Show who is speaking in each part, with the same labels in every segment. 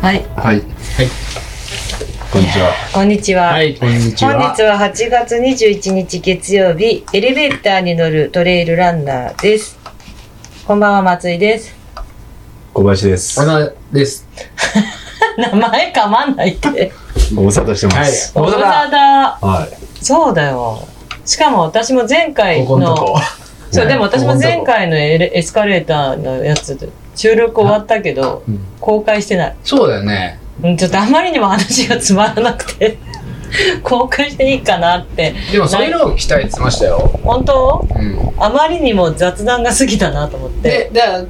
Speaker 1: は
Speaker 2: は
Speaker 1: い、
Speaker 2: い。
Speaker 3: はい。
Speaker 2: こんにちは。
Speaker 1: こんにちは。
Speaker 3: はい、こんにち
Speaker 1: 本
Speaker 3: は
Speaker 1: 日。は8月21日月曜日、エレベーターに乗るトレイルランナーです。こんばんは、松井です。
Speaker 4: 小林です
Speaker 3: 小。田です。
Speaker 1: 名前かまんない って。
Speaker 4: ご無沙汰してま
Speaker 3: はい。
Speaker 4: す。
Speaker 3: 小
Speaker 1: 小
Speaker 3: 田
Speaker 1: 田だ。
Speaker 4: はい。
Speaker 1: そうだよ。しかも私も前回
Speaker 3: こ
Speaker 1: の、
Speaker 3: このとこ。
Speaker 1: そう、
Speaker 4: ね
Speaker 1: でも私も前回のエレエスカレーターのやつで、収録終わったけど、
Speaker 3: うん
Speaker 1: 公開してない。
Speaker 3: そうだよね。
Speaker 1: うんちょっとあまりにも話がつまらなくて、 公開していいかなって。
Speaker 3: でも、それを期待って言ってましたよ。
Speaker 1: 本当
Speaker 3: うん。
Speaker 1: あまりにも雑談が過ぎたなと思って。
Speaker 3: で、だ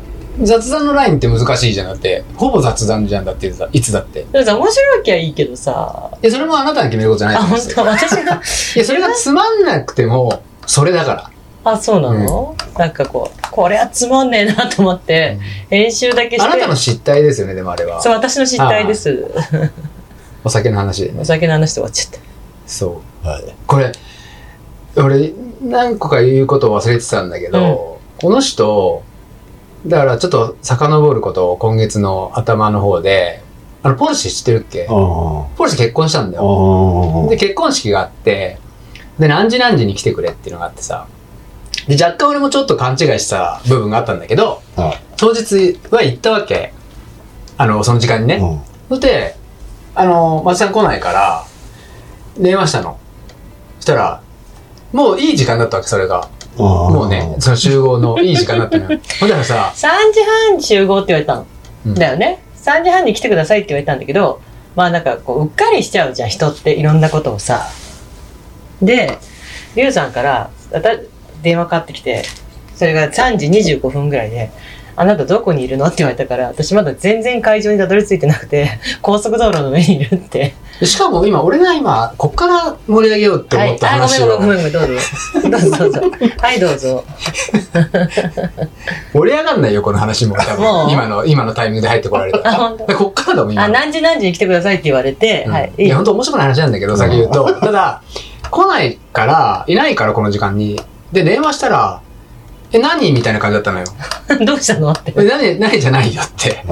Speaker 3: 雑談のラインって難しいじゃんだって。ほぼ雑談じゃんだって、いつだって。
Speaker 1: でもさ、面白いきゃいいけどさ。
Speaker 3: いや、それもあなたが決めることじゃない
Speaker 1: あ、
Speaker 3: と思うん
Speaker 1: 本
Speaker 3: ですよ。
Speaker 1: 当 私が。
Speaker 3: いや、それがつまんなくても、それだから。
Speaker 1: あ、そうなの、なんかこう、これはつまんねえなと思って、編集だけして。
Speaker 3: あなたの失態ですよね、でもあれは
Speaker 1: そ。う、私の失態です。
Speaker 3: お酒の話でね
Speaker 1: お。酒の話で終わっちゃっ
Speaker 3: そう。
Speaker 4: はい。
Speaker 3: これ俺何個か言うことを忘れてたんだけど、この人だからちょっと遡ることを今月の頭の方であのポルシェ知ってるっけ
Speaker 4: あ
Speaker 3: ポルシェ結婚したんだ
Speaker 4: あ。
Speaker 3: よ
Speaker 4: ああ。
Speaker 3: で結婚式があってで何時何時に来てくれっていうのがあってさで若干俺もちょっと勘違いした部分があったんだけど
Speaker 4: は
Speaker 3: 当日は行ったわけあのその時間にね、
Speaker 4: い。うん
Speaker 3: そして、あの、松さん来ないから、電話したの。そしたら、もういい時間だったわけ、それが。
Speaker 4: ああ
Speaker 3: もうね、その集合のいい時間だっ たのよ。ほんだらさ
Speaker 1: た。、3時半集合って言われたの。
Speaker 3: うん
Speaker 1: だよね。3時半に来てくださいって言われたんだけど、まあなんかこう、うっかりしちゃうじゃん、人っていろんなことをさ。で、りゅうさんから、あた電話かかってきて、それが3時25分ぐらいで、あなたどこにいるのって言われたから、私まだ全然会場にたどり着いてなくて、高速道路の上にいるって。
Speaker 3: しかも今、俺が今、こっから盛り上げようって
Speaker 1: は
Speaker 3: 思
Speaker 1: い
Speaker 3: った
Speaker 1: あ、ご
Speaker 3: 話
Speaker 1: めん
Speaker 3: を
Speaker 1: ご、めんごめん、どうぞ。どうぞどうぞ。はい、どうぞ。
Speaker 3: 盛り上がんないよ、この話も。多
Speaker 1: もう
Speaker 3: 分今の、今のタイミングで入ってこられた
Speaker 1: あ、
Speaker 3: ら。
Speaker 1: 本当。
Speaker 3: でこっからだもん、今
Speaker 1: あ、
Speaker 3: の。
Speaker 1: 何時何時に来てくださいって言われて、
Speaker 3: うん
Speaker 1: はい、
Speaker 3: いや、本当面白くない話なんだけど、先言うと。ただ、来ないから、いないから、この時間に。で、電話したら、え、何みたいな感じだったのよ。
Speaker 1: どうしたのって。
Speaker 3: え何、何じゃないよって。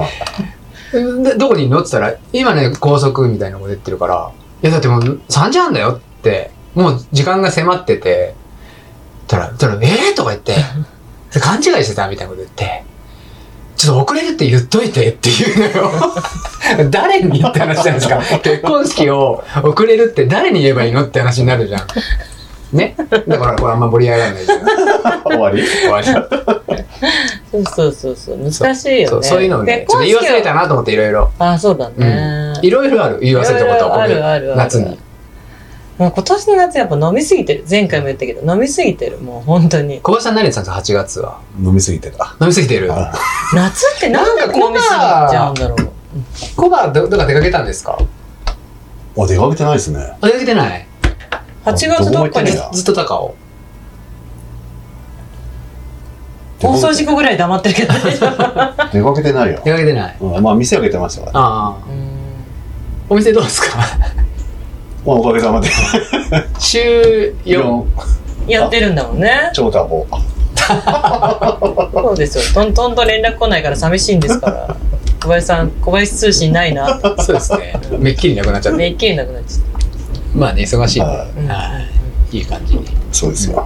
Speaker 3: でどこにいるのって言ったら、今ね、高速みたいなこと言ってるから、いや、だってもう3時半だよって、もう時間が迫ってて、たら、たら、えー、とか言って、で勘違いしてたみたいなこと言って、ちょっと遅れるって言っといてって言うのよ。誰にって話じゃないですか。結婚式を遅れるって誰に言えばいいのって話になるじゃん。ね。だから、これあんま盛り上がらないじゃん。
Speaker 4: 終わり
Speaker 3: 終わり
Speaker 1: そうそうそうそう難しいよね。
Speaker 3: そうそういうのをね、ちょっと言い忘れた
Speaker 1: な。
Speaker 3: なと思っていろいろ。
Speaker 1: あ、そうだね。
Speaker 3: いろいろある言い忘れたことは
Speaker 1: 色々あるあるある
Speaker 3: 夏に
Speaker 1: もう今年の夏やっぱ飲みすぎてる。前回も言ったけど、飲みすぎてる。もう本当に。
Speaker 3: 小林さん何やってたんですか8月は
Speaker 4: 飲みすぎてた。
Speaker 3: 飲みすぎてる
Speaker 4: あ
Speaker 1: 夏ってなんで飲みすぎちゃうんだろう。
Speaker 3: コバどどっか出かけたんですか
Speaker 4: あ、出かけてないですね。
Speaker 3: あ出かけてない
Speaker 1: 8月どっかに
Speaker 4: どこも行ってないな
Speaker 3: ずっと高尾
Speaker 1: 放送事故ぐらい黙ってる けど、大丈夫
Speaker 4: 出かけてないよ。
Speaker 3: 出かけてない
Speaker 4: うんまあ、店開けてましたから。
Speaker 3: ああ
Speaker 1: うん
Speaker 3: お店どうです か
Speaker 4: まあ、おかげさまで。
Speaker 3: 週4
Speaker 4: 4、
Speaker 1: やってるんだもんね。
Speaker 4: 超多忙。
Speaker 1: そうですよ。トントンと連絡来ないから寂しいんですから。小林さん、小林通信ない なって。
Speaker 3: そうですねめっきりなくなっちゃっ
Speaker 1: め
Speaker 3: て
Speaker 1: っきりなくなっちゃった
Speaker 3: まあね忙しいんで
Speaker 4: は
Speaker 3: はいいい感じに
Speaker 4: そうですよ。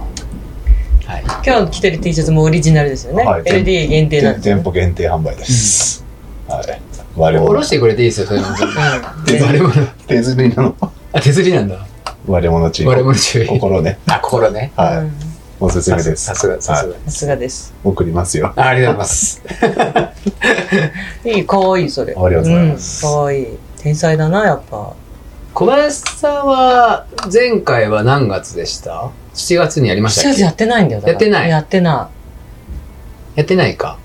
Speaker 3: はい
Speaker 1: 今日着てる T シャツもオリジナルですよね。
Speaker 4: はい
Speaker 1: LD 限定なん
Speaker 4: 店
Speaker 1: ですよ
Speaker 4: 店
Speaker 1: ね。
Speaker 4: 舗限定販売です。はい。割れ
Speaker 3: おろ
Speaker 4: 物
Speaker 3: し。てくれていいですよそういうのも全部
Speaker 1: うん
Speaker 3: 割れ物
Speaker 4: 手釣りなの。
Speaker 3: あ手釣りなんだ
Speaker 4: 割れ物注意。
Speaker 3: 割れ物注意
Speaker 4: 心ね。
Speaker 3: あ心ね
Speaker 1: う
Speaker 4: は
Speaker 1: ん
Speaker 4: い。おすすめ
Speaker 3: さ
Speaker 4: ですす。
Speaker 3: さすがさすが
Speaker 4: は
Speaker 1: さすがです。
Speaker 4: い送りますよ。
Speaker 3: あありがとうございます
Speaker 1: いい、かわいい、それ。
Speaker 4: ありがとうございます
Speaker 1: うん、かわいい。天才だな、やっぱ。
Speaker 3: 小林さんは前回は何月でした7月にやりまし
Speaker 1: 私
Speaker 3: た
Speaker 1: た
Speaker 3: っ
Speaker 1: ち
Speaker 3: け
Speaker 1: やってないんだよ。だから
Speaker 3: やってない
Speaker 1: やってな
Speaker 3: やってないか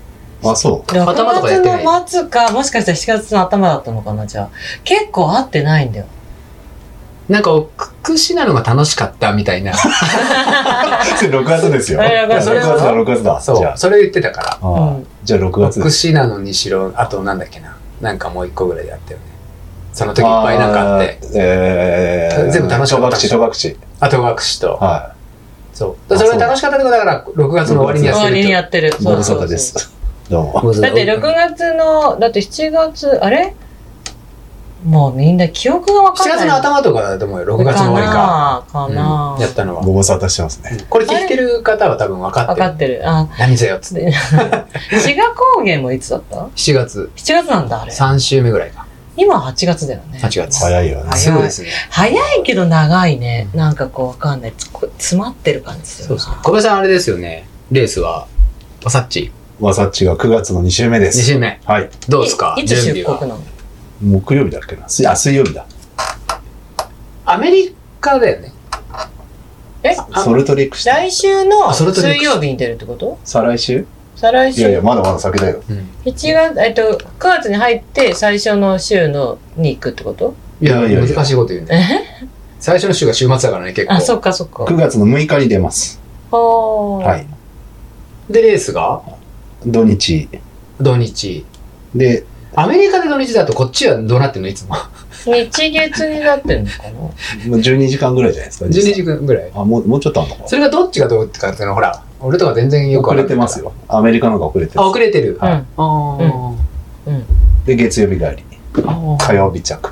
Speaker 4: あ、そう。
Speaker 1: い。
Speaker 3: 頭とかやってな
Speaker 1: 6
Speaker 3: い
Speaker 1: 月の末か、もしかしたら7月の頭だったのかな、じゃあ。結構会ってないんだよ。
Speaker 3: なんかお福祉なのが楽しかったみたいな
Speaker 4: それ6月ですよ。
Speaker 1: あれ
Speaker 4: 6
Speaker 1: 6月
Speaker 4: 月だ、6月だ。
Speaker 3: そ
Speaker 4: じゃ
Speaker 3: うそれ言ってたから
Speaker 4: あ。ああ
Speaker 1: うん
Speaker 4: じゃあ6
Speaker 3: お
Speaker 4: 月
Speaker 3: 福
Speaker 4: です。
Speaker 3: 祉なのにしろあとなんだっけななんかもう一個ぐらいでやったよねその時いっぱいなんかあって
Speaker 4: ー。えー、
Speaker 3: 全部楽しかった
Speaker 4: 戸隠、戸隠。
Speaker 3: 後学士と
Speaker 4: は
Speaker 3: そうだからそれ楽しかったってことだから6月の終わりに
Speaker 4: い
Speaker 3: や
Speaker 1: 終
Speaker 3: っ
Speaker 1: わ
Speaker 3: てる
Speaker 1: りにや
Speaker 3: っ
Speaker 1: ってる。
Speaker 4: い。ご無沙汰です。どうも。
Speaker 3: て
Speaker 1: だって6月の、だって7月、あれもうみんな記憶がわか
Speaker 3: 7
Speaker 1: んない。
Speaker 3: 月の頭とかだと思うよ。6月の終わりか。
Speaker 1: か。かな
Speaker 3: うんやったのは。
Speaker 4: ご無沙汰してますね。
Speaker 3: これ聞いてる方は多分分か
Speaker 1: 分
Speaker 3: って
Speaker 1: か
Speaker 3: る。
Speaker 1: ってる。あ、
Speaker 3: 何せよっつって。
Speaker 1: で志賀高原もいつだった
Speaker 3: 7月
Speaker 1: ?7 月なんだ、あれ。
Speaker 3: 3週目ぐらいか。
Speaker 1: 今8月だよね。
Speaker 3: 8月。
Speaker 4: 早いよね
Speaker 1: は。い
Speaker 3: すぐですね。
Speaker 1: 早いけど長いね。なんかこう、わかんない。つこ詰まってる感じする
Speaker 3: そう
Speaker 1: な
Speaker 3: そう。小林さんあれですよね。レースは、パサッチ。
Speaker 4: わさっちが9月の2週目で
Speaker 3: 2
Speaker 4: す。
Speaker 3: 週目。
Speaker 4: はい。
Speaker 3: どうですか
Speaker 1: いいつ
Speaker 3: 準備
Speaker 1: 出国
Speaker 3: は。
Speaker 1: なの
Speaker 4: 木曜日だっけな。すあ、水曜日だ。
Speaker 3: アメリカだよね。
Speaker 1: え
Speaker 3: あ
Speaker 4: ソルトレイクして。
Speaker 1: 来週の
Speaker 3: あそれと
Speaker 1: 水曜日に出るってこと
Speaker 4: 再来週
Speaker 1: 再来
Speaker 4: い
Speaker 1: 週
Speaker 4: やいや、まだまだ先だよ。
Speaker 3: うん。
Speaker 1: 1月、えっと、9月に入って最初の週のに行くってこと
Speaker 3: いや、
Speaker 4: いやいやいや
Speaker 3: 難しいこと言うね。
Speaker 1: え
Speaker 3: 最初の週が週末だからね、結
Speaker 1: あ、そ
Speaker 3: 構。
Speaker 1: っかそっか。
Speaker 4: 9月の6日に出ます。
Speaker 1: ほー
Speaker 4: はい。。
Speaker 3: で、レースが
Speaker 4: 土日。
Speaker 3: 土日。
Speaker 4: で、
Speaker 3: アメリカで土日だとこっちはどうなってんのいつも。
Speaker 1: 日月になってんのかな
Speaker 4: まあ12時間ぐらいじゃないですか。
Speaker 3: 12時間ぐらい。
Speaker 4: あ、もう、もうちょっとあんのか。
Speaker 3: それがどっちがどうってかっていうのはほら、俺とか全然よくわかん
Speaker 4: 遅
Speaker 3: ない
Speaker 4: れてます。よ。アメリカの方が遅れて
Speaker 3: あ、
Speaker 4: ま
Speaker 3: 遅れてる。
Speaker 4: はい
Speaker 1: うん。
Speaker 3: あー
Speaker 4: す。で、月曜日帰り。
Speaker 3: あー。
Speaker 4: 火曜日着。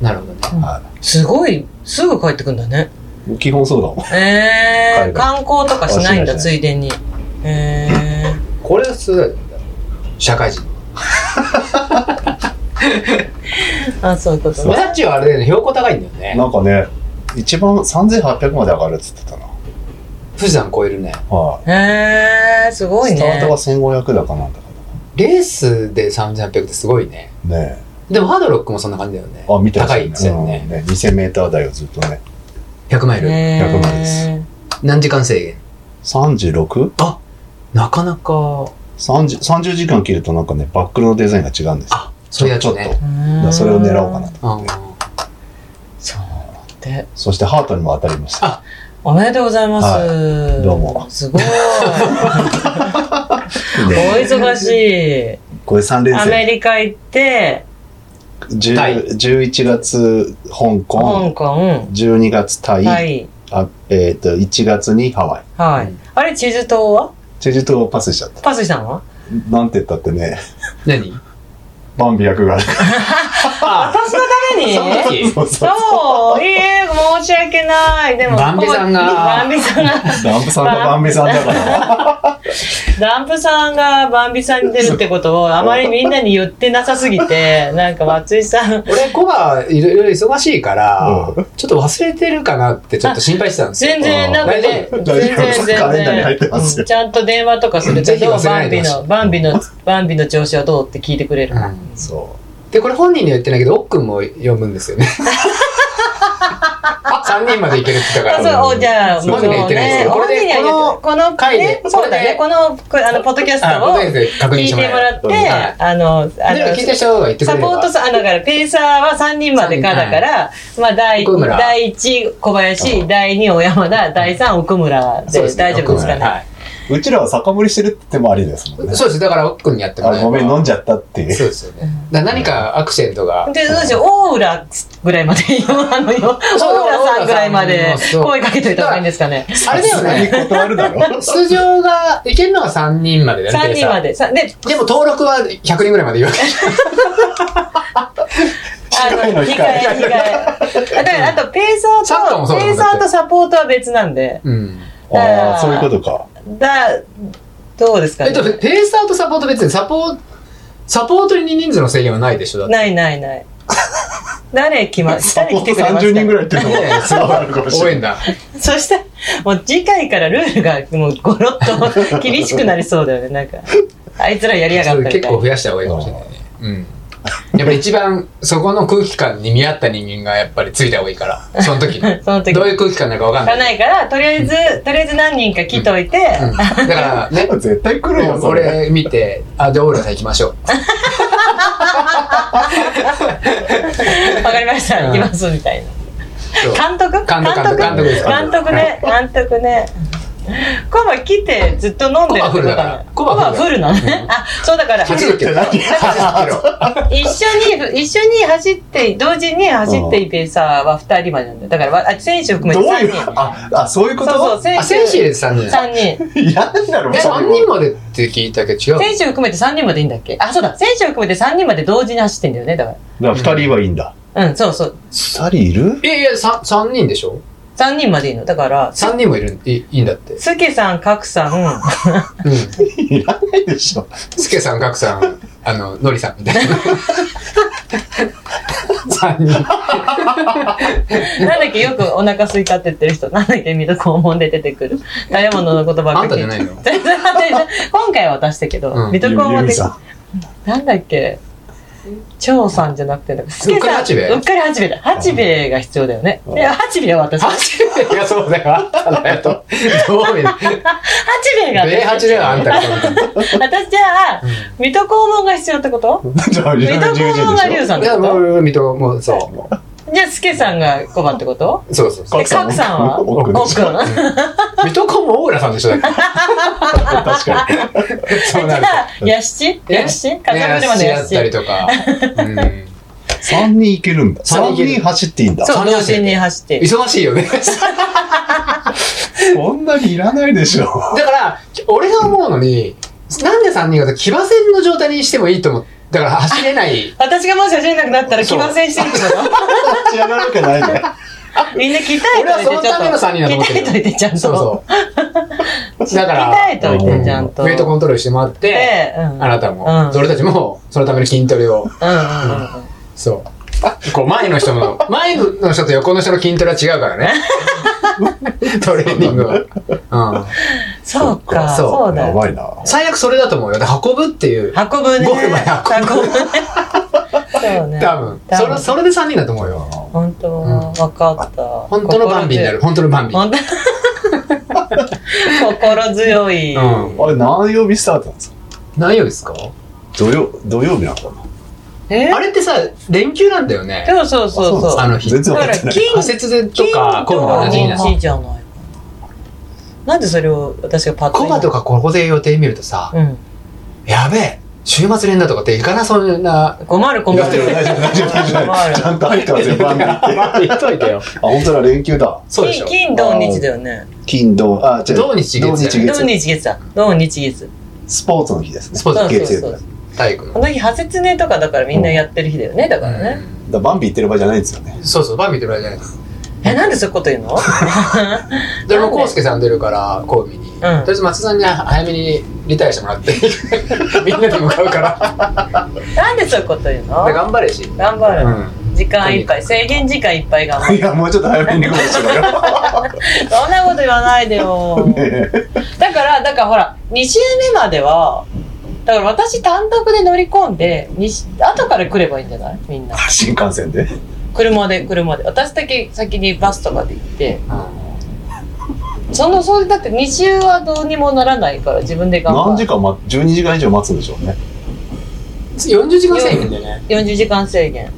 Speaker 3: なるほどね。
Speaker 4: は
Speaker 1: すごい、すぐ帰ってくんだね。
Speaker 4: い。基本そうだもん。
Speaker 1: え
Speaker 4: 海
Speaker 1: ー、
Speaker 4: 外
Speaker 1: 観光とかしないんだ、
Speaker 4: あし
Speaker 1: つ
Speaker 4: ない
Speaker 1: でに。えー、
Speaker 3: これは普通だよ。社会人。
Speaker 1: あ、そういうこと
Speaker 3: マ
Speaker 1: ね。
Speaker 3: サッチはあれだよね、標高高いんだよね。
Speaker 4: なんかね、一番3800まで上がるっつってたな。
Speaker 3: 富士山超えるね。
Speaker 4: は
Speaker 1: えー、すごい
Speaker 4: い。
Speaker 1: ね。
Speaker 4: スタートが1500だかなんだか
Speaker 3: レースで3800ってすごいね。
Speaker 4: な。ね
Speaker 3: でもハードロックもそんな感じだよね。
Speaker 4: え。あ、見て
Speaker 3: 高いんですよ
Speaker 4: う
Speaker 3: ね
Speaker 4: ん。ね2000メーター台をずっとね。
Speaker 3: 100マイル。
Speaker 1: えー
Speaker 4: 100万です
Speaker 3: 何時間制限
Speaker 4: 36?
Speaker 3: なかなか、
Speaker 4: 30, 30時間切るとなんかね、バックルのデザインが違うんですよ。
Speaker 3: あ、そういうやつ
Speaker 4: ちょっと。
Speaker 3: ね。
Speaker 4: だからそれを狙おうかな。と。
Speaker 3: うん
Speaker 1: そうなんだって。
Speaker 4: そしてハートにも当たりました。
Speaker 1: おめでとうございます。
Speaker 4: はいどうも
Speaker 1: す ごい。お
Speaker 4: で
Speaker 1: 忙し
Speaker 4: これ3
Speaker 1: い。
Speaker 4: 連
Speaker 1: アメ
Speaker 4: 戦。
Speaker 1: リカ行って、
Speaker 4: 10
Speaker 3: タイ
Speaker 4: 11月、香
Speaker 1: 香
Speaker 4: 港。
Speaker 1: 港、
Speaker 4: 12月、タイ。
Speaker 1: タイ、
Speaker 4: あえっ、と、1月にハワイ。
Speaker 1: はい
Speaker 3: うん。
Speaker 1: あれ、チーズ島は
Speaker 4: チェジュ島をパスしちゃった。
Speaker 1: パスしたのは
Speaker 4: なんて言ったってね、
Speaker 3: 何
Speaker 4: 万ンビ役があるか
Speaker 3: あ、
Speaker 1: 私のために
Speaker 3: その時
Speaker 4: ら。そうそう。
Speaker 1: そう、いいえ、申し訳ない。でも、
Speaker 3: バンビさんが
Speaker 1: バンビさんが、
Speaker 4: ダンプさんがバンビさんだから。
Speaker 1: ダンプさんがバンビさんに出るってことをあまりみんなに言ってなさすぎて、なんか松井さん、
Speaker 3: 俺、コバ、いろいろ忙しいから
Speaker 4: う、
Speaker 3: ちょっと忘れてるかなってちょっと心配してたんですよ。
Speaker 1: 全然、なんかね、全
Speaker 4: 大丈夫
Speaker 1: 然、全
Speaker 4: カレンダーに入っ
Speaker 1: 然
Speaker 4: てますよ
Speaker 1: うん、ちゃんと電話とかするけ
Speaker 3: ぜひ
Speaker 1: ど、
Speaker 3: 忘れ
Speaker 1: バ
Speaker 3: な
Speaker 1: ン
Speaker 3: い
Speaker 1: ビ
Speaker 3: でほしい
Speaker 1: の、バンビの、バンビの調子はどうって聞いてくれる。
Speaker 3: うん
Speaker 4: そ。
Speaker 3: で、これ本人には言ってないけど、奥くんも呼ぶんです よね。3人までいけるって言った
Speaker 1: あ
Speaker 3: か
Speaker 1: そう、
Speaker 3: ら。
Speaker 1: おじゃあ、
Speaker 3: そう本人には言ってないですけど
Speaker 1: もうね
Speaker 3: これ
Speaker 1: 本
Speaker 3: で
Speaker 1: 人には言ってこの
Speaker 3: 回で
Speaker 1: ね
Speaker 3: これで
Speaker 1: そうだね、この、こあの、ポッドキャス
Speaker 3: あ、
Speaker 1: ト
Speaker 3: ご
Speaker 1: を
Speaker 3: めんなさい確
Speaker 1: 聞
Speaker 3: 認
Speaker 1: い
Speaker 3: してて
Speaker 1: も
Speaker 3: も
Speaker 1: ら
Speaker 3: ら
Speaker 1: っ、
Speaker 3: ってて。
Speaker 1: あの、あの、
Speaker 3: でも聞いた人が言ってく
Speaker 1: サ
Speaker 3: れれ
Speaker 1: ポー
Speaker 3: ば
Speaker 1: ト。さ、あ、だから、ペーサーは3人までかだから、まあ、第
Speaker 3: 奥村
Speaker 1: 第1、小林、第2、小山田、第3、奥村で
Speaker 3: そうですね
Speaker 1: 大丈夫ですかね。
Speaker 3: はいう
Speaker 4: うちらは酒盛りしてるって手もありですもんね。
Speaker 3: そうです。だから、奥くんにやってもらえ
Speaker 4: あ
Speaker 3: ば
Speaker 4: ごめん、飲んじゃったってい
Speaker 3: そう
Speaker 4: う。
Speaker 3: ですよね。だから何かアクセントが。
Speaker 1: で、どうしよう、大浦ぐらいまで、 あの、大
Speaker 3: そう
Speaker 1: 浦さんぐらいまで
Speaker 3: そう
Speaker 1: 声かけといた方がいいんですかね。
Speaker 3: あれだよね。
Speaker 4: さすがに断るだろ。
Speaker 3: 出場が、いけるのは3人までだね。
Speaker 1: 3人まで。さで、
Speaker 3: でも登録は100人ぐらいまで言うわけ。
Speaker 1: あの、
Speaker 4: 控えの控え
Speaker 1: 控え、控え。だから、あと、ペーサ
Speaker 3: サッカー
Speaker 1: ー
Speaker 3: も
Speaker 1: と、
Speaker 3: そうだ
Speaker 1: ペ
Speaker 3: も
Speaker 1: ー
Speaker 3: んだって
Speaker 1: サーとサポートは別なんで、
Speaker 3: うん。
Speaker 4: ああ、そういうことか。
Speaker 1: だ、どうですか
Speaker 3: え
Speaker 1: ね
Speaker 3: っ。と、ペーサーとサポート別にサポート、サポートに人数の制限はないでしょだって
Speaker 1: ないないない。誰来ます
Speaker 4: サ
Speaker 1: 誰
Speaker 4: ポ
Speaker 1: 来
Speaker 4: ー
Speaker 1: てく
Speaker 4: ト
Speaker 1: れます
Speaker 4: 30
Speaker 1: か
Speaker 4: 人ぐらいっていうの
Speaker 3: いやいや
Speaker 4: も、
Speaker 3: す
Speaker 4: そうあるかもし
Speaker 3: 応
Speaker 4: れ
Speaker 3: 援
Speaker 4: ない。
Speaker 3: だ。
Speaker 1: そしたら、もう次回からルールがもうゴロッと厳しくなりそうだよね、なんか。あいつらやりやがったみたい
Speaker 3: 結
Speaker 1: な。。
Speaker 3: 構増やした方がいいかもしれないね。うん。やっぱり一番そこの空気感に見合った人間がやっぱりついた方がいいから、その時に
Speaker 1: その時
Speaker 3: どういう空気感なのかわかん
Speaker 1: が
Speaker 3: な
Speaker 1: な
Speaker 3: い。
Speaker 1: いから、とりあえず、とりあえず何人か来といて、
Speaker 3: うん、だからね、
Speaker 4: 絶対来るよ、 そ れ。
Speaker 3: 俺見て、あ、じゃあオーラさん行きましょう。
Speaker 1: わかりました、
Speaker 3: う
Speaker 1: 行
Speaker 3: ん
Speaker 1: きます、みたいな。
Speaker 3: そう
Speaker 1: 監督
Speaker 3: 監督監督です
Speaker 1: 監督ね、監督ね。コバ来てずっと飲んでるってことなの
Speaker 3: コバ
Speaker 1: コバ
Speaker 3: フ
Speaker 1: フルなのね。あ、そうだから、
Speaker 3: 走るけど。
Speaker 4: 走るって
Speaker 3: 走るけど
Speaker 1: 一緒に、一緒に走って、同時に走っていてさ、は2人までなんだよ。だからわ、あ選手含め
Speaker 4: どう
Speaker 1: て3
Speaker 4: いう
Speaker 1: 人。、
Speaker 4: あ、あそういうこ
Speaker 1: そうそう、
Speaker 4: と
Speaker 1: 選
Speaker 3: あ、選手入
Speaker 1: 手
Speaker 3: れて3人。
Speaker 1: 3人。
Speaker 4: いやなんだろ、
Speaker 3: え、
Speaker 4: それは
Speaker 3: 3人までって聞いたけど違う。
Speaker 1: 選手含めて3人までいいんだっけあ、そうだ。選手含めて3人まで同時に走ってんだよね、だから。
Speaker 4: だから二人はいいんだ。
Speaker 1: うん、そうそう。
Speaker 4: 二人いる
Speaker 3: いやいや、さ三人でしょ
Speaker 1: 3人までいいの。だから、す
Speaker 3: 三人もいるん、いいいんだって。
Speaker 1: すけさん、かく さん、
Speaker 3: うん。
Speaker 4: いらないでしょ。
Speaker 3: すけさん、かくさん、あの、のりさんみたいな。 三人。
Speaker 1: なんだっけ、よくお腹空いたって言ってる人、なんだっけ、水戸黄門で出てくる。食べ物のことばっかり。
Speaker 3: あんたじゃないの
Speaker 1: 全然全然 今回は私だけど、
Speaker 3: うん
Speaker 1: 水戸黄
Speaker 4: ゆ
Speaker 1: 門
Speaker 4: み
Speaker 1: で、
Speaker 4: さ
Speaker 1: なんだっけ、張さんじゃなくて、なんかすけ
Speaker 3: うっかり
Speaker 1: さん
Speaker 3: 八兵衛
Speaker 1: うっかり八兵衛だ。八兵衛が必要だよね。
Speaker 4: うん
Speaker 1: いや、八兵衛は私。八
Speaker 3: いや、そうだよ。あんただよと。どう見る
Speaker 1: 兵衛が
Speaker 3: 米八ではあんたがそうだよ
Speaker 1: 私じゃあ、水戸黄門が必要ってこと
Speaker 4: ん。じゃあ、い
Speaker 1: 水戸
Speaker 4: らない
Speaker 1: 黄
Speaker 4: 十
Speaker 1: 門が
Speaker 4: 人
Speaker 1: 龍
Speaker 4: でし
Speaker 1: さん
Speaker 3: い
Speaker 1: って
Speaker 3: や、
Speaker 1: こ
Speaker 3: も
Speaker 1: と
Speaker 3: う、水戸、もう、そう。
Speaker 1: じゃあ、すけさんが小判ってこと
Speaker 3: そうそうそう。
Speaker 1: で、かくさんは
Speaker 4: 奥
Speaker 1: 奥くん
Speaker 3: 水戸黄門大浦さんでしょだっ
Speaker 4: ょ。確かに。
Speaker 3: て。そう
Speaker 1: じ
Speaker 3: な
Speaker 1: ゃ
Speaker 3: ると。
Speaker 1: あ、やしち
Speaker 3: え
Speaker 1: やしちかか
Speaker 3: ね
Speaker 1: るまで
Speaker 3: や
Speaker 1: や
Speaker 3: っ
Speaker 1: しち
Speaker 3: たりとか。うん。
Speaker 4: 三人いけるんだ。
Speaker 3: 三
Speaker 4: 三
Speaker 3: 人いける
Speaker 4: 人走っていいんだ。
Speaker 1: そう、
Speaker 3: 三人
Speaker 1: 同時に走って。
Speaker 3: 忙しいよね。
Speaker 4: そんなにいらないでしょ。
Speaker 3: だから、俺が思うのに、なんで3人が騎馬戦の状態にしてもいいと思う。だから走 れない。
Speaker 1: 私がもし走れなくなったら騎馬戦してるってこ
Speaker 4: 立ち上がるわけないね。
Speaker 1: と みんな鍛え
Speaker 3: 俺はそ
Speaker 1: とい
Speaker 3: の
Speaker 1: てち
Speaker 3: ための3人だと
Speaker 1: ょ
Speaker 3: 思
Speaker 1: っ
Speaker 3: っ
Speaker 1: と。
Speaker 3: てる
Speaker 1: 鍛え
Speaker 3: よ。
Speaker 1: といてちゃんと。
Speaker 3: そうそう。だから、
Speaker 1: 鍛えといてちゃんと。
Speaker 3: ウェイトコントロールしてもらって、
Speaker 1: でうん。うん
Speaker 3: あなた
Speaker 1: う
Speaker 3: も、
Speaker 1: ん
Speaker 3: それたちも、そのための筋トレを、
Speaker 1: うんうんうん。
Speaker 3: そう。こう前の 人の、前の人と横の人の筋トレは違うからね。トレーニングは。うん。
Speaker 1: そうか、
Speaker 3: そう
Speaker 1: そうだ
Speaker 4: や
Speaker 1: よ。
Speaker 4: ばいな。
Speaker 3: 最悪それだと思うよ。で運ぶっていう、
Speaker 1: 運ぶね。
Speaker 3: ゴールまで
Speaker 1: 運ぶね。そうね。
Speaker 3: 多分。それ、それで3人だと思うよ。
Speaker 1: 本当、
Speaker 3: うん
Speaker 1: 分かった。
Speaker 3: 本当のバンビになる。本当のバンビ。
Speaker 1: 本当 心強い。
Speaker 3: うん
Speaker 4: あれ、何曜日スタートなんですか
Speaker 3: 何曜日ですか
Speaker 4: 土曜、土曜日なのかな
Speaker 1: え
Speaker 3: あれってさ、連休なんだよね。
Speaker 1: そうそうそうそう。
Speaker 3: あの日
Speaker 4: 全然わかってない。
Speaker 1: 金
Speaker 3: 仮節でとか、コ
Speaker 1: 金
Speaker 3: バ
Speaker 1: と
Speaker 3: 同じ日なの。
Speaker 1: 日じゃないかな。なんでそれを私がパッと
Speaker 3: コ
Speaker 1: 今。
Speaker 3: バとかここで予定見るとさ、
Speaker 1: うん。
Speaker 3: やべえ、週末連だとかっていかなそう な。
Speaker 1: 困る困
Speaker 4: 大丈夫、
Speaker 1: る。
Speaker 4: 大丈夫、大丈夫、大丈夫
Speaker 1: 困る
Speaker 4: ちゃんと入ってますよ、バンビって。あ、
Speaker 3: 言っといてよ。
Speaker 4: 本当だ、連休だ。
Speaker 3: そうでしょ
Speaker 1: 金。金土日だよね。
Speaker 4: 金、土、あ、違う。
Speaker 3: 土日月
Speaker 4: 土日
Speaker 1: 土
Speaker 4: 月。
Speaker 1: 日月だ。土日月。
Speaker 4: スポーツの日ですね。
Speaker 3: スポーツ
Speaker 1: そうそう
Speaker 4: 月曜
Speaker 1: そ
Speaker 4: 日だ
Speaker 1: う。
Speaker 3: 体育
Speaker 1: こ
Speaker 3: の。
Speaker 1: の日、派切ねとかだからみんなやってる日だよね。だからね。
Speaker 4: だからバンビ行ってる場合じゃないんです よね。
Speaker 3: そうそう、バンビ出るわけじゃないです。
Speaker 1: え、なんでそういうこと言うの
Speaker 3: でも、コウスケさん出るから、神戸に。とりあえず松田さんに早めにリタイアしても らって、みんなで向かうから。
Speaker 1: なんでそういうこと言うの
Speaker 3: で頑張れし。
Speaker 1: 頑
Speaker 3: う
Speaker 1: 張
Speaker 3: ん。
Speaker 1: る。時間いっぱい。制限時間いっぱい頑張る。
Speaker 4: いや、もうちょっと早めに行こうとしろよ。
Speaker 1: そんなこと言わないでよ。
Speaker 4: ねえ
Speaker 1: だから、だからほら、2週目までは、だから私単独で乗り込んで、にし後から来ればいいんじゃないみんな。
Speaker 4: 新幹線で。
Speaker 1: 車で、車で。私だけ先にバスとかで行って、その、それだって2週はどうにもならないから自分で頑張
Speaker 4: 何時
Speaker 1: る。
Speaker 4: 間待っ、12時間以上待つんでしょうね。
Speaker 3: 40時間制限でね。
Speaker 1: 40時間制限。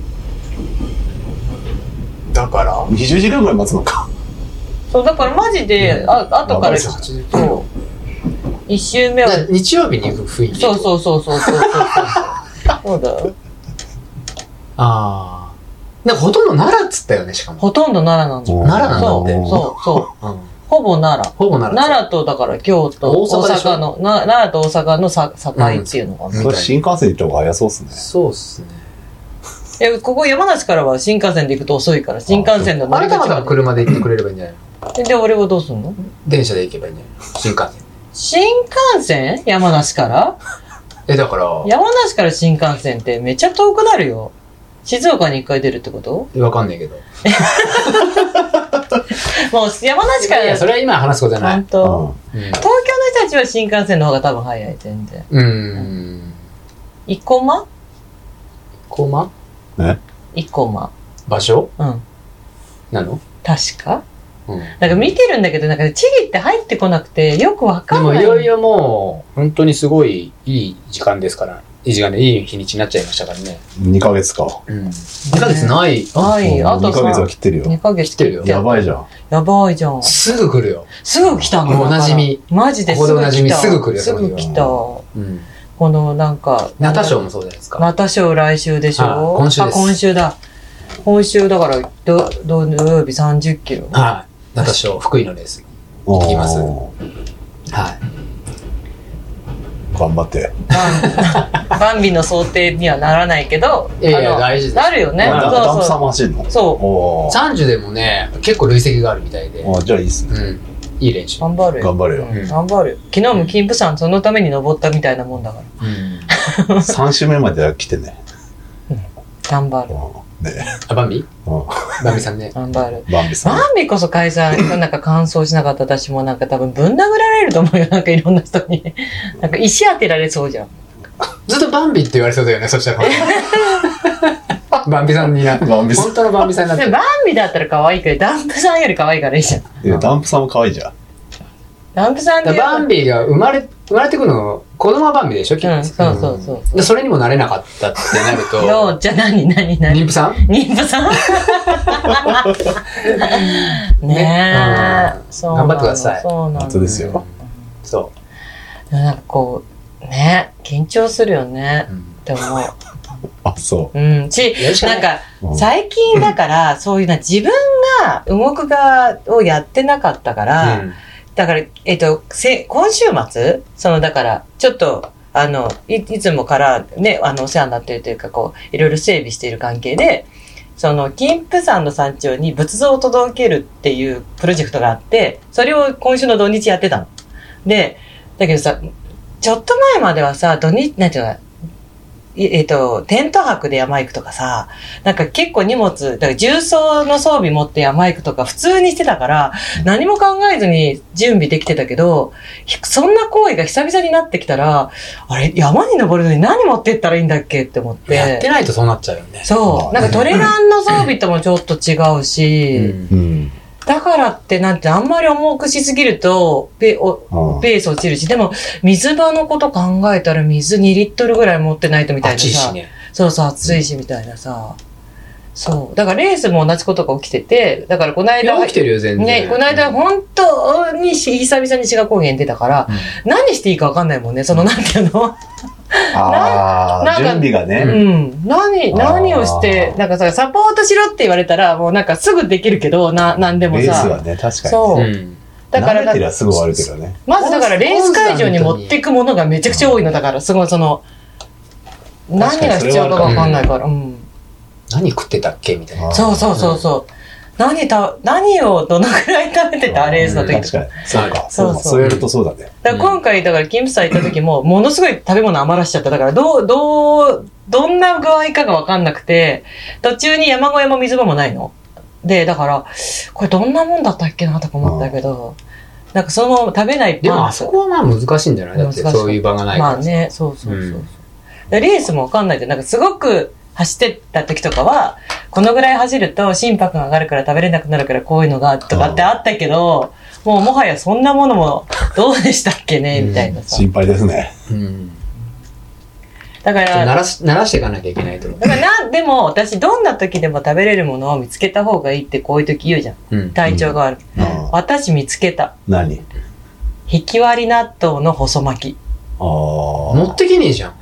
Speaker 3: だから
Speaker 4: 20時間ぐらい待つのか。
Speaker 1: そう、だからマジで、あ後から、
Speaker 4: 頑張れ
Speaker 1: そ
Speaker 4: よ
Speaker 1: う。1週目は、
Speaker 3: だから日曜日に行く雰囲気。
Speaker 1: そうそうそうそうそうそうそ う。そうだよ。
Speaker 3: ああ。なんかほとんど奈良っつったよね、しかも。
Speaker 1: ほとんど奈良なんだよ。
Speaker 3: 奈良なんだ
Speaker 1: そ
Speaker 3: っ
Speaker 1: う、
Speaker 3: て
Speaker 1: そう、そう。
Speaker 3: うん
Speaker 1: ほぼ奈良。
Speaker 3: ほぼ奈良っ
Speaker 1: 奈
Speaker 3: つった。
Speaker 1: 良とだから京都、
Speaker 3: 大
Speaker 1: 大
Speaker 3: 阪
Speaker 1: 阪
Speaker 3: でしょ
Speaker 1: の、な奈良と大阪のさ境っていうのが、
Speaker 3: うん
Speaker 4: それ新幹線行った方が早そうっすね。
Speaker 3: そうっすね。
Speaker 1: え、ここ山梨からは新幹線で行くと遅いから、新幹線の乗
Speaker 3: あ
Speaker 1: り
Speaker 3: なた
Speaker 1: 口
Speaker 3: 方は
Speaker 1: ま
Speaker 3: 車で行ってくれればいいんじゃないの
Speaker 1: で。で、俺はどうすんの
Speaker 3: 電車で行けばいいんじゃないの新幹線。
Speaker 1: 新幹線山梨から
Speaker 3: え、だから、
Speaker 1: 山梨から新幹線ってめっちゃ遠くなるよ。静岡に一回出るってこと
Speaker 3: わかんないけど。い
Speaker 1: もう山梨から
Speaker 3: やいや、それは今話すことじゃな
Speaker 1: 本
Speaker 3: い。
Speaker 1: 当、
Speaker 3: うん
Speaker 1: 東京の人たちは新幹線の方が多分早い、全然。
Speaker 3: うーん。
Speaker 1: 生駒
Speaker 3: 駒
Speaker 1: 生駒。
Speaker 3: 場所
Speaker 1: うん。
Speaker 3: なの
Speaker 1: 確か
Speaker 3: うん。
Speaker 1: なんか見てるんだけど、なんか地理って入ってこなくて、よくわ
Speaker 3: で
Speaker 1: かん
Speaker 3: も
Speaker 1: ない。
Speaker 3: いよいよもう、本当にすごいいい時間ですから。いい時間でいい日にちになっちゃいましたからね。
Speaker 4: うん。2ヶ月か。
Speaker 3: うん。2ヶ月ない。
Speaker 1: は
Speaker 4: う
Speaker 1: い、
Speaker 4: ん
Speaker 1: あと
Speaker 4: 2ヶ月
Speaker 1: さ
Speaker 4: は、切ってるよ。
Speaker 1: 2ヶ月
Speaker 3: 来てるよ
Speaker 1: や
Speaker 4: や
Speaker 1: ば
Speaker 4: ばいじゃん。
Speaker 1: いじゃん。
Speaker 3: すぐ来るよ。
Speaker 1: すぐ来たの
Speaker 3: もうおなじみ。
Speaker 1: マジで
Speaker 3: ここでおなじみすぐ来るやつ
Speaker 1: すぐ来た。こ
Speaker 3: うん。
Speaker 1: のなんか。
Speaker 3: ナタショーもそうじゃないですか。
Speaker 1: ナタショー来週でしょ
Speaker 3: あ今週です
Speaker 1: あ今週だ。今週だから、ど、ど土曜日30キロ。
Speaker 3: はい。ナタショー、福井のレース。
Speaker 4: 行
Speaker 3: きますはい。
Speaker 4: 頑張って。
Speaker 1: バ ンバンビの想定にはならないけど、
Speaker 3: いやいや
Speaker 1: あの
Speaker 3: 大事です
Speaker 1: なるよね。
Speaker 4: あダダン
Speaker 1: そう
Speaker 4: プさん
Speaker 1: そう。
Speaker 4: も走るの
Speaker 1: そ
Speaker 4: おー
Speaker 3: 30でもね、結構累積があるみたいで。
Speaker 4: あじゃあいいっす ね。
Speaker 3: うん。いい練
Speaker 1: う。
Speaker 3: 習。
Speaker 1: 頑張るよ。
Speaker 4: 頑張るよ。
Speaker 1: うん頑張る。昨日も金峰山そのために登ったみたいなもんだから。
Speaker 3: うん。
Speaker 4: 3周目までは来てね。
Speaker 1: 頑張
Speaker 4: う
Speaker 1: る。
Speaker 4: んね
Speaker 3: あ、バンビ
Speaker 4: うん
Speaker 3: バンビさんね。
Speaker 1: 頑張る。
Speaker 4: バンビさん。
Speaker 1: バンビこそ解散、なんか感想しなかった私もなんか多分ぶん殴られると思うよ。なんかいろんな人 に。なんか石当てられそうじゃん。
Speaker 3: ずっとバンビって言われそうだよね、そしたら。 バンビさんにな。
Speaker 4: バンビさ
Speaker 3: 本当のバンビさんになっ
Speaker 1: で
Speaker 3: て
Speaker 1: も
Speaker 3: る
Speaker 1: バンビだったら可愛いけど、ダンプさんより可愛いからいいじゃん。
Speaker 4: ん。いやダンプさんも可愛いじゃん。
Speaker 1: ダンプさんっ
Speaker 3: だ
Speaker 1: て
Speaker 3: からバンビが生まれ、生まれてくるの、子供はバンビでしょ、きっと
Speaker 1: うん、そうそうそう。
Speaker 3: でそれにもなれなかったってなる
Speaker 1: どう
Speaker 3: と、
Speaker 1: じゃあ何何何
Speaker 3: 妊婦さん
Speaker 1: 妊婦 さんねえ、
Speaker 3: うん
Speaker 1: そうなの
Speaker 3: 頑張ってください
Speaker 1: そうなの
Speaker 4: 夏ですよ。
Speaker 3: そ
Speaker 1: でもなんかこうね緊張するよね
Speaker 3: う。
Speaker 1: って思
Speaker 4: あ、そう
Speaker 1: うんし
Speaker 3: やるしかな
Speaker 1: ないんか
Speaker 4: う。うん
Speaker 1: 最近だからそういうな自分が動く側をやってなかったから、
Speaker 3: うん
Speaker 1: だから、えっ、と、せ今週末、その、だから、ちょっと、あの、いいつもからね、あの、お世話になってるというか、こう、いろいろ整備している関係で、その、金峰山の山頂に仏像を届けるっていうプロジェクトがあって、それを今週の土日やってたの。で、だけどさ、ちょっと前まではさ、土日、なんていうの、いえっ、と、テント泊で山行くとかさ、なんか結構荷物、だから重装の装備持って山行くとか普通にしてたから、何も考えずに準備できてたけど、ひそんな行為が久々になってきたら、あれ、山に登るのに何持ってったらいいんだっけって思っ
Speaker 3: やって
Speaker 1: て。
Speaker 3: ないとそうなっちゃうよね。
Speaker 1: そう。なんかトレランの装備ともちょっと違うし、
Speaker 3: うん
Speaker 4: うん。
Speaker 1: だからってなんてあんまり重くしすぎると、ペお
Speaker 4: うん
Speaker 1: ペース落ちるし、でも水場のこと考えたら水2リットルぐらい持ってないとみたいな
Speaker 3: 暑い
Speaker 1: さ
Speaker 3: し。ね。
Speaker 1: そうそう、暑いしみたいなさ。そう。だからレースも同じことが起きてて、だからこの
Speaker 3: い
Speaker 1: 間
Speaker 3: や、、起きてるよ、全然。
Speaker 1: ね、この間本当にし久々に志賀高原出たから、何していいか分かんないもんね、そのなんていうの
Speaker 4: あ
Speaker 1: なんか
Speaker 4: あ、準備が
Speaker 1: う
Speaker 4: ね。
Speaker 1: ん。何、何をして
Speaker 4: あ、ー
Speaker 1: なんかさ、サポートしろって言われたら、もうなんかすぐできるけど、な、なんでも
Speaker 4: レース
Speaker 1: さ。
Speaker 4: はね、確かに。
Speaker 1: そう。
Speaker 3: うん
Speaker 1: だから
Speaker 4: 慣れてりゃすぐ終わるけどね。
Speaker 1: まずだからレース会場に持っていくものがめちゃくちゃ多いのだから、すごいその、何が必要かわかんないから、うん。
Speaker 3: 何食ってたっけみたいな。
Speaker 1: そうそうそうそう。何た、何をどのくらい食べてたレースの時
Speaker 4: 確
Speaker 1: とか。
Speaker 4: かに。そうか。
Speaker 1: そ
Speaker 4: そう
Speaker 1: そ
Speaker 4: うか。
Speaker 1: う
Speaker 4: そうやるとそうだね。
Speaker 1: だから今回、だから、キムサ行った時 も、ものすごい食べ物余らしちゃった。だから、どう、どう、どんな具合かがわかんなくて、途中に山小屋も水場もないの。で、だから、これどんなもんだったっけなとか思ったけど、なんかそのまま食べない
Speaker 3: でも、
Speaker 1: パ
Speaker 3: あ
Speaker 1: ンと
Speaker 3: そこはまあ難しいんじゃないだって
Speaker 1: 難しい
Speaker 3: そういう場がない
Speaker 1: まあ
Speaker 3: から。
Speaker 1: ね、そうそうそうそう
Speaker 3: うん
Speaker 1: でレースもわかんないで、なんかすごく走ってた時とかは、このぐらい走ると心拍が上がるから食べれなくなるからこういうのがとかってあったけど、もうもはやそんなものもどうでしたっけね、
Speaker 3: うん
Speaker 1: みたいなさ。
Speaker 4: 心配ですね。
Speaker 3: うん。
Speaker 1: だか
Speaker 3: ちょっと
Speaker 1: ら、
Speaker 3: 鳴
Speaker 1: だ
Speaker 3: らし、鳴らしていかなきゃいけないと思う。
Speaker 1: からな、でも私どんな時でも食べれるものを見つけた方がいいってこういう時言うじゃん。
Speaker 3: うん。
Speaker 1: 体調が悪い。
Speaker 4: うん
Speaker 1: 私見つけた。
Speaker 4: 何
Speaker 1: 引き割り納豆の細巻き。
Speaker 4: ああ
Speaker 3: 持。ってけねえじ ゃん。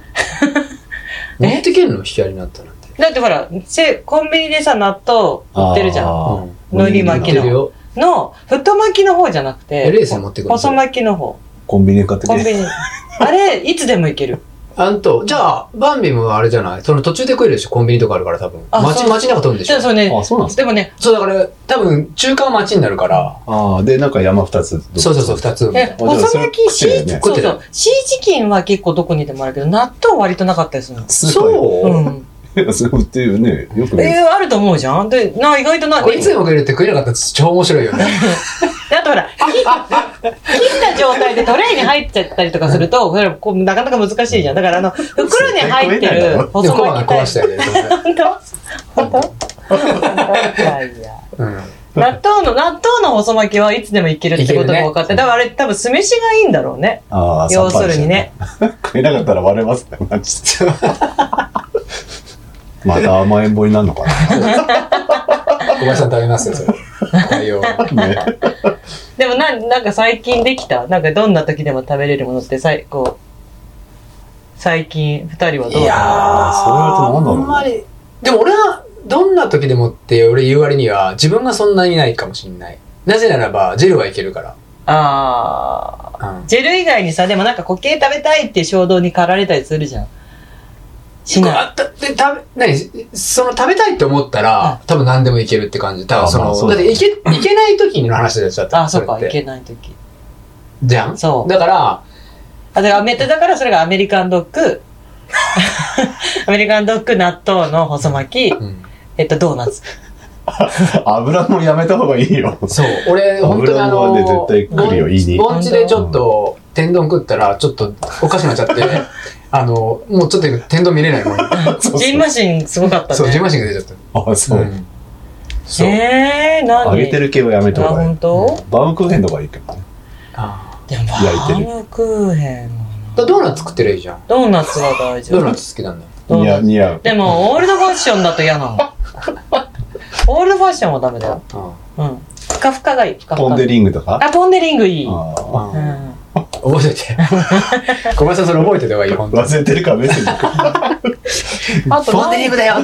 Speaker 1: え
Speaker 3: 持ってけんの引き割りになったなんて。
Speaker 1: だってほら、せコンビニでさ、納豆売ってるじゃん。
Speaker 4: あー
Speaker 3: うん
Speaker 1: 海苔巻
Speaker 3: 持
Speaker 1: き
Speaker 3: って
Speaker 1: の
Speaker 3: るよ。
Speaker 1: の、太巻きの方じゃなくて、
Speaker 3: えレースに持ってくる
Speaker 1: 細巻きの方。
Speaker 4: コンビニで買って
Speaker 1: コンビ
Speaker 4: て。
Speaker 1: ニ。 あれ、いつでも行ける。
Speaker 3: あんと、じゃあ、バンビもあれじゃないその途中で食えるでしょコンビニとかあるから多分。
Speaker 1: あそう
Speaker 3: 街、
Speaker 1: そう
Speaker 3: 街中飛ぶんでし
Speaker 1: じゃ
Speaker 3: ょ
Speaker 1: あ、そうね。
Speaker 4: あ、そうなんですか
Speaker 1: でもね、
Speaker 3: そうだから、多分、中華は街になるから。
Speaker 4: ああ、で、なんか山二つ。
Speaker 3: そうそうそう、二つ。
Speaker 1: え
Speaker 4: あじゃあ
Speaker 1: 細巻き、シ
Speaker 4: それ食っ
Speaker 1: ー、
Speaker 4: てるよね
Speaker 1: そ
Speaker 3: 食っ
Speaker 1: う
Speaker 3: てる
Speaker 1: そう。シーチキンは結構どこにでもあるけど、納豆は割となかったりするの。
Speaker 4: すご
Speaker 3: そう、
Speaker 1: うん。
Speaker 4: い。 そう売ってるね。よく見る。
Speaker 1: えー、あると思うじゃんで、な、意外とな、
Speaker 3: これ
Speaker 1: で
Speaker 3: いつでも食えるって食えなかったら超面白いよね。
Speaker 1: であとほら、切切った状態でトレイに入っちゃったりとかすると、これこうなかなか難しいじゃん。だから、あの、袋に入って
Speaker 4: 絶対食えないだ
Speaker 1: る
Speaker 4: ろ
Speaker 3: で
Speaker 1: 細
Speaker 3: もコア
Speaker 1: 巻
Speaker 3: が
Speaker 1: きタイ
Speaker 3: 壊
Speaker 1: プ
Speaker 3: したよね。
Speaker 1: 本当本当いやいや。
Speaker 3: うん。
Speaker 1: 納豆の、納豆の細巻きはいつでもいけるってことが分かって、
Speaker 3: いけるね
Speaker 1: だからあれ多分酢飯がいいんだろうね。
Speaker 4: ああ、
Speaker 1: 要するにね
Speaker 4: さっぱりしてる。 食えなかったら割れますね、マジで。また甘えん坊になるのか
Speaker 3: 小林さん食べますよ、それ。はいよ。
Speaker 4: な。ね。
Speaker 1: でもな、なんか最近できたなんかどんな時でも食べれるものって最、こう、最近二人はどう
Speaker 3: いやー、
Speaker 4: あーそれはどうなんだろう
Speaker 3: あんまり。でも俺は、どんな時でもって俺言う割には、自分がそんなにないかもしれない。なぜならば、ジェルはいけるから。
Speaker 1: ああ。
Speaker 3: うん
Speaker 1: ジェル以外にさ、でもなんか固形食べたいっていう衝動に駆られたりするじゃん。し
Speaker 3: これ
Speaker 1: ない。
Speaker 3: あたで食べ何その食べたいって思ったら、多分何でもいけるって感じ。多分そ
Speaker 4: あま
Speaker 3: の、
Speaker 4: あそう
Speaker 3: だ
Speaker 4: だ
Speaker 3: っ
Speaker 4: ね
Speaker 3: ていけ、いけない時の話でしょだって。
Speaker 1: あ、そうか、
Speaker 3: れ
Speaker 1: い
Speaker 3: って
Speaker 1: けないとき。
Speaker 3: じゃん
Speaker 1: そう
Speaker 3: だから、
Speaker 1: あ、だからアメ、だからそれがアメリカンドッグ、 アメリカンドッグ、納豆の細巻き、
Speaker 3: うん
Speaker 1: えっと、ドーナツ。
Speaker 4: 油もやめた方がいい よ。
Speaker 3: そう。俺、本当にあの、
Speaker 4: 油の方で絶対来るよ
Speaker 3: 盆
Speaker 4: 胃に
Speaker 3: 盆地でちょっと、天丼食ったら、ちょっとおかしくな っちゃって、あの、もうちょっと天丼見れないもん。
Speaker 4: そう
Speaker 1: ジンマシンすごかったね。
Speaker 3: そう、ジマシンが出ちゃった。
Speaker 4: あ、そう。
Speaker 3: うん
Speaker 4: そう。
Speaker 1: えー、何
Speaker 4: 揚げてる系はやめた
Speaker 1: あ、
Speaker 4: 方がいい
Speaker 1: 本。当？
Speaker 4: バウムクーヘンとかいいけどね。
Speaker 3: あ
Speaker 1: でも、バ
Speaker 4: 焼いてる
Speaker 1: ームクーヘンも
Speaker 3: ー
Speaker 1: な。
Speaker 3: だドーナツ作ってりゃいいじゃん。
Speaker 1: ドーナツは大丈
Speaker 3: ド
Speaker 1: 夫
Speaker 3: ーナ。ツ好きなんだよ。
Speaker 1: ドー
Speaker 4: 似
Speaker 1: ナ
Speaker 4: 合う、
Speaker 1: ツ
Speaker 4: 似合う。
Speaker 1: でも、オールドファッションだと嫌な の。オールドファッションはダメだよ。うん。ふかふかがいい。ふかふか。
Speaker 4: ポンデリングとか
Speaker 1: あ、ポンデリングいい。
Speaker 4: あー
Speaker 3: う
Speaker 1: うんん。
Speaker 3: 覚えとい て。小林さんそれ覚えてた方がいい、本当
Speaker 4: 忘れてるからメッセージ送る
Speaker 1: あと
Speaker 3: ポンデリ
Speaker 1: 何
Speaker 3: ング、だよ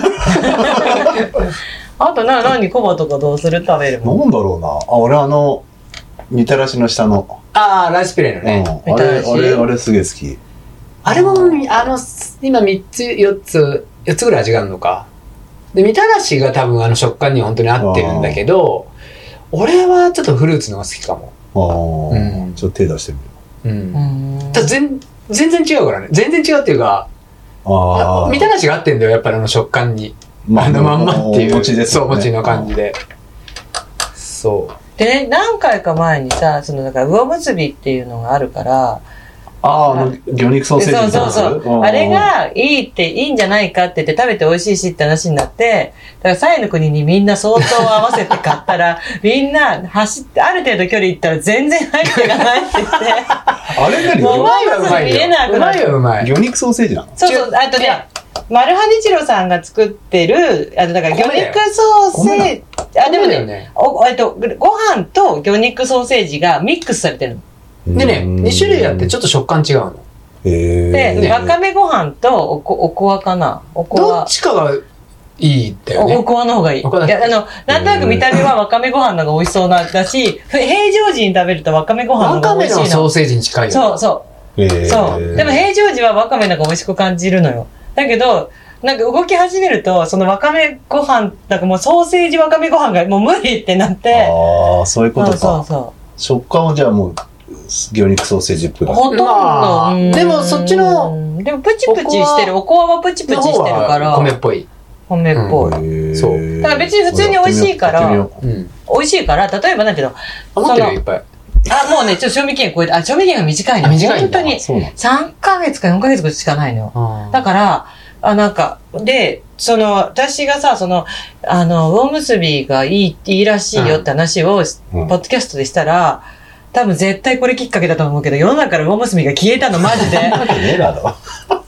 Speaker 1: あとな、何、コバとかどうする食べるもん。
Speaker 4: なんだろうな。あ、俺あの、みたらしの下の。
Speaker 3: ああ、ライスピレーの
Speaker 4: うん。
Speaker 3: ね。
Speaker 1: み
Speaker 4: あ
Speaker 1: た
Speaker 4: れ、
Speaker 1: らし
Speaker 4: あれ、あれすげえ好き。
Speaker 3: あれも、あの、今3つ、4つ、4つぐらい味があるのか。で、みたらしが多分あの食感に本当に合ってるんだけど、俺はちょっとフルーツの方が好きかも。
Speaker 4: ああ、
Speaker 3: うん
Speaker 4: ちょっと手出してみる。
Speaker 3: うん。
Speaker 1: うーん
Speaker 3: ただ全全然違うからね。全然違うっていうか、
Speaker 4: ああ。
Speaker 3: みたらしが合ってんだよ、やっぱりあの食感に。
Speaker 4: ま
Speaker 3: あのまんまっていう。
Speaker 4: お餅です
Speaker 3: そ
Speaker 4: よ
Speaker 3: う、
Speaker 4: ね
Speaker 3: 餅の感じで。そう。
Speaker 1: でね、何回か前にさ、その、だから、魚結びっていうのがあるから、
Speaker 4: ああ、あの、魚肉ソーセージ
Speaker 1: そう
Speaker 4: みたい
Speaker 1: そう
Speaker 4: な
Speaker 1: そう。あれ、がいいって、いいんじゃないかって言って食べて美味しいしって話になって、だからサイの国にみんな相当合わせて買ったら、みんな走って、ある程度距離行ったら全然入っていかないって言っ
Speaker 4: あれ
Speaker 1: て、
Speaker 4: 何
Speaker 1: もう
Speaker 4: 魚
Speaker 1: うまいはうまいよ。見えなく
Speaker 3: う
Speaker 1: な
Speaker 3: ま
Speaker 1: っ
Speaker 3: い
Speaker 1: て。
Speaker 3: はうまい。
Speaker 4: 魚肉ソーセージなの
Speaker 1: そうそう、あとね、マルハニチロさんが作ってる、あの、だから魚
Speaker 3: 米だよ
Speaker 1: 肉ソー
Speaker 4: 米だ
Speaker 1: セージ、あ、でも
Speaker 3: だ
Speaker 1: ね、
Speaker 3: よね。
Speaker 1: お、えっと、ご飯と魚肉ソーセージがミックスされてるの。
Speaker 3: でね、2種類あってちょっと食感違うの。
Speaker 4: と。へえ。
Speaker 1: で、わかめご飯とおこ、おこわかな。おこ
Speaker 3: ど
Speaker 1: わ
Speaker 3: っ。ちかがいいんだよ
Speaker 1: おお
Speaker 3: ね。
Speaker 1: こわの方がいい。い
Speaker 3: おこわだ
Speaker 1: や、あの、なんとなく見た目はわかめご飯の方が美味しそうな、だし、ふ平常時に食べるとわかめご飯
Speaker 3: わ
Speaker 1: の
Speaker 3: か
Speaker 1: 方が
Speaker 3: め
Speaker 1: 美味
Speaker 3: の
Speaker 1: しい
Speaker 3: ソー
Speaker 1: の。
Speaker 3: セージに近いよ。
Speaker 1: そうそう。
Speaker 4: へー
Speaker 1: そう。でも平常時はわかめの方が美味しく感じるのよ。だけど、なんか動き始めると、そのわかめご飯、なんかもうソーセージわかめご飯がもう無理ってなって。
Speaker 4: ああ、そういうこ
Speaker 1: そ
Speaker 4: と
Speaker 1: うそう
Speaker 4: か。
Speaker 1: そ。
Speaker 4: 食感はじゃあもう、魚肉ソーセージっぽいう
Speaker 1: ほとんど、
Speaker 3: まあ
Speaker 1: うん
Speaker 3: でもそっちの
Speaker 1: うんでもプチプチしてる。おこわはプチプチ
Speaker 3: の
Speaker 1: し
Speaker 3: 方
Speaker 1: てるか
Speaker 3: は
Speaker 1: ら。
Speaker 3: 米っぽい。
Speaker 1: 米っぽい。
Speaker 3: そう
Speaker 1: だから別に普通に美味しいから
Speaker 3: うん。
Speaker 1: 美味しいから、例えばなんだけど、
Speaker 3: あ持ってるよ、いっぱい。
Speaker 1: あ、もうね、ちょっと賞味期限超えて、あ、賞味期限が短いの。
Speaker 3: あ短いんだ
Speaker 1: 本当に。
Speaker 4: そうな
Speaker 1: 3ヶ月か4ヶ月しかないのよ。
Speaker 3: だ
Speaker 1: だから、あ、なんか、で、その、私がさ、その、あの、魚結びがいい、いいらしいよって話を、
Speaker 4: の。
Speaker 1: ポッドキャストでしたら、多分絶対これきっかけだと思うけど、世の中から魚結びが消えたの、マジで。 違う
Speaker 4: ねえだろ。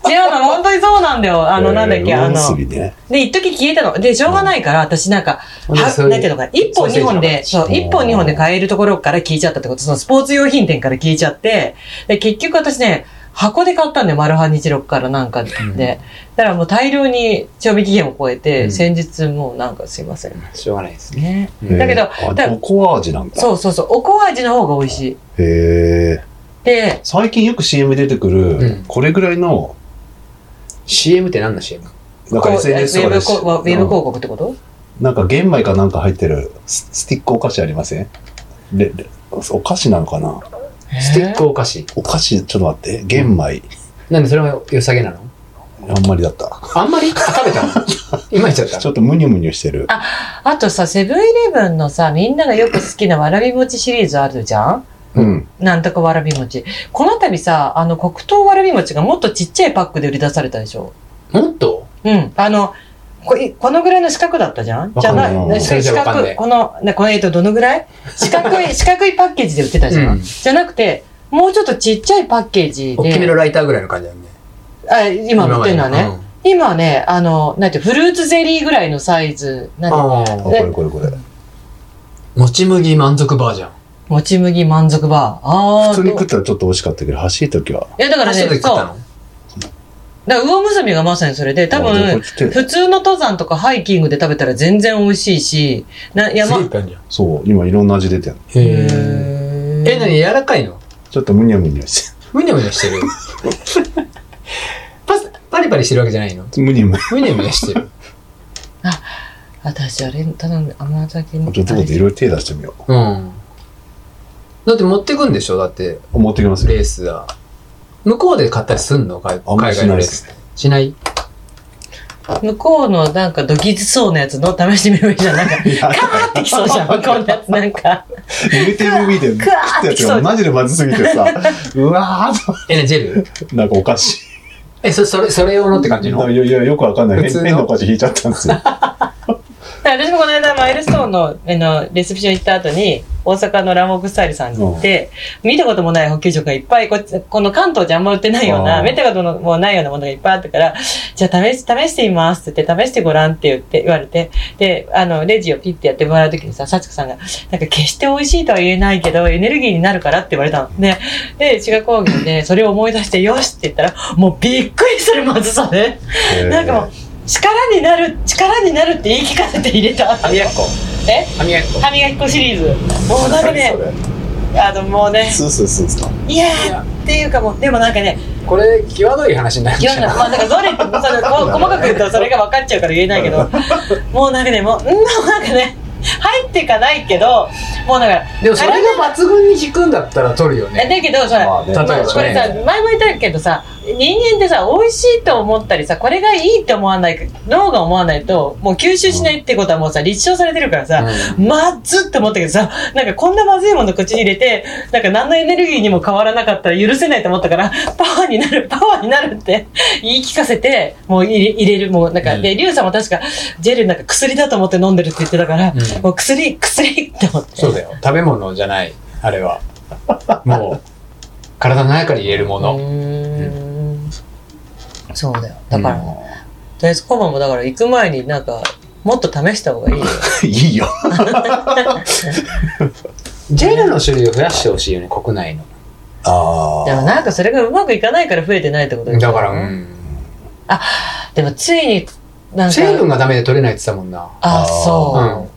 Speaker 1: の、本当にそうなんだよ。あの、なんだっけ、あの、
Speaker 4: 結びね。
Speaker 1: で、一時消えたの。で、しょうがないから、私なんか、
Speaker 3: うん
Speaker 1: は、
Speaker 3: そういう
Speaker 1: なんていうのかな、一本
Speaker 3: ソーセー
Speaker 1: 二
Speaker 3: ジの
Speaker 1: 本で、
Speaker 3: 形
Speaker 1: そう、一本二本で買えるところから消えちゃったってこと、そのスポーツ用品店から消えちゃって、で、結局私ね、箱で買ったんだよ、マルハニチロからなんかで。
Speaker 3: うん
Speaker 1: だからもう大量に賞味期限を超えて、
Speaker 3: うん
Speaker 1: 先日もうなんかすいません。
Speaker 3: しょうがないですね。
Speaker 1: ね。
Speaker 3: うん
Speaker 1: だけど
Speaker 4: おこ味なんだ。
Speaker 1: そうそうそう、おこわ味の方が美味しい。
Speaker 4: へえ。
Speaker 1: で、
Speaker 4: 最近よく CM 出てくる、これぐらいの、
Speaker 3: CM って何の CM?
Speaker 4: なんか
Speaker 1: こう
Speaker 4: SNS
Speaker 1: ウ
Speaker 4: と
Speaker 1: ェブ
Speaker 4: かで
Speaker 1: こウェブ広告ってこと
Speaker 4: なんか玄米かなんか入ってるススティックお菓子ありませんレレお菓子なのかな
Speaker 3: スティックお菓子。
Speaker 4: お菓子、ちょっと待って。玄米、
Speaker 3: なんでそれは良さげなの
Speaker 4: あんまりだった。
Speaker 3: あんまり食べたの 今言っちゃった
Speaker 4: ち。ょっとムニュムニュしてる。
Speaker 1: あとさ、セブンイレブンのさ、みんながよく好きなわらび餅シリーズあるじゃん
Speaker 4: うん。
Speaker 1: なんとかわらび餅。この度さ、あの、黒糖わらび餅がもっとちっちゃいパックで売り出されたでしょ
Speaker 3: もっと
Speaker 1: うん。あの、こいこのぐらいの四角だったじゃん
Speaker 3: わ
Speaker 1: じゃ
Speaker 3: か
Speaker 1: あ
Speaker 3: ん
Speaker 4: ない
Speaker 1: ない、
Speaker 3: それじ
Speaker 1: 四
Speaker 3: ゃわかんな
Speaker 1: 角、
Speaker 3: い
Speaker 1: この、なこの、えっと、どのぐらい四角い、四角いパッケージで売ってたじゃん。
Speaker 3: うん
Speaker 1: じゃなくて、もうちょっとちっちゃいパッケージ
Speaker 3: 大きめ
Speaker 1: で、
Speaker 3: のライターぐらいの感じだよね。
Speaker 1: あ今売ってるのはね、今はね、あの、なんて、フルーツゼリーぐらいのサイズ、
Speaker 3: う。
Speaker 1: なんんて、
Speaker 3: あ
Speaker 4: あ、
Speaker 3: あ
Speaker 4: これこれこれ。
Speaker 3: もち麦満足バージョン。
Speaker 1: もち麦満足バー。あ
Speaker 4: 普通に食
Speaker 1: ー
Speaker 4: っ。たらちょっと美味しかったけど、走るときは。
Speaker 1: いや、だからね、
Speaker 3: 箸
Speaker 1: そ
Speaker 3: で
Speaker 1: う。だ
Speaker 3: 食った
Speaker 1: か
Speaker 3: の
Speaker 1: ら、魚むすびがまさにそれで、多
Speaker 4: あでも
Speaker 1: 分
Speaker 4: これ、ちっちゃい
Speaker 1: 普通の登山とかハイキングで食べたら全然美味しいし、な
Speaker 3: すげえい
Speaker 1: 山
Speaker 3: っ、ぱいあるじゃん。
Speaker 4: そう、今いろんな味出てる。
Speaker 1: へ
Speaker 3: へえ。
Speaker 1: ー
Speaker 3: え、何柔らかいの
Speaker 4: ちょっとむにゃむにゃし
Speaker 3: むにゃむにゃしてる パスパリパリしてるわけじゃないの
Speaker 4: て。 むにゃむに
Speaker 3: むにゃむにゃしてる。
Speaker 1: 私、あれ、頼む、甘酒
Speaker 4: ゃ。
Speaker 1: に。
Speaker 4: ちょっと待っていろいろ手出してみよ
Speaker 3: うん。だって持ってくんでしょだって、
Speaker 4: う。持ってきます
Speaker 3: レ
Speaker 4: よ。
Speaker 3: ースは。向こうで買ったりすんの海
Speaker 4: あん
Speaker 3: 海
Speaker 4: まり
Speaker 3: 外
Speaker 4: しな
Speaker 3: の
Speaker 4: い
Speaker 3: レ
Speaker 4: で
Speaker 3: ー
Speaker 4: す
Speaker 3: ス
Speaker 4: ね。。
Speaker 3: しない
Speaker 1: 向こうのなんかドキつそうなやつの試してみればいいじゃん。なんか、
Speaker 4: いや、
Speaker 1: カーってきそうじゃん。向こうのやつなん か。
Speaker 4: 言うてるみたいな。
Speaker 1: クワーって
Speaker 4: や
Speaker 1: き
Speaker 4: つ
Speaker 1: そうじ
Speaker 4: が
Speaker 1: ゃん。
Speaker 4: マジでまずすぎてさ、うわーっ
Speaker 3: え、ねジェル
Speaker 4: と、なんかお菓子。
Speaker 3: え、そ、それ、それ用のって感じの
Speaker 4: いやいや、よくわかんない。
Speaker 3: 普通の
Speaker 4: 変なお菓子引いちゃったんですよ。
Speaker 1: 私もこの間、マイルストーンのあのレセプション行った後に、大阪のラモグスタイルさんに行って、見たこともない補給食がいっぱい、こっちこの関東じゃあんま売ってないよう
Speaker 4: あ
Speaker 1: な、
Speaker 4: ー
Speaker 1: 見たこともないようなものがいっぱいあったから、じゃあ試し、試してみますって言って、試してごらんって言って、言われて、で、あの、レジをピッてやってもらうときにさ、幸子さんが、なんか決して美味しいとは言えないけど、エネルギーになるからって言われたの。で、で、志賀工業で、それを思い出して、よしって言ったら、もうびっくりするまずさね。なんかもう、力になる、力になるって言い聞かせて入れた。
Speaker 3: 歯磨き粉。
Speaker 1: え
Speaker 3: 歯磨き粉。
Speaker 1: 歯磨き粉シリーズ。もうなんかね、あのもうね、
Speaker 4: スースースースー
Speaker 1: いやーっていうかもう、でもなんかね、
Speaker 3: これ、際どい話になるん
Speaker 1: い
Speaker 3: じ
Speaker 1: ろ
Speaker 3: ゃ
Speaker 1: ん
Speaker 3: ない
Speaker 1: な、まあなんかどれって、そのこう細かく言うとそれが分かっちゃうから言えないけど、もうなんかね、もう、うん、なんかね、入ってかないけど、もうだから、
Speaker 3: でも、それが抜群に効くんだったら取るよ
Speaker 1: え
Speaker 3: ね。
Speaker 1: だけど、それ、
Speaker 4: まあね
Speaker 3: 例えば
Speaker 1: これさ、
Speaker 3: ね。
Speaker 1: 前も言ったけどさ、人間ってさ、美味しいと思ったりさ、これがいいと思わない、脳が思わないと、もう吸収しないってことはもうさ、立証されてるからさ、
Speaker 3: うん
Speaker 1: まずって思ったけどさ、なんかこんなまずいもの口に入れて、なんか何のエネルギーにも変わらなかったら許せないと思ったから、パワーになる、パワーになるって言い聞かせて、もう入れ入れる、もうなんか、
Speaker 3: うん
Speaker 1: で、リュウさんも確か、ジェルなんか薬だと思って飲んでるって言ってたから、
Speaker 3: うん
Speaker 1: もう薬、薬って思って。
Speaker 3: そうだよ。食べ物じゃない、あれは。もう、体の中に入れるも
Speaker 1: う
Speaker 3: の。
Speaker 1: ーんそうだよ。だから、
Speaker 3: うん
Speaker 1: とりあえずコマもだから行く前になんか、もっと試した方がいいよ。
Speaker 4: いいよ。
Speaker 3: ジェルの種類を増やしてほしいよね、国内の。
Speaker 4: あ
Speaker 1: でも
Speaker 4: あ。
Speaker 1: なんかそれがうまくいかないから増えてないってことよ
Speaker 3: だから、うん。
Speaker 1: でもついに、なんか。
Speaker 3: 成分がダメで取れないって言ってたもんな。
Speaker 1: あ、そう。
Speaker 3: うん。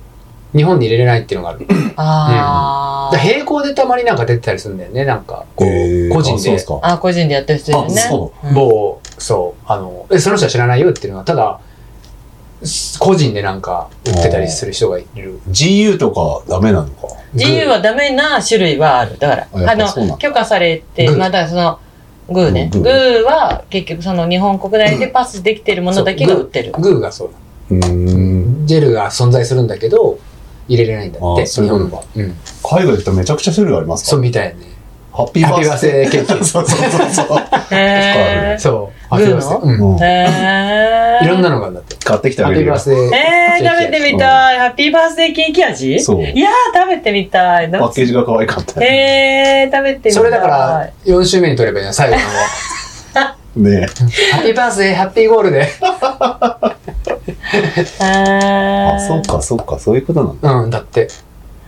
Speaker 3: 日本に入れれないっていうのがある。だか
Speaker 1: あ
Speaker 3: ら
Speaker 1: ー、
Speaker 3: 並行でたまになんか出てたりするんだよね、なんか。こ
Speaker 4: へ
Speaker 3: う、
Speaker 4: ー
Speaker 3: 個人
Speaker 4: あそう
Speaker 3: で
Speaker 4: です。か。
Speaker 1: あ、個人でやってる人いるよね。
Speaker 4: あそ
Speaker 1: ん
Speaker 3: 某、そう、あの、え、その人は知らないよっていうのは、ただ、す個人でなんか売ってたりする人がいる。
Speaker 4: GU とかダメなのか。
Speaker 1: 自由はダメな種類はある。だか
Speaker 4: あ
Speaker 1: ら、
Speaker 4: や
Speaker 1: あ
Speaker 4: っぱそうなん
Speaker 1: の、
Speaker 4: だ
Speaker 1: 許可されて、
Speaker 3: グー
Speaker 1: まあだからその、グーね。
Speaker 4: う
Speaker 1: グ
Speaker 4: ん
Speaker 1: ー
Speaker 4: グー
Speaker 1: は結局その日本国内でパスできてるものだけが売ってる。
Speaker 3: グーがそう
Speaker 4: うーん。
Speaker 3: だ。ジェルが存在するんだけど、入れれないんだっ
Speaker 4: あ
Speaker 3: て、
Speaker 4: ーそう
Speaker 3: 日
Speaker 4: いうこと
Speaker 3: 本は。うん。
Speaker 4: 海外行ったらめちゃくちゃ種類あります
Speaker 3: そう
Speaker 4: か
Speaker 3: みたいね。
Speaker 4: ハッピ
Speaker 3: ハッピーバースデーケーキ
Speaker 4: そうそうそう そう。
Speaker 1: へ
Speaker 3: そう。
Speaker 1: グーの
Speaker 3: ハッピーバースデーうん
Speaker 4: うん
Speaker 1: ー。へー。
Speaker 3: いろんなのがあるんだって。
Speaker 4: 買ってきて
Speaker 3: ハ
Speaker 4: あ
Speaker 3: ッ
Speaker 4: げ
Speaker 3: ピ
Speaker 4: る
Speaker 3: ー
Speaker 4: よ
Speaker 3: バー。スデー。
Speaker 1: えー、食べてみたい。ハッピーバースデーケーキ味
Speaker 4: そう
Speaker 1: いやー、食べてみたい。
Speaker 4: パッケージが可愛かった。ね
Speaker 1: えー、食べてみたい。
Speaker 3: それだから、4週目に取ればいいな、最後の。ハ
Speaker 4: え。
Speaker 3: ッピーバースデー、ハッピーゴールデ
Speaker 1: あ
Speaker 4: あ、そうかそうか、そういうことなんだ。
Speaker 3: ー。うん、だって。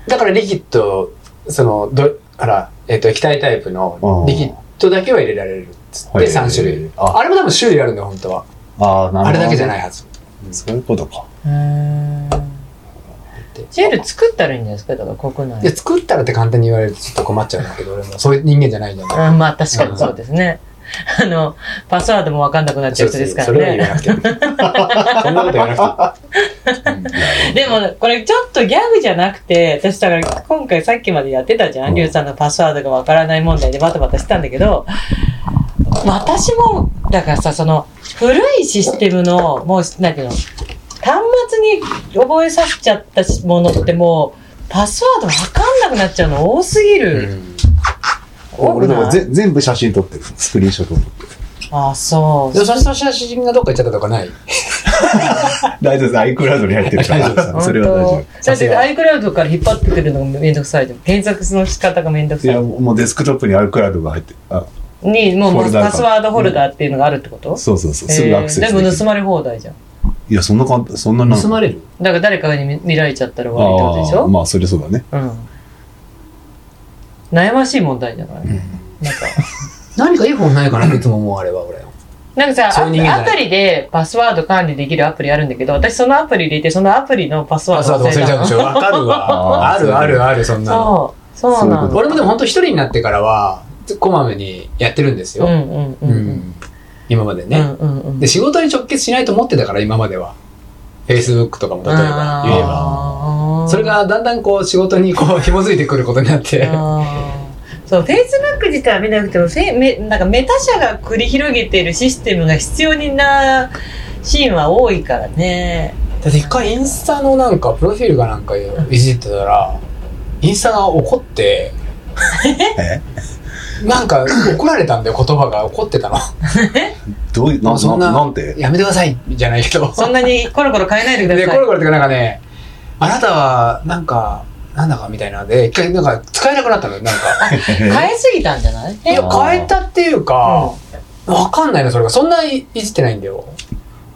Speaker 3: だからリキッド、その、ど、あら、えっと、液体タイプのリキッドだけは入れられるっつって、
Speaker 4: はい
Speaker 3: 3種類。
Speaker 4: あ
Speaker 3: あれも多分種類あるんだよ、本当は。
Speaker 4: ああ、なるほど。。
Speaker 3: あれだけじゃないいはず。
Speaker 4: そういうことか。
Speaker 1: うーんジェル作ったらいいんじゃないですかだから国内
Speaker 3: で、。作ったらって簡単に言われるとちょっと困っちゃうんだけど、俺もそういう人間じゃないじゃん。
Speaker 1: うん、まあ確かにそうですね。あの、パスワードもわかんなくなっちゃう人ですから
Speaker 3: それは言
Speaker 1: ね。
Speaker 3: わなくても。そんなこと言わなくても。
Speaker 1: でも、これちょっとギャグじゃなくて、私だから今回さっきまでやってたじゃ
Speaker 4: うん
Speaker 1: ん。リュウさんのパスワードがわからない問題でバタバタしてたんだけど、私も、だからさ、その、古いシステムの、もう、なんていうの、端末に覚えさせちゃったものってもう、パスワードわかんなくなっちゃうの多すぎる。
Speaker 3: うん
Speaker 1: 多く
Speaker 4: 俺
Speaker 1: ない
Speaker 4: だからぜ全部写真撮ってる。スクリーンショット撮ってる。
Speaker 1: あ、そう。
Speaker 3: でもその写真がどっか行っちゃったとかない
Speaker 4: 大丈夫です。iCloud に入ってるか
Speaker 3: 大丈夫です
Speaker 4: ら。それは大丈夫。
Speaker 1: だって iCloud から引っ張ってくるのがめんどくさいじゃん。検索の仕方がめんどく
Speaker 4: い
Speaker 1: さ
Speaker 4: や、
Speaker 1: い。
Speaker 4: もうデスクトップに iCloud が入ってる。あ、
Speaker 1: に、もう
Speaker 4: フォ
Speaker 1: パ
Speaker 4: ル
Speaker 1: ス
Speaker 4: ダーか
Speaker 1: ワードホルダーっていうのがあるってこと
Speaker 4: そうそうそう。す
Speaker 1: え
Speaker 4: ぐアク
Speaker 1: ー
Speaker 4: セスで
Speaker 1: で
Speaker 4: きる。
Speaker 1: も盗まれ放題じゃん。
Speaker 4: いや、そんな簡単、そんななん
Speaker 3: 盗まれる
Speaker 1: だから誰かに見見られちゃったら終わりってことでし
Speaker 4: ああ、
Speaker 1: ょ
Speaker 4: まあ、それそうだね。
Speaker 1: うん。悩ましい問題じゃないなんか、
Speaker 3: 何かいい本ないかないつも思うあれは俺。
Speaker 1: なんか
Speaker 3: そ
Speaker 1: さ、
Speaker 3: ういう人間じゃない
Speaker 1: アプリでパスワード管理できるアプリあるんだけど、私そのアプリ入れて、そのアプリのパスワード忘れたの。
Speaker 3: わかる
Speaker 4: わ
Speaker 3: わ。あるあるある、そんなの。
Speaker 1: そう。そうなんだ。
Speaker 3: 俺もでも本当一人になってからは、こまめにやってるんです
Speaker 1: う
Speaker 3: よ。
Speaker 1: んうんう
Speaker 3: うんん。
Speaker 1: うん。
Speaker 3: 今まで
Speaker 1: う
Speaker 3: ね、
Speaker 1: んうんうん。
Speaker 3: で、仕事に直結しないと思ってたから、今までは。Facebook とかも例えば言えば。
Speaker 1: ば
Speaker 3: それ、がだんだんこう仕事にこう紐づいてくることになって。
Speaker 1: あーそう、フェイスブック自体は見なくても、フェイめなんかメタ社が繰り広げているシステムが必要になシーンは多いからね。
Speaker 3: だって一回インスタのなんかプロフィールがなんかいじってたらインスタが怒って
Speaker 4: え
Speaker 3: なんか怒られたんだよ言葉が怒っ てたの
Speaker 4: どういう、な、
Speaker 3: そ
Speaker 4: な、
Speaker 3: んな
Speaker 4: なんて
Speaker 3: やめてくださいじゃないけど
Speaker 1: そんな にコロコロ変えないでくだ
Speaker 3: で
Speaker 1: さ
Speaker 3: コ
Speaker 1: い。
Speaker 3: ロコロってかなんかねあなたはなんかなんだかみたいなんで一回なんか使えなくなったのよなんか
Speaker 1: 変えすぎたんじゃない
Speaker 3: いや
Speaker 4: あー
Speaker 3: 変えたっていうかわかんないのそれがそんないいじってないんだよ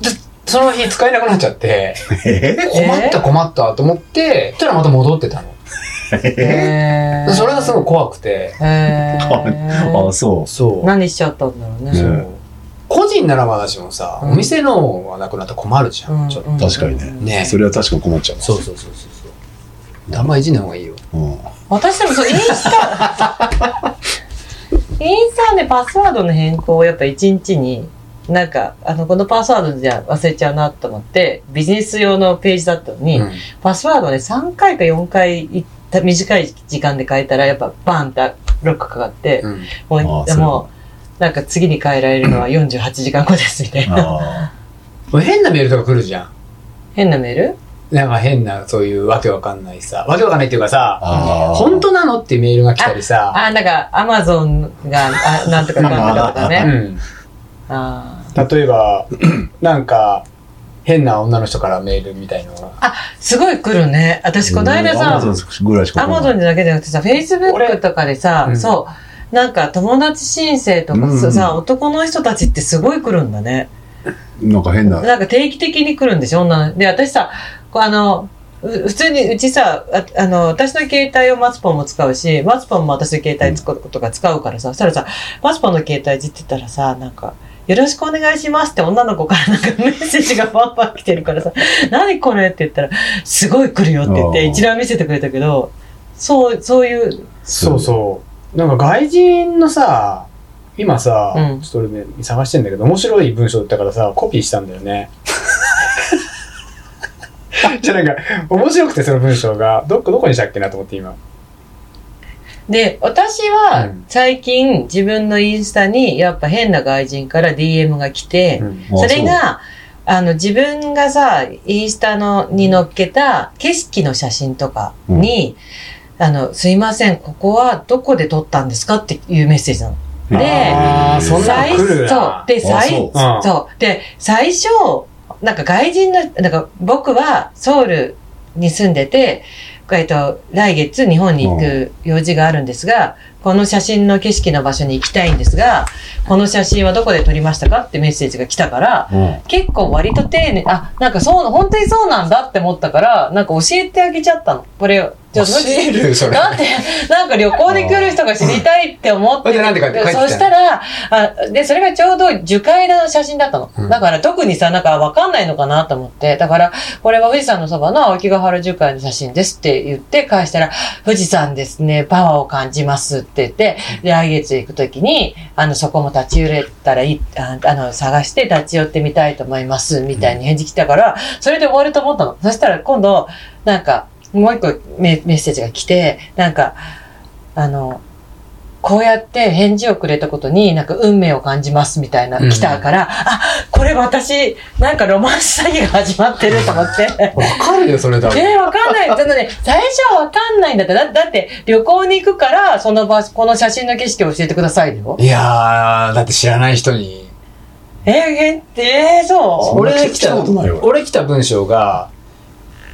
Speaker 3: でその日使えなくなっちゃ って
Speaker 4: え
Speaker 3: 困った困ったと思ってそしたらまた戻ってたの
Speaker 1: え
Speaker 3: それがすごい
Speaker 1: い。
Speaker 3: 怖くて
Speaker 1: え
Speaker 4: あ、
Speaker 1: ー、
Speaker 4: そ
Speaker 3: そう
Speaker 1: 何しちゃったんだろうね。
Speaker 4: ね
Speaker 3: 個人ならまだしもさ、
Speaker 1: うん
Speaker 3: お店のはなくなったら困るじゃん、
Speaker 1: うん
Speaker 3: ちょっ
Speaker 1: うん
Speaker 3: と
Speaker 4: 確かにね
Speaker 3: ね
Speaker 4: う。それは確かに困っちゃう。
Speaker 3: そうそうそうそうそうあんまいじんない方がいいよ
Speaker 4: うん。
Speaker 1: 私でもそうインスタインスタでパスワードの変更をやっぱ一日になんかあのこのパスワードじゃ忘れちゃうなと思ってビジネス用のページだったのに、
Speaker 3: うん
Speaker 1: パスワードをね3回か4回いった短い時間で変えたらやっぱバンってロックかかって、
Speaker 3: うん
Speaker 1: も
Speaker 4: あ
Speaker 1: う
Speaker 4: ー
Speaker 1: でもなんか次に変えられるのは48時間後ですみたいな
Speaker 4: あ
Speaker 3: もう変なメールとか来るじゃん
Speaker 1: 変なメール
Speaker 3: なんか変なそういうわけわかんないさわけわかんないっていうか
Speaker 4: あ。
Speaker 3: さ
Speaker 4: ああ。
Speaker 3: 本当なのっていうメールが来たりさ
Speaker 1: あなんかアマゾンがあなんとかなんとかとか
Speaker 3: う
Speaker 1: ね
Speaker 3: ん
Speaker 1: あー
Speaker 3: 例え ばなんか変な女の人からメールみたいのが
Speaker 1: すごい来るね私この間さ、
Speaker 4: アマゾンぐらいしか
Speaker 1: ア
Speaker 4: 来ない
Speaker 1: マゾンだけじゃなくてさ、フェイスブッ
Speaker 3: 俺
Speaker 1: クとかでさ、
Speaker 3: うん
Speaker 1: そう、なんか友達申請とか
Speaker 4: うんうん
Speaker 1: さ、男の人たちってすごい来るんだね。
Speaker 4: なんか変な。
Speaker 1: なんか定期的に来るんでしょ、女の。で、私さ、こうあの、う普通にうちさあ、あの、私の携帯をマツポンも使うし、マツポンも私の携帯使うとか使うからさ、そしたらさ、マツポンの携帯いじってたらさ、なんか、よろしくお願いしますって女の子からなんか メッセージがバンバン来てるからさ、何これって言ったら、すごい来るよって言っ
Speaker 4: あ
Speaker 1: て
Speaker 4: ー
Speaker 1: 一覧見せてくれたけど、そう、そういう、
Speaker 3: そうそう。なんか外人のさ、今さ、
Speaker 1: うん
Speaker 3: ちょっと俺ね、探してんだけど、面白い文章だったからさ、コピーしたんだよ ね。じゃあなんか、面白くてその文章が、どこ、どこにしたっけなと思って今。
Speaker 1: で、私
Speaker 3: う
Speaker 1: は
Speaker 3: ん
Speaker 1: 最近自分のインスタにやっぱ変な外人から DM が来て、
Speaker 4: あ。
Speaker 1: それが、あの自分がさ、インスタのに載っけた景色の写真とかに、あの、すいません、ここはどこで撮ったんですかっていうメッセージなの。
Speaker 4: そう。
Speaker 1: で
Speaker 3: あーそんな
Speaker 1: 最
Speaker 3: の来る
Speaker 1: そう
Speaker 3: な。。
Speaker 1: で、
Speaker 4: あ
Speaker 1: 最
Speaker 4: そう
Speaker 3: うん
Speaker 1: そう。で、最初、なんか外人の、なんか僕はソウルに住んでて、えっと、来月日本に行く用事があるんですが、この写真の景色の場所に行きたいんですが、この写真はどこで撮りましたかってメッセージが来たから、
Speaker 4: うん。
Speaker 1: 結構割と丁寧、あ、なんかそう、本当にそうなんだって思ったから、なんか教えてあげちゃったの。これを。ちょっと
Speaker 3: 教えるそれ。
Speaker 1: だって、なんか旅行で来る人が知りたいって思って
Speaker 3: うんなんでなんで書いてきたの
Speaker 1: そしたら、あで、それがちょうど樹海の写真だったの。
Speaker 3: うん
Speaker 1: だから特にさ、なんかわかんないのかなと思って、だから、これは富士山のそばの青木ヶ原樹海の写真ですって言って返したら、富士山ですね、パワーを感じますって言って、で、来月行くときに、あの、そこも立ち寄れたらいい、ああの、探して立ち寄ってみたいと思います、みたいに返事来たから、それで終わると思ったの。そしたら今度、なんか、もう一個メメッセージが来て、なんか、あの、こうやって返事をくれたことになんか運命を感じますみたいな、
Speaker 3: うん
Speaker 1: 来たから、あ、これ私、なんかロマンス詐欺が始まってると思 って。
Speaker 3: わかるよ、それだ。
Speaker 1: えー、わかんない。ちょっとね、最初はわかんないんだって。だだって、旅行に行くから、その場、この写真の景色を教えてくださいよ。
Speaker 3: いやー、だって知らない人に。
Speaker 1: えー、えー、えーそ
Speaker 4: そんな
Speaker 3: 俺来
Speaker 4: 聞いた
Speaker 3: た、
Speaker 4: ことないわ
Speaker 3: 俺来た文章が、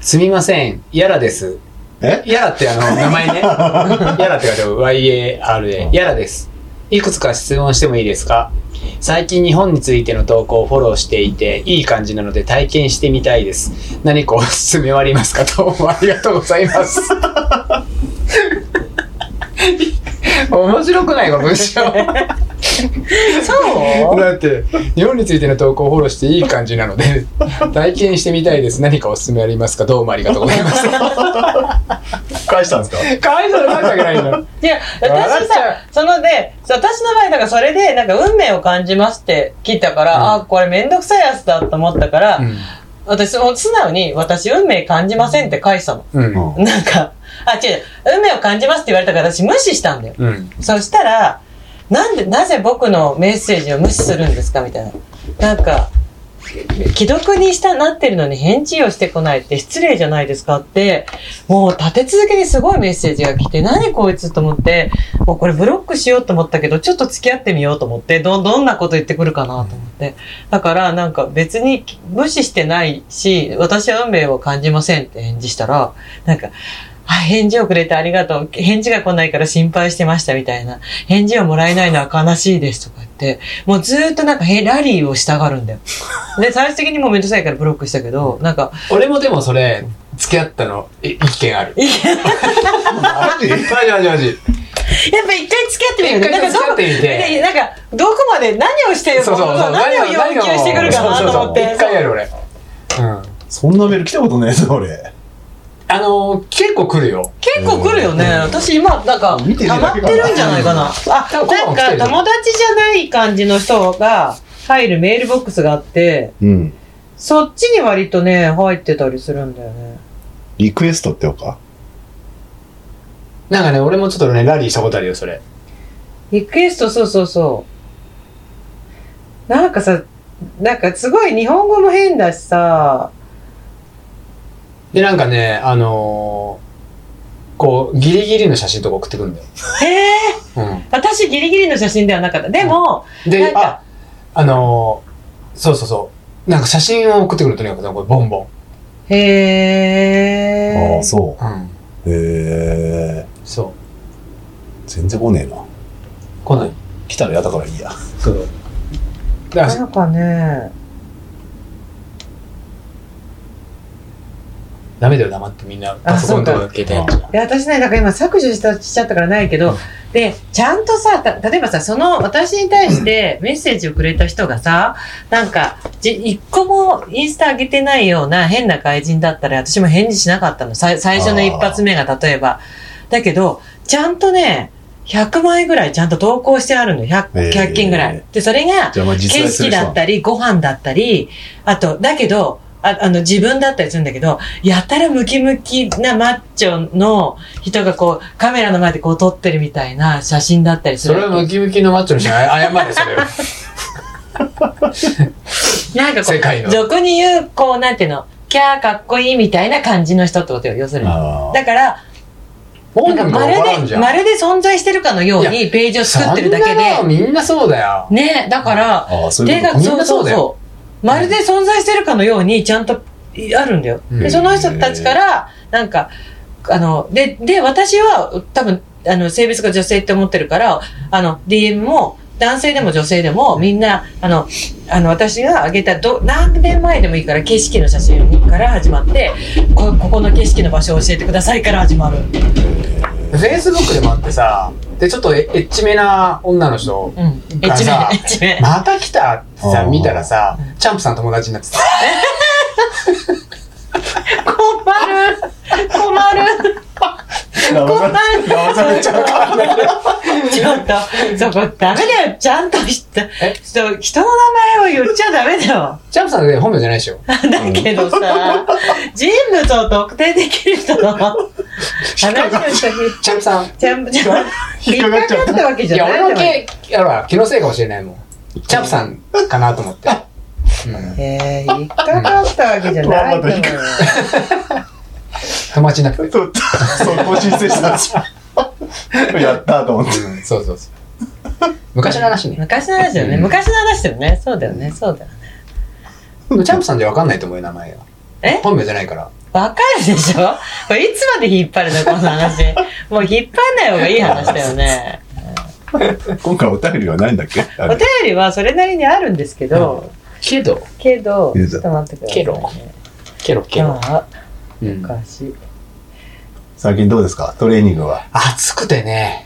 Speaker 3: すみません、やらです。
Speaker 4: え
Speaker 3: ヤラってあの、名前 ね。ヤラって書いてある YARA。ヤラです。いくつか質問してもいいですか最近日本についての投稿をフォローしていて、いい感じなので体験してみたいです。何かおすすめはありますかどうもありがとうござい ます。面白くないこの文章。
Speaker 1: そう
Speaker 3: だって日本についての投稿をフォローしていい感じな ので体験してみたいです何かおすすめありますかどうもありがとうございます
Speaker 4: 返したんですか
Speaker 3: かわいそうなわけないの
Speaker 1: いや、
Speaker 3: 笑
Speaker 1: 私
Speaker 3: っちゃ
Speaker 1: さ、そので、そう私の場合、だからそれで、なんか運命を感じますって聞いたから、
Speaker 3: うん
Speaker 1: あ、これめんどくさいやつだと思ったから、私、もう素直に、私運命感じませんって返したの。
Speaker 3: うんうん
Speaker 4: うん
Speaker 1: なんか、あ、違う、運命を感じますって言われたから私無視したんだよ。
Speaker 3: うん
Speaker 1: そしたら、なんで、なぜ僕のメッセージを無視するんですかみたいな。なんか、既読にしたなってるのに返事をしてこないって失礼じゃないですかって、もう立て続けにすごいメッセージが来て、何こいつと思って、もうこれブロックしようと思ったけど、ちょっと付き合ってみようと思って、ど、どんなこと言ってくるかなと思って。だからなんか別に無視してないし、私は運命を感じませんって返事したら、なんか、あ、返事をくれてありがとう。返事が来ないから心配してましたみたいな。返事をもらえないのは悲しいですとか言って、もうずーっとなんかへラリーをしたがるんだよ。で、最終的にもうめんどくさいからブロックしたけど、なんか、
Speaker 3: 俺もでもそれ付き合ったのい一件あ る
Speaker 1: いややっぱ
Speaker 3: マジマジ
Speaker 4: マジ
Speaker 3: マジ
Speaker 1: 一回付き合ってみる
Speaker 3: 一回
Speaker 1: なんか
Speaker 3: 付き合
Speaker 1: どこ
Speaker 3: ってみ
Speaker 1: で
Speaker 3: て
Speaker 1: なんか、どこまで何をしてる
Speaker 3: そうそうそう
Speaker 1: 何を要求してくるかなと思っ
Speaker 3: そうそうそう
Speaker 1: て
Speaker 3: 一。回やる俺うん
Speaker 4: そんなメール来たことないぞ俺
Speaker 3: あのー結構来るよ
Speaker 1: 結構来るよね。私今、なんか、
Speaker 4: 見てね
Speaker 1: 溜まってるんじゃないかな。あ、
Speaker 3: 多分
Speaker 1: なんか友達じゃない感じの人が入るメールボックスがあって、
Speaker 4: うん
Speaker 1: そっちに割とね、入ってたりするんだよね。
Speaker 4: リクエストっておか
Speaker 3: なんかね俺もちょっとねラリーしたことあるよそれ
Speaker 1: リクエスト、そうそうそう。なんかさ、なんかすごい日本語も変だしさ、
Speaker 3: でなんかねあのーこうギリギリの写真とか送ってくんだよ
Speaker 1: へえ私ギリギリの写真ではなかった。でも、
Speaker 3: うんで
Speaker 1: なんか
Speaker 3: ああのーそうそうそうなんか写真を送ってくるとにかくなんかボンボ
Speaker 1: へえ
Speaker 4: ああそ
Speaker 3: ン、うん、
Speaker 4: うへえ
Speaker 3: そう
Speaker 4: 全然来ねえな
Speaker 3: 来ない
Speaker 4: 来たら嫌だからいいや
Speaker 3: そうだか
Speaker 1: な
Speaker 3: ら
Speaker 1: んかね、
Speaker 3: ダメだよ黙ってみんなパソコンとか携帯やっちゃう
Speaker 1: いや私ね、なんか今削除したしちゃったからないけど、で、ちゃんとさ、た例えばさ、その私に対してメッセージをくれた人がさ、なんか、じ一個もインスタ上げてないような変な外人だったら私も返事しなかったの。さい最初の一発目が例えば。だけど、ちゃんとね、100枚ぐらいちゃんと投稿してあるの。100, 100件ぐらい。で、それが、
Speaker 4: じゃあまあ実
Speaker 1: 景
Speaker 4: 在す
Speaker 1: 色
Speaker 4: る人
Speaker 1: だったり、ご飯だったり、あと、だけど、ああの、自分だったりするんだけど、やたらムキムキなマッチョの人がこう、カメラの前でこう撮ってるみたいな写真だったりす
Speaker 3: そ
Speaker 1: る。
Speaker 3: れはムキムキのマッチョの人に謝れそれは
Speaker 1: なんかこ
Speaker 3: 世界の
Speaker 1: う、俗に言う、こう、なんていうの、キャーかっこいいみたいな感じの人ってことよ、要するに。
Speaker 4: あ
Speaker 1: だから、
Speaker 3: 音
Speaker 1: なん
Speaker 3: 楽
Speaker 1: か
Speaker 3: が
Speaker 1: ま
Speaker 3: 分からん
Speaker 1: る
Speaker 3: じ
Speaker 1: で、
Speaker 3: ゃん
Speaker 1: まるで存在してるかのようにページを作ってるだけ
Speaker 3: そんなの
Speaker 1: で、
Speaker 3: みんなそうだよ
Speaker 1: ね、だから、
Speaker 4: あああそうい
Speaker 1: 手
Speaker 4: うこ
Speaker 1: が
Speaker 4: と
Speaker 3: みんな
Speaker 1: そうそう
Speaker 3: そ
Speaker 1: う
Speaker 3: だよ
Speaker 1: そうまるで存在してるかのようにちゃんといあるんだよ、
Speaker 3: うん
Speaker 1: でその人たちからなんかあのでで私は多分あの性別が女性って思ってるからあの DM も男性でも女性でもみんなあのあの私が上げたど何年前でもいいから景色の写真から始まってこここの景色の場所を教えてくださいから始まる
Speaker 3: フェイスブックでもあってさでちょっとエエッチめな女の人
Speaker 1: うんエッチめエッチ め
Speaker 3: また来たってさ
Speaker 4: あー
Speaker 3: 見たらさチャンプさん友達になってた
Speaker 1: 困る困る困
Speaker 4: 騙
Speaker 1: る
Speaker 4: されちゃうか
Speaker 1: ちょっと、そこダメだよ。ちゃんとした、
Speaker 3: え
Speaker 1: ちょっと人の名前を言っちゃダメだよ。
Speaker 3: チャンプさんって本名じゃないでしょ
Speaker 1: だけどさ、人物を特定できる人の話をした日、
Speaker 3: チャンプさん
Speaker 1: ちゃん、ちゃん、引っかかったわけ
Speaker 3: い
Speaker 1: じゃ
Speaker 3: や
Speaker 1: ない
Speaker 3: 俺
Speaker 1: の
Speaker 3: の
Speaker 1: よ
Speaker 3: けやら気のせいかもしれないもんチャンプさんかなと思って、うん
Speaker 1: えー、引っかかったわけじゃないと思うよ。
Speaker 3: 友達になって
Speaker 4: そうそこ申請したんです よやったーと思って
Speaker 3: うんそうそうそう 昔の話ね
Speaker 1: 昔の話だよね。
Speaker 3: うん
Speaker 1: 昔の話だよね。そうだよね。そうだよね。
Speaker 3: でもチャンプさんじゃ分かんないと思うよ名前が
Speaker 1: え
Speaker 3: 本名じゃないから
Speaker 1: わかるでしょこれいつまで引っ張るのこの話。もう引っ張んない方がいい話だよね。
Speaker 4: 今回お便りはないんだっけあ
Speaker 1: お
Speaker 4: れ
Speaker 1: 便りはそれなりにあるんですけど、
Speaker 3: けど
Speaker 1: けど、
Speaker 4: いい
Speaker 1: ち
Speaker 4: じ
Speaker 1: ょ
Speaker 4: ゃ
Speaker 1: っ
Speaker 4: ん
Speaker 1: と待ってください、ね。
Speaker 3: けどケロケロ、
Speaker 1: まあ、
Speaker 3: うん
Speaker 1: お、かしい。
Speaker 4: 最近どうですかトレーニングは
Speaker 3: 暑くてね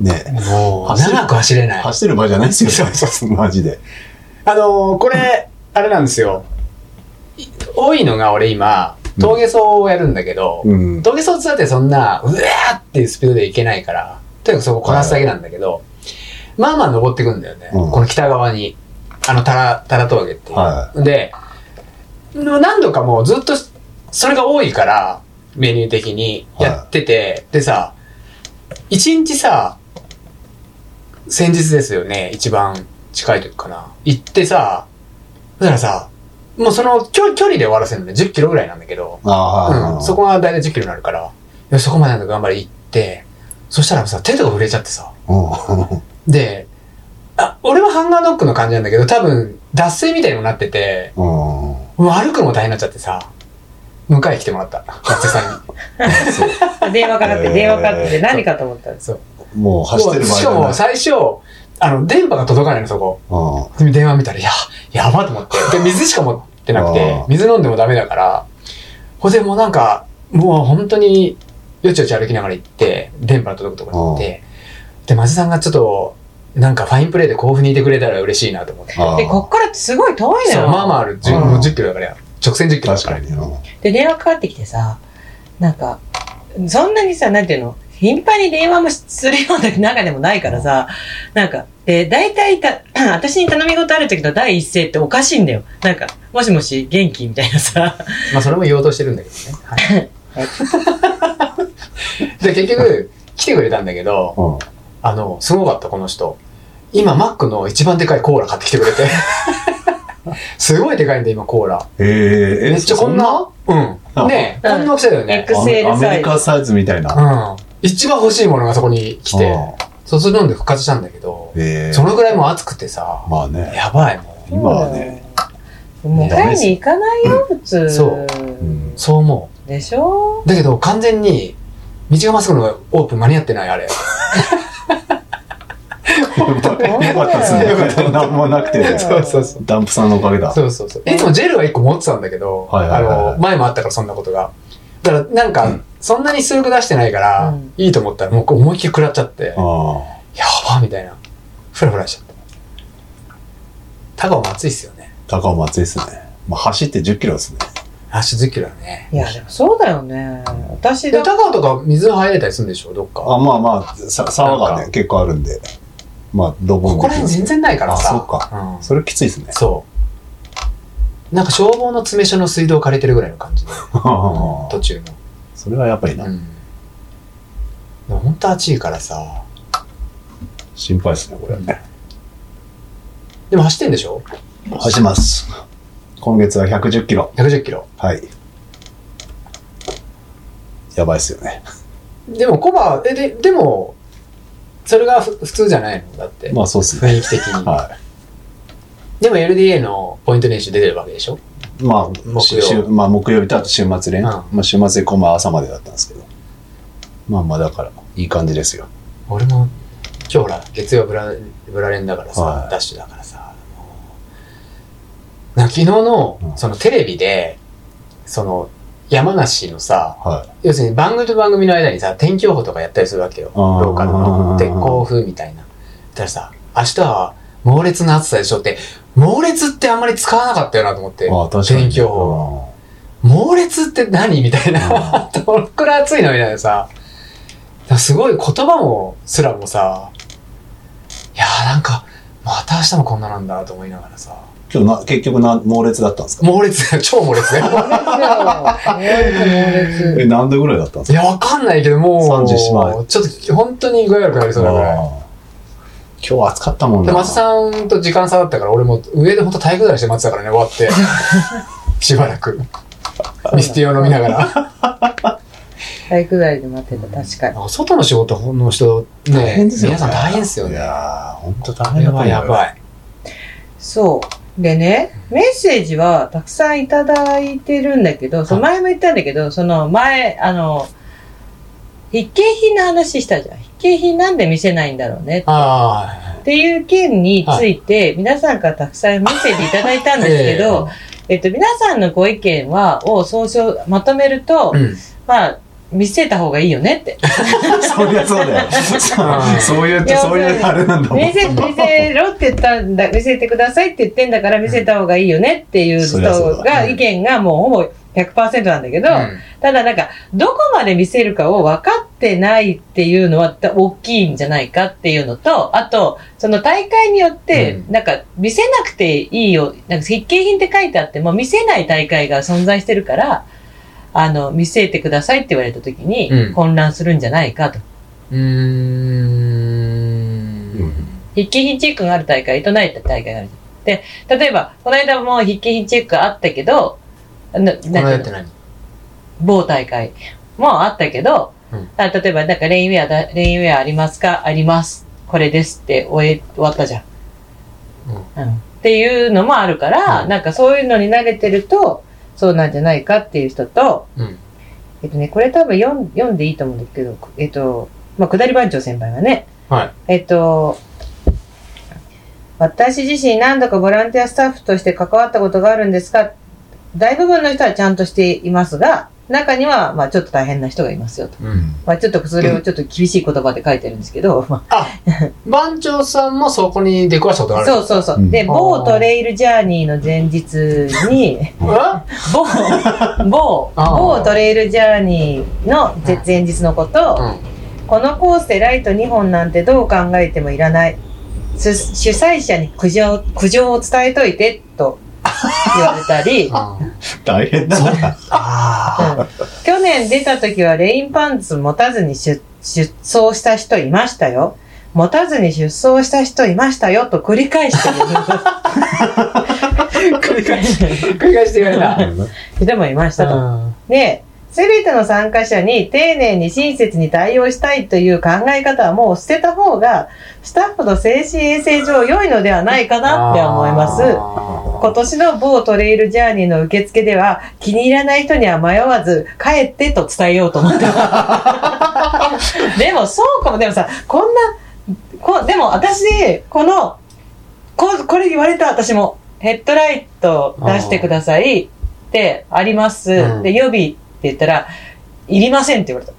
Speaker 4: ね
Speaker 3: もう、
Speaker 4: 走る
Speaker 3: 長く走れない。
Speaker 4: 走ってる場合じゃないですよ、ね、 マジで。
Speaker 3: あのーこれ、あれなんですよ。多いのが俺今、峠走をやるんだけど、
Speaker 4: うん。
Speaker 3: 峠走ツアーってそんな、うわーっていうスピードで行けないから、とにかくそここなすだけなんだけど、まあまあ登ってくんだよね。
Speaker 4: うん
Speaker 3: この北側に、あの、たら、たら峠っていう。
Speaker 4: は
Speaker 3: で、何度かもうずっと、それが多いから、メニュー的にやってて、でさ、一日さ、先日ですよね、一番近い時かな。行ってさ、だからさ、もうその距距離で終わらせるのね、10キロぐらいなんだけど、
Speaker 4: ああ、
Speaker 3: うん、そこが大体10キロになるから、よしそこまでなんだ頑張れ行って、そしたらさ、手とか触れちゃってさ、
Speaker 4: こ。
Speaker 3: で、あ、俺はハンガードッグの感じなんだけど、多分、脱水みたいにもなってて、
Speaker 4: うん。うん。
Speaker 3: もう歩くのも大変になっちゃってさ、迎え来てもら った、学生さんに。
Speaker 1: 電話かかっ
Speaker 4: え
Speaker 1: て、
Speaker 4: ー
Speaker 1: 電話かかって、何かと思ったんです。
Speaker 4: もう走ってる場合
Speaker 3: し
Speaker 4: じ
Speaker 3: か
Speaker 4: ゃない
Speaker 3: も。最初、あの、電波が届かないの、そこ。
Speaker 4: うん
Speaker 3: で電話見たら、いや、やばと思って。 で、水しか持ってなくて
Speaker 4: あー、
Speaker 3: 水飲んでもダメだから、ほんでもうなんか、もう本当に、よちよち歩きながら行って、電波が届くところに行って、で、松井さんがちょっと、なんかファインプレーで甲府にいてくれたら嬉しいなと思って。
Speaker 4: ああ
Speaker 1: で、こっからってすごい遠いの
Speaker 3: そう
Speaker 1: よ。
Speaker 3: まあまあある、10,
Speaker 4: うん
Speaker 3: もう10キロだから、直線10キロだ
Speaker 4: 確
Speaker 3: から
Speaker 4: か。に。う
Speaker 1: で、電話かかってきてさ、なんか、そんなにさ、なんていうの、頻繁に電話もするような中でもないからさ、なんか、で、大体た、 私に頼み事ある時の第一声っておかしいんだよ。なんか、もしもし、元気みたいなさ。
Speaker 3: まあそれも言おうとしてるんだけどね。 はい、で、結局、来てくれたんだけど、
Speaker 4: ん。うん
Speaker 3: あの、すごかった、この人。今、マックの一番でかいコーラ買ってきてくれ て。すごいでかいんだ、今、コーラ。
Speaker 4: えーえ、
Speaker 3: めっちゃこんなうん。ね
Speaker 1: う
Speaker 3: え、
Speaker 1: ん
Speaker 3: こんな大きさだよね。
Speaker 1: X
Speaker 4: アメアメリカサイズみたいな。
Speaker 3: うん。一番欲しいものがそこに来て、そうするので復活したんだけど
Speaker 4: う、ん。えー
Speaker 3: そのぐらいもう暑くてさ、
Speaker 4: まあね。
Speaker 3: やばい、も
Speaker 4: 今はね。
Speaker 1: もう会いに行かないよ、普通。
Speaker 3: そう
Speaker 4: うん
Speaker 3: う。そう思
Speaker 1: でしょ
Speaker 3: う。だけど、完全に、道がまっすぐのオープン間に合ってない、あれ。
Speaker 4: よかったですね。
Speaker 3: よ
Speaker 4: よ
Speaker 3: か
Speaker 4: か
Speaker 3: っ
Speaker 4: ったた。なんもなくて。
Speaker 3: そうそうそう。
Speaker 4: ダンプさんのおかげだ。
Speaker 3: そうそうそう。いつもジェルは1個持ってたんだけど、
Speaker 4: はいはいはいはい
Speaker 3: あの、前もあったからそんなことが。だからなん
Speaker 4: う
Speaker 3: か
Speaker 4: ん、
Speaker 3: そんなに出力出してないから、
Speaker 1: うん
Speaker 3: いいと思ったらもう思いっきり食らっちゃって、や
Speaker 4: あ
Speaker 3: ばみたいな。ふらふらしちゃった。高尾も暑いっすよね
Speaker 4: あ。。高尾松井ですね。まあ走って10キロですね。
Speaker 3: 足10キロだね。
Speaker 1: いや、でもそうだよね。私
Speaker 3: で、
Speaker 1: だ、
Speaker 3: 高尾とか水入れたりするんでしょどっか。
Speaker 4: あまあまあ、さ沢が
Speaker 3: なんか
Speaker 4: ね、結構あるんで。まあ、ドボン
Speaker 3: ここら辺全然ないからさ。
Speaker 4: あそうか
Speaker 3: うん
Speaker 4: それきついですね。
Speaker 3: そう。なんか消防の詰め所の水道借りてるぐらいの感じ。途中の。
Speaker 4: それはやっぱりな、
Speaker 3: うん。でも本当暑いからさ。
Speaker 4: 心配ですね、これ。
Speaker 3: でも走ってんでしょ
Speaker 4: 走ります。今月は110キロ。
Speaker 3: ?110 キロ。
Speaker 4: はい。やばいっすよね。
Speaker 3: でもコバ、え、で、でも、それがふ普通じゃないのだって。
Speaker 4: まあ、そうっすね。
Speaker 3: 雰囲気的に。
Speaker 4: は
Speaker 3: でも LDA のポイント練習出てるわけでしょ
Speaker 4: い。まあ、
Speaker 3: 木曜
Speaker 4: 週まあ、木曜日とあと週末連、
Speaker 3: うん
Speaker 4: まあ、週末で今晩朝までだったんですけど。まあまあ、だから、いい感じですよ。
Speaker 3: 俺も、今日ほら、月曜ブラ、ブラレンだからさ、
Speaker 4: はい
Speaker 3: ダッシュだからさ、もうな昨日の
Speaker 4: う、ん
Speaker 3: そのテレビで、その、山梨のさ、
Speaker 4: はい。
Speaker 3: 要するに番組と番組の間にさ、天気予報とかやったりするわけよ。
Speaker 4: あー
Speaker 3: ローカルの。で、甲府みたいな。たらさ、明日は猛烈な暑さでしょって、猛烈ってあんまり使わなかったよなと思って。
Speaker 4: まあ、確かに。
Speaker 3: 天気予報猛烈って何みたいな。 どのくらい暑いのみたいなさ。だからすごい言葉も、すらもさ、いやーなんか、また明日もこんななんだと思いながらさ。
Speaker 4: うん今日な、結局な、猛烈だったんですか
Speaker 3: 猛烈、超猛烈ね。
Speaker 4: え、何度ぐらいだったんです
Speaker 3: い
Speaker 4: か
Speaker 3: や、わかんないけど、もう、
Speaker 4: 30しまい
Speaker 3: ちょっと本当に具合悪くなりそうなぐらい。
Speaker 4: あー今日暑かったもん
Speaker 3: で、
Speaker 4: な。
Speaker 3: 松さんと時間差だったから、俺も上で本当体育座りして待ってたからね、終わ って。しばらく。ミスティを飲みながら。
Speaker 1: 体育大で待ってた、確かに。
Speaker 3: 外の仕事の人、
Speaker 4: 大
Speaker 3: ね、
Speaker 4: 変ですよね
Speaker 3: 皆さん大変ですよね。
Speaker 4: い
Speaker 3: や
Speaker 4: やー、ほんと大変だ
Speaker 3: ばいやばい。
Speaker 1: そう。でね、メッセージはたくさんいただいてるんだけど、その前も言ったんだけど、その前、あの、必見品の話したじゃん。必見品なんで見せないんだろうね。
Speaker 3: あ
Speaker 1: っていう件について、皆さんからたくさんメッセージいただいたんですけど、えっと、皆さんのご意見は、を総称まとめると、
Speaker 3: あ。うん。
Speaker 1: まあ、見せた方がいいよねって。
Speaker 4: そりゃそう だよ。そうそういう、
Speaker 1: いや
Speaker 4: そういうあれなんだも ん。
Speaker 1: 見せ、見せろって言ったんだ、見せてくださいって言ってんだから見せた方がいいよねっていう人
Speaker 4: そりゃそう
Speaker 1: が、
Speaker 3: だ
Speaker 1: 意見がもうほぼ100%なんだけど、
Speaker 3: うん
Speaker 1: ただなんか、どこまで見せるかを分かってないっていうのは大きいんじゃないかっていうのと、あと、その大会によって、
Speaker 3: う
Speaker 1: なんか見せなくていいよ、なんか必見品って書いてあっても見せない大会が存在してるから、あの、見せてくださいって言われた時
Speaker 3: う
Speaker 1: に
Speaker 3: ん
Speaker 1: 混乱するんじゃないかと。
Speaker 3: うーん。
Speaker 1: 筆記品チェックがある大会とない大会があるじゃん。で、例えば、この間も筆記品チェックあったけど、ななんて
Speaker 3: この間
Speaker 1: い
Speaker 3: っ
Speaker 1: う
Speaker 3: て
Speaker 1: の
Speaker 3: 何
Speaker 1: 某大会もあったけど、
Speaker 3: うん
Speaker 1: あ例えば、なんかレインウェアだ、レインウェアありますかあります。これですって終え、終わったじゃん。うん。っていうのもあるから、
Speaker 3: うん
Speaker 1: なんかそういうのに慣れてると、そうなんじゃないかっていう人と、
Speaker 3: うん。
Speaker 1: えっとね、これ多分読ん読んでいいと思うんだけど、えっと、まあ、下り番長先輩がね、
Speaker 3: はい。
Speaker 1: えっと、私自身何度かボランティアスタッフとして関わったことがあるんですが、大部分の人はちゃんとしていますが、中には、まあちょっと大変な人がいますよと。
Speaker 3: うん。
Speaker 1: まあちょっとそれをちょっと厳しい言葉で書いてるんですけど、ま
Speaker 3: 番長さんもそこに出くわしたことあ
Speaker 1: あ
Speaker 3: る
Speaker 1: そうそうそうう。
Speaker 4: ん
Speaker 1: で、某トレイルジャーニーの前日 に、
Speaker 3: え
Speaker 1: 某、某、
Speaker 3: あー
Speaker 1: 某トレイルジャーニーの前前日のことを、
Speaker 3: う
Speaker 1: このコースでライト2本なんてどう考えてもいらない。す主催者に苦情苦情を伝えといて、と言われた り、
Speaker 3: ん。
Speaker 1: うん
Speaker 3: あ
Speaker 4: 大変だな。
Speaker 3: あ
Speaker 1: 去年出た時はレインパンツ持たずに出出走した人いましたよ。持たずに出走した人いましたよ、と繰り返して
Speaker 3: ー。繰り返して、繰り返して言われ。
Speaker 1: る人もいましたたと。
Speaker 3: うん
Speaker 1: で、すべての参加者に丁寧に親切に対応したいという考え方はもう捨てた方が、スタッフの精神衛生上良いのではないかなって思います。
Speaker 3: あ
Speaker 1: 今年の某トレイルジャーニーの受付では、気に入らない人には迷わず、帰ってと伝えようと思ってます。でも、そうかも。でもさ、こんな、こでも私、この、ここれ言われた私も、ヘッドライト出してくださいってあります。
Speaker 3: うん
Speaker 1: で、予備って言ったら、いりませんって言われた。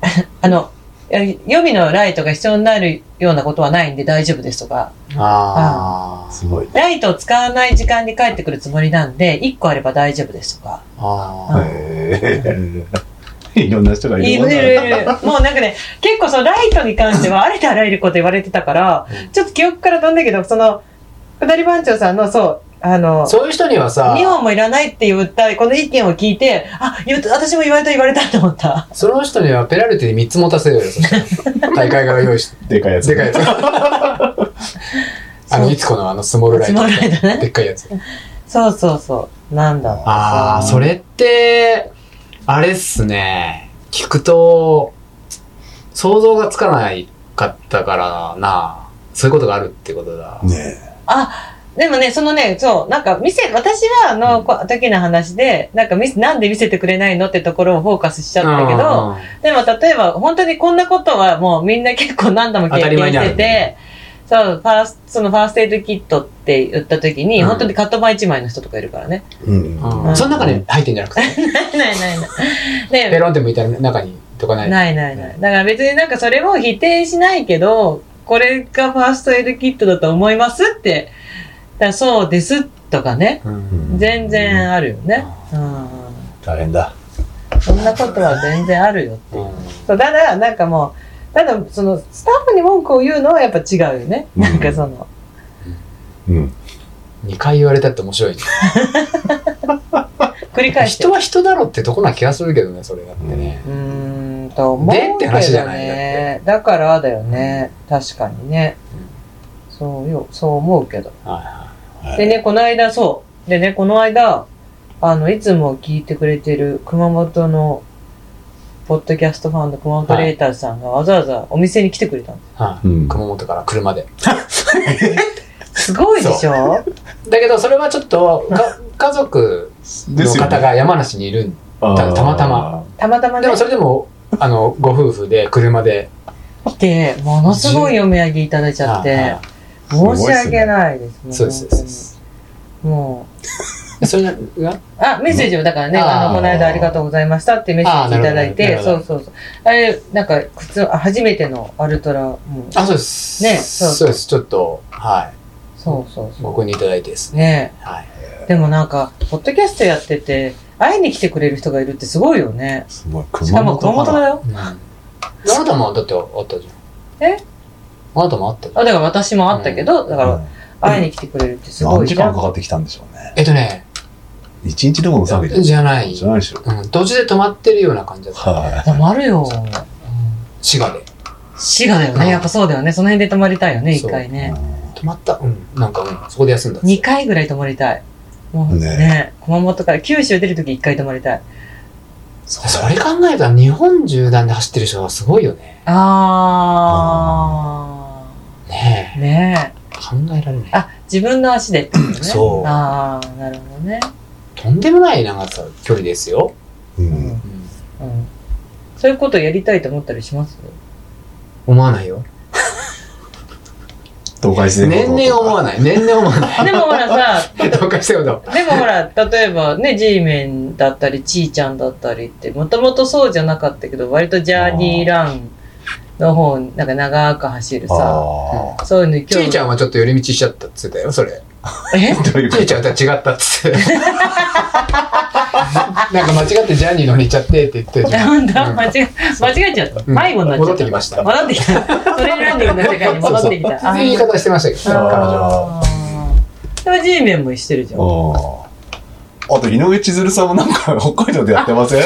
Speaker 1: あの、いや予備のライトが必要になるようなことはないんで大丈夫ですとか。
Speaker 3: ーあー。
Speaker 4: すごい。
Speaker 1: ライトを使わない時間に帰ってくるつもりなんで、1個あれば大丈夫ですとか。
Speaker 3: あ
Speaker 4: へえ。いろんな人がい
Speaker 1: い
Speaker 4: るもん
Speaker 1: る
Speaker 4: だ
Speaker 1: いるいるもうなんかね、結構そのライトに関してはありとあらゆること言われてたから、ちょっと記憶から飛んだけど、その、下り番長さんの、そう、あの
Speaker 3: ー。、そういう人にはさ、
Speaker 1: 2本もいらないって言った、この意見を聞いて、あ、言う私も言われた言われたと思った。
Speaker 3: その人にはペナルティで3つ持たせるよ。そした ら大会が用意して。
Speaker 4: でかいや つ。
Speaker 3: でかいやつ。あの、いつこのあの、スモールライ
Speaker 1: つ
Speaker 3: ト
Speaker 1: ま。らないだね。
Speaker 3: でっかいやつ。
Speaker 1: そうそうそう。なんだろう
Speaker 3: ああ、それって、あれっすね。聞くと、想像がつかないかったからな。そういうことがあるってことだ。
Speaker 4: ね
Speaker 1: あ、でもね、そのね、そう、なんか見せ、私はあの、こ時の話で、なんか見せ、なんで見せてくれないのってところをフォーカスしちゃったけど、でも例えば本当にこんなことはもうみんな結構何度も経
Speaker 3: 当たり
Speaker 1: 験
Speaker 3: 前に
Speaker 1: し
Speaker 3: あ
Speaker 1: て
Speaker 3: る
Speaker 1: て
Speaker 3: ね、
Speaker 1: そう、ファースト、そのファーストエイドキットって言った時に、
Speaker 3: うん
Speaker 1: 本当にカットバン1枚の人とかいるからね。
Speaker 4: うん。
Speaker 3: うん
Speaker 1: うん
Speaker 3: その中に入ってんじゃ なく て、
Speaker 1: ないないない ない。
Speaker 3: ペ
Speaker 1: ね
Speaker 3: ロンって向いた中にとかない。
Speaker 1: ないないない。だから別になんかそれを否定しないけど、これがファーストエイドキットだと思いますって、だからそうですとかね。
Speaker 3: うん
Speaker 1: 全然あるよね。うん。
Speaker 4: 大変だ。
Speaker 1: そんなことは全然あるよ。
Speaker 3: うん
Speaker 1: そうただ、なんかもう、ただ、その、スタッフに文句を言うのはやっぱ違うよね。
Speaker 4: うん
Speaker 1: なんかその、
Speaker 4: うん。
Speaker 3: 二回言われたって 面白いね。
Speaker 1: 繰り返して
Speaker 3: 人。は人だろってとこな気がするけどね、それだってね。
Speaker 1: うーん、と思うけ
Speaker 3: でって
Speaker 1: ど
Speaker 3: 話じゃないだっ
Speaker 1: ね。だからだよね。確かにね。そうよ、そう思うけど。
Speaker 3: はいは
Speaker 1: でね、この間、そう。でね、この間、あの、いつも聞いてくれてる熊本の、ポッドキャストファンの熊本レーターズさんがわざわざお店に来てくれたの。
Speaker 3: いは
Speaker 4: うん
Speaker 3: い熊本から車で。
Speaker 1: すごいでしょ
Speaker 3: だけど、それはちょっと、か家族の方が山梨にいるん
Speaker 4: あー
Speaker 3: たまたま。
Speaker 1: たまたま
Speaker 3: で
Speaker 1: ね
Speaker 3: も、それでも、あの、ご夫婦で車で。
Speaker 1: 来て、ものすごいお土産いただいちゃっ
Speaker 3: はい
Speaker 1: て
Speaker 3: は、
Speaker 4: いはい
Speaker 1: 申し訳ないですね。
Speaker 3: いそうです、そうです。
Speaker 1: も
Speaker 3: それが、
Speaker 1: あ、メッセージをだからね、
Speaker 3: あー
Speaker 1: あの、この間ありがとうございましたってメッセージいただいて
Speaker 3: あ、ーな
Speaker 1: そ
Speaker 3: る
Speaker 1: うそうそう。あれ、なんか、靴、あ初めてのアルトラも、
Speaker 3: あ、そうです。
Speaker 1: ねそう
Speaker 3: そうです。ちょっと、はい。
Speaker 1: そうそうそ
Speaker 3: 僕にいただいてです
Speaker 1: う。
Speaker 3: ね。
Speaker 1: ね
Speaker 3: はい。
Speaker 1: えでもなんか、ポッドキャストやってて、会いに来てくれる人がいるってすごいよね。
Speaker 4: すごい。
Speaker 1: しか
Speaker 4: 熊
Speaker 1: も熊
Speaker 4: 本
Speaker 1: 本だ
Speaker 4: よ。
Speaker 1: よ。
Speaker 3: うんあなたも、だって、あったじゃん。
Speaker 1: え
Speaker 3: あなたもあったじゃん
Speaker 1: あ、だから私も会ったけど、だか
Speaker 4: う
Speaker 1: ら
Speaker 4: ん
Speaker 1: 会いに来てくれるってすご
Speaker 4: 何
Speaker 1: い
Speaker 4: 時
Speaker 1: じゃ
Speaker 4: 間
Speaker 1: ん。
Speaker 4: かかってきたんでしょうね。
Speaker 3: えっとね、
Speaker 4: 一日でもの騒ぎ
Speaker 3: じゃない。
Speaker 4: じゃないでしょ。
Speaker 3: うん。途中で止まってるような感じだった。
Speaker 4: は
Speaker 1: 泊まるよ。
Speaker 3: 滋賀で。
Speaker 1: 滋賀だよね。やっぱそうだよね。その辺で泊まりたいよね、一
Speaker 3: そう
Speaker 1: 回
Speaker 4: い。
Speaker 1: ね。
Speaker 3: 止まったうん。なんか、うん。そこで休んだっつって。
Speaker 1: 二回ぐらい泊まりたい。もうね
Speaker 4: ね
Speaker 1: 熊本から九州出るとき一回泊まりたい。
Speaker 3: そうそれ考えたら日本縦断で走ってる人はすごいよね。
Speaker 1: あ
Speaker 3: ね
Speaker 1: ー。ねえ。
Speaker 3: え。考えられない。
Speaker 1: あ、自分の足でってことね。
Speaker 3: そう
Speaker 1: あー、なるほどね。
Speaker 3: とんでもない長さ、距離ですよ。
Speaker 4: う。
Speaker 1: うんん。うん。そういうことやりたいと思ったりします
Speaker 3: 思わないよ。
Speaker 4: 東海線
Speaker 3: 年々思わ
Speaker 4: ない。
Speaker 3: ない。年々思わない。
Speaker 1: でもほら さ、
Speaker 3: どうかしてること。
Speaker 1: でもほら、例えばね、G メンだったり、ちーちゃんだったりって、もともとそうじゃなかったけど、割とジャーニーランの方、なんか長く走るさ、
Speaker 4: あ
Speaker 1: そういうの興
Speaker 3: ち
Speaker 1: 味
Speaker 3: いちゃんはちょっと寄り道しちゃったっつってたよ、それ。
Speaker 1: え
Speaker 4: あ。どういうこ
Speaker 3: ちいちゃんとは違ったっつってたよ。なんか間違ってジャーニーの方に行っちゃってって言ってた じゃん。
Speaker 1: なんだ間違え、間違えちゃった。
Speaker 3: うん
Speaker 1: 迷子になっちゃった。
Speaker 3: 戻ってきました
Speaker 1: 戻ってきた。トレイルランニングの世界に戻ってきた。
Speaker 3: そういう言い方してましたけど、彼女
Speaker 1: あ
Speaker 3: は。
Speaker 1: ーでも G メンもしてるじゃん。
Speaker 4: とああと、井上千鶴さんもなんか北海道でやってません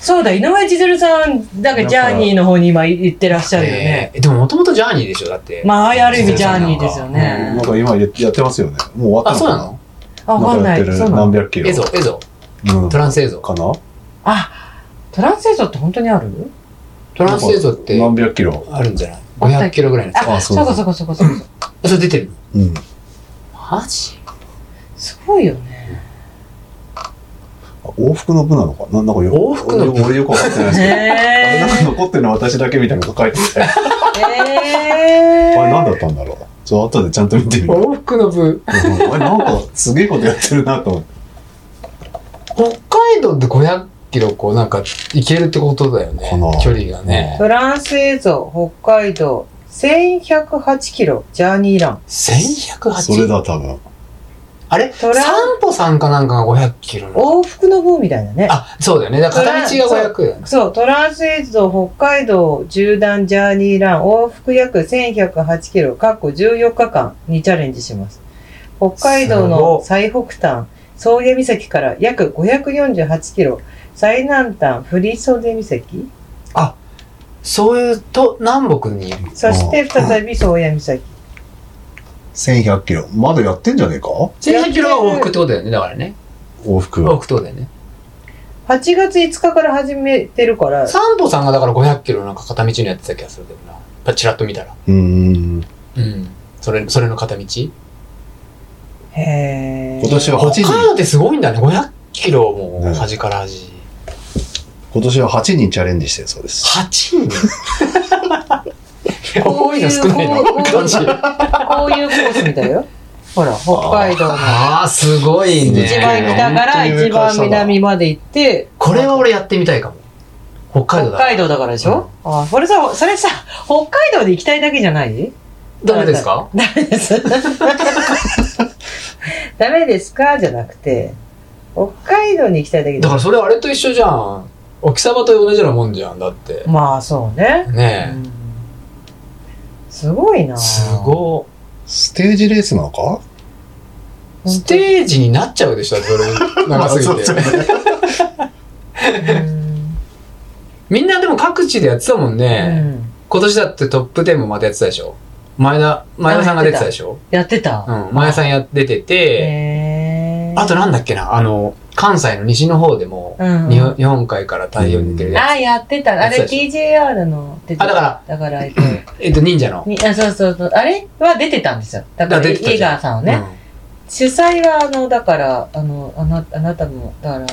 Speaker 1: そうだ、井上千鶴さん、なんかジャーニーの方に今行ってらっしゃるよね。
Speaker 3: えーでももともとジャーニーでしょ、だって。
Speaker 1: まあ、ある意味ジャーニーですよ
Speaker 4: なん
Speaker 1: ね。
Speaker 4: か今ややってますよね。もう終わ
Speaker 3: あ
Speaker 4: ったのか
Speaker 3: そうなの
Speaker 1: あ、わかん
Speaker 4: な
Speaker 1: なんい。
Speaker 4: かやって
Speaker 1: そう
Speaker 4: る
Speaker 1: な
Speaker 4: 何
Speaker 1: の
Speaker 4: 百キロ。
Speaker 3: 映像、映像。
Speaker 4: うん。
Speaker 3: トランス映像。
Speaker 4: かな
Speaker 1: あ、トランス映像って本当にある
Speaker 3: トランス映像って
Speaker 4: 何百キロ。
Speaker 3: あるんじゃない
Speaker 1: あったっけ
Speaker 3: ?500 キロぐらいのやつ。
Speaker 1: あ、
Speaker 4: あ
Speaker 1: そ
Speaker 4: そうう
Speaker 1: か
Speaker 4: だ
Speaker 1: そうかそうかそうか。
Speaker 3: あそれ出てる
Speaker 4: うん。
Speaker 3: マジ
Speaker 1: すごいよね。
Speaker 4: あ往復の部なのかななんかよ
Speaker 3: 往復の部
Speaker 4: 俺よくわかってないですけど。 あ
Speaker 1: ね
Speaker 4: れなんか残ってるの私だけみたいなの書いてて。あ
Speaker 1: え。え
Speaker 4: れ何だったんだろうちょっと後でちゃんと見てみる。
Speaker 3: 往復の部。
Speaker 4: うんあれなんかすげえことやってるなと思って。
Speaker 3: 北海道で500キロこうなんか行けるってことだよね
Speaker 4: この。
Speaker 3: 距離がね。
Speaker 1: トランス映像、北海道、1108キロ、ジャーニーラン。
Speaker 4: それ
Speaker 3: 1108?
Speaker 4: だ多分。
Speaker 3: あれ
Speaker 1: ト
Speaker 3: 散
Speaker 1: ラ
Speaker 3: 歩さんかなんかが500キロの。
Speaker 1: 往復の分みたいなね。
Speaker 3: あ、そうだよね。だから片道が500だよね。
Speaker 1: そう、トランス映像、北海道縦断ジャーニーラン、往復約1108キロ、過去14日間にチャレンジします。北海道の最北端、宗谷岬から約548キロ、最南端、振袖岬、
Speaker 3: そういうと、南北にいる。
Speaker 1: そして再び宗谷岬。
Speaker 4: 1100キロ。まだやってんじゃねえか
Speaker 3: 1100キロが往復ってことだよね。だからね。
Speaker 4: 往復。
Speaker 3: 往復ってことだよね。
Speaker 1: 8月5日から始めてるから、
Speaker 3: 散歩さんがだから500キロなんか片道のやってた気がするけどな。やっぱチラッと見たら。
Speaker 4: うーん。
Speaker 3: うん。それ、それの片道
Speaker 1: へ
Speaker 4: 今年は8
Speaker 3: 北海
Speaker 4: 人、
Speaker 3: 道ってすごいんだね。500キロもう端から端。
Speaker 4: 今年は8人チャレンジしてるそうです。
Speaker 3: 8人 多いの少ないの
Speaker 1: こういう
Speaker 3: どっち
Speaker 1: こういうコースみたいよ。ほら、北海道の。
Speaker 3: ああ、すごいね。
Speaker 1: 一番北から一番南まで行って、
Speaker 3: これは俺やってみたいかも。北海
Speaker 1: 北
Speaker 3: 道だ。
Speaker 1: 海道だからでしょ、ああ、これさ、それさ、北海道で行きたいだけじゃない
Speaker 3: ダメですか
Speaker 1: ダメです。ダメですかじゃなくて、北海道に行きたいだけじ
Speaker 3: だ
Speaker 1: ゃな
Speaker 3: か
Speaker 1: い
Speaker 3: らそれあれと一緒じゃん。沖様と同じようなもんじゃん。だって。
Speaker 1: まあ、そうね。う
Speaker 3: ね
Speaker 1: んすごいな
Speaker 3: え。すご
Speaker 4: ステージレースなのか
Speaker 3: い。ステージになっちゃうでしょ、そ れ。長すぎて。
Speaker 1: うん
Speaker 3: みんなでも各地でやってたもん
Speaker 1: う
Speaker 3: ね。
Speaker 1: ん
Speaker 3: 今年だってトップ10もまたやってたでしょ。前田、前田さんが出てたでしょ。
Speaker 1: やってた、
Speaker 3: うん。前田さんや出てて、
Speaker 1: へー
Speaker 3: あとなんだっけな、あの、関西の西の方でも、
Speaker 1: うん
Speaker 3: 日本日本海から太陽に抜けるや
Speaker 1: ああ、やってた。あれ
Speaker 3: やってたで
Speaker 1: TJR の出てた
Speaker 3: あだか
Speaker 1: だから、えっと、
Speaker 3: つ。えっと、忍者の。
Speaker 1: にあそうそうそう。あれは出てたんですよ。だか
Speaker 3: あ
Speaker 1: ら、
Speaker 3: 出てたじゃん
Speaker 1: 江川さんはね。主催は、あの、だから、あの、あなあなたも、だから、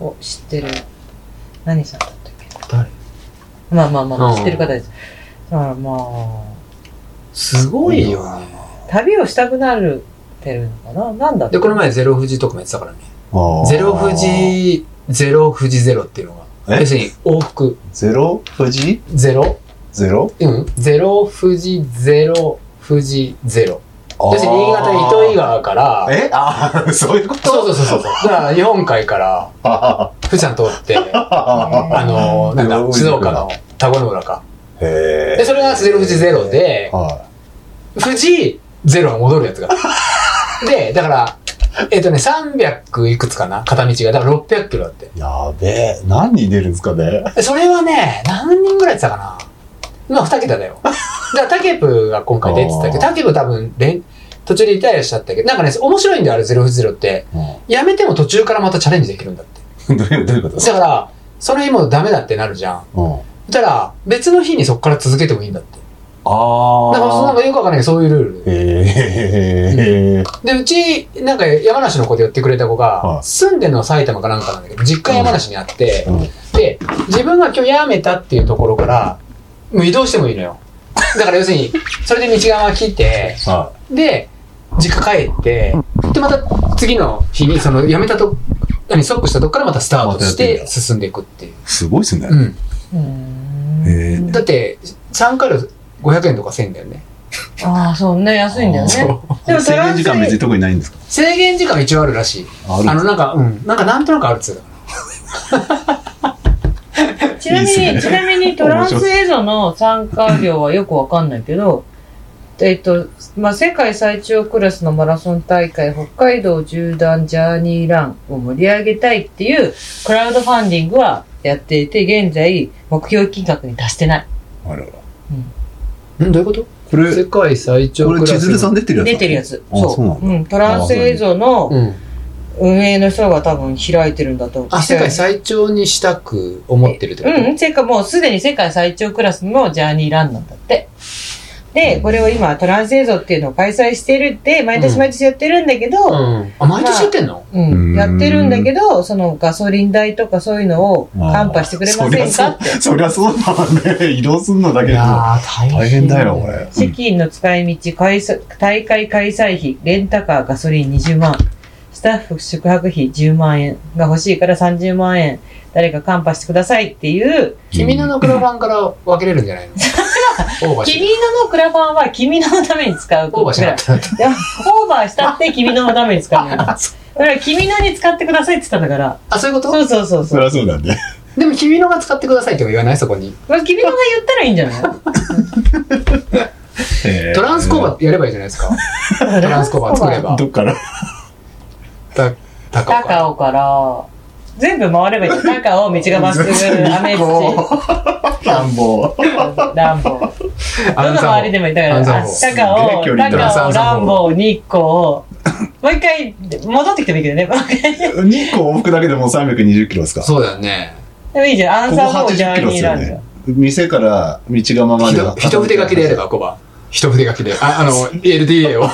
Speaker 1: お知ってる、何さんだったっけ
Speaker 3: 誰
Speaker 1: まあまあまあ、
Speaker 3: うん
Speaker 1: 知ってる方です。だからまあ、
Speaker 3: うん。すごいよね。
Speaker 1: 旅をしたくなるってるのかななんだ
Speaker 3: で、この前ゼロ富士とかもやってたからね。
Speaker 4: あー
Speaker 3: ゼロ富士、ゼロ富士ゼロっていうのが。
Speaker 4: え
Speaker 3: 要するに往復、
Speaker 4: ゼロ富士
Speaker 3: ゼロ、
Speaker 4: ゼロ
Speaker 3: うん、ゼロ富士ゼロ富士ゼロ。要するに新潟の糸魚川から、
Speaker 4: え ああ、そういうこと
Speaker 3: そうそうそうそう。だから日本海から
Speaker 4: あ
Speaker 3: 富士山通って、
Speaker 4: あ
Speaker 3: あのー、なんか静岡の田子の浦か。
Speaker 4: へえ。
Speaker 3: で、それがゼロ富士ゼロで、
Speaker 4: は
Speaker 3: 富士ゼロが戻るやつが。で、だから、えっ、とね、300いくつかな片道が。だから600キロだって。
Speaker 4: い。やべえ。何人出るんですかね。
Speaker 3: でそれはね、何人ぐらいやってたかなまあ、2桁だよ。だから、タケプが今回出てたけど、
Speaker 4: あー
Speaker 3: タケプ多分、連途中でリタイアしちゃったけど、なんかね、面白いんだよ、あれ、ゼロ富士ゼロって。
Speaker 4: うん
Speaker 3: やめても途中からまたチャレンジできるんだって。
Speaker 4: どういうどういうことです
Speaker 3: だから、それもうダメだってなるじゃん。
Speaker 4: かうん。
Speaker 3: そしたら、別の日にそこから続けてもいいんだって。
Speaker 4: あ
Speaker 3: だから、そのなん
Speaker 4: あ。
Speaker 3: かよくわかんないけど、そういうルールで。
Speaker 4: へえ。
Speaker 3: で、うち、なんか山梨の子で寄ってくれた子が、
Speaker 4: はい
Speaker 3: 住んでるのは埼玉かなんかなんだけど、実家山梨にあって、
Speaker 4: うん
Speaker 3: で、自分が今日辞めたっていうところから、もう移動してもいいのよ。だから要するに、それで道側来て、
Speaker 4: は
Speaker 3: で、実家帰って、で、また次の日に、その辞めたと、何、ストップしたとこからまたスタートし
Speaker 4: またやってみ
Speaker 3: て
Speaker 4: よう
Speaker 3: 進んでいくっていう。
Speaker 4: い。すごいですね。
Speaker 3: う
Speaker 1: うん
Speaker 4: へえ。
Speaker 3: ん。だって、3回路500円とか1000円だよね。
Speaker 1: ああ、そうね、安いんだよ
Speaker 4: そ
Speaker 1: ね。
Speaker 4: う
Speaker 1: でも
Speaker 4: 制限時間別に特にないんですか
Speaker 3: 制限時間は一応あるらしい。
Speaker 4: あ
Speaker 3: あ
Speaker 4: るんで
Speaker 3: の、なん
Speaker 4: すか
Speaker 3: か、うん。なんかなんとなくあるっつうの
Speaker 1: ちなみ
Speaker 4: いい
Speaker 1: に、
Speaker 4: っす
Speaker 1: ち
Speaker 4: ね
Speaker 1: な みにトランスエゾの参加料はよくわかんないけど、えっと、まあ、世界最長クラスのマラソン大会、北海道縦断ジャーニーランを盛り上げたいっていうクラウドファンディングはやっていて、現在目標金額に達してない。
Speaker 4: あらら
Speaker 3: んどういうこと
Speaker 4: これ、
Speaker 3: 世界最長
Speaker 4: こ
Speaker 3: ク
Speaker 4: れ、
Speaker 3: ラス
Speaker 4: 千鶴さん出てるやつ
Speaker 1: 出てるやつ。
Speaker 4: あそうなんだ
Speaker 1: うん、トランスエゾの
Speaker 3: うん、
Speaker 1: 運営の人が多分開いてるんだと思う。
Speaker 3: あ世界最長にしたく思ってるってこと、
Speaker 1: うん、世界、もうすでに世界最長クラスのジャーニーランなんだって。で、これを今、トランス映像っていうのを開催してるって、毎年毎年やってるんだけど、
Speaker 3: うんあ毎年やってんの、
Speaker 1: うん、
Speaker 4: うん
Speaker 1: やってるんだけど、そのガソリン代とかそういうのをカンパしてくれませんかって。
Speaker 4: そりゃそうだわね。移動すんのだけ
Speaker 3: い
Speaker 4: でも
Speaker 3: やー
Speaker 4: 大変だよ、これ。
Speaker 1: 資金の使い道、開催大会開催費、レンタカー、ガソリン20万、スタッフ宿泊費10万円が欲しいから30万円、誰かカンパしてくださいっていう、
Speaker 3: 君ののクラファンから分けれるんじゃないの オーバーし
Speaker 1: 君ののクラファンは君ののために使う
Speaker 3: オーバーしなかった
Speaker 1: いや、オーバーしたって君ののために使うのよ。 だから君のに使ってくださいって言ったんだから。
Speaker 3: あそういうこと
Speaker 1: そうそうそう
Speaker 4: そ
Speaker 1: そ
Speaker 4: り
Speaker 1: う。
Speaker 4: ゃそうだね。
Speaker 3: でも君のが使ってくださいとか言わないそこに
Speaker 1: まあ、君のが言ったらいいんじゃない
Speaker 3: トランスコーバ
Speaker 4: ー。
Speaker 3: やればいいじゃないです かトランスコーバー作れば
Speaker 4: どっから
Speaker 3: た高岡
Speaker 1: 高尾から、全部回ればいいじゃん。高尾、道がまっすぐ、アメ土、
Speaker 4: 乱 暴。
Speaker 1: 乱暴。ど
Speaker 3: ア
Speaker 1: の
Speaker 3: ンサ
Speaker 1: 周りでもいい。だから、
Speaker 3: ア
Speaker 1: あ
Speaker 3: ンサン
Speaker 1: 高
Speaker 4: すげ
Speaker 1: 尾、
Speaker 4: え距離だ
Speaker 1: 高尾、乱暴、日光、もう一回、戻ってきてもいいけどね。もう一回
Speaker 4: 2個往復だけでもう320キロですか。
Speaker 3: そうだよね
Speaker 1: でもいいじゃん。アン
Speaker 4: ここ
Speaker 1: サーもジャ
Speaker 4: 80
Speaker 1: ー
Speaker 4: キロで
Speaker 1: ニー
Speaker 4: す
Speaker 1: ラ
Speaker 4: よ
Speaker 1: ンド
Speaker 4: ね。店から道釜ま
Speaker 3: ひ
Speaker 4: で
Speaker 3: と
Speaker 4: は。
Speaker 3: 一筆書きでやればコバ一筆書きでああの LDA を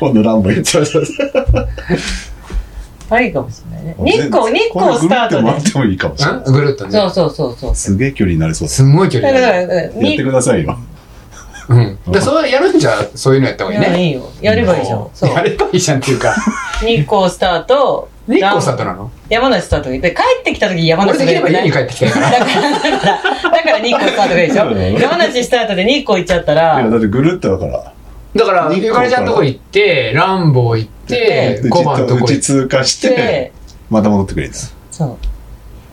Speaker 4: 今度乱暴言っちゃう。
Speaker 1: ありかもしれないね。日光、日光スタート
Speaker 4: で。これぐるっ
Speaker 1: で
Speaker 4: と回っ。てもいいかもしれない。
Speaker 3: んぐるっと
Speaker 1: そう
Speaker 3: ね
Speaker 1: そうそうそう。
Speaker 4: すげえ距離になりそうです。
Speaker 3: すんごい距
Speaker 1: だ
Speaker 3: 離
Speaker 1: か
Speaker 3: だね
Speaker 1: ら、だから
Speaker 4: やって
Speaker 1: に
Speaker 4: くださいよ。
Speaker 3: うんだからそうやるんじゃそういうのやった方がいいね
Speaker 1: いやいいよ。やればいいじゃん。そう。
Speaker 3: やればいいじゃんってい うか、
Speaker 1: 日光スタート、
Speaker 3: 日光スタートなの
Speaker 1: 山梨スタートで、帰ってきた時山
Speaker 3: 俺
Speaker 1: 梨
Speaker 3: できれば家に帰
Speaker 1: っ
Speaker 3: ってきたか
Speaker 1: だ か
Speaker 3: ら。
Speaker 1: ら、だから、だから日光スタートがいいでし
Speaker 4: うん
Speaker 1: ょ。山梨スタートで日光行っちゃった
Speaker 4: いや、
Speaker 1: ら、
Speaker 4: だってぐるっとだから。
Speaker 3: だから、
Speaker 4: 日光
Speaker 3: ゆかりちゃんのとこ行って、ランボー行って、
Speaker 4: う
Speaker 3: 小判のとこ
Speaker 4: ち
Speaker 3: 行って、
Speaker 4: 通過して
Speaker 1: で、、
Speaker 4: また戻ってくれるんです。
Speaker 1: そう。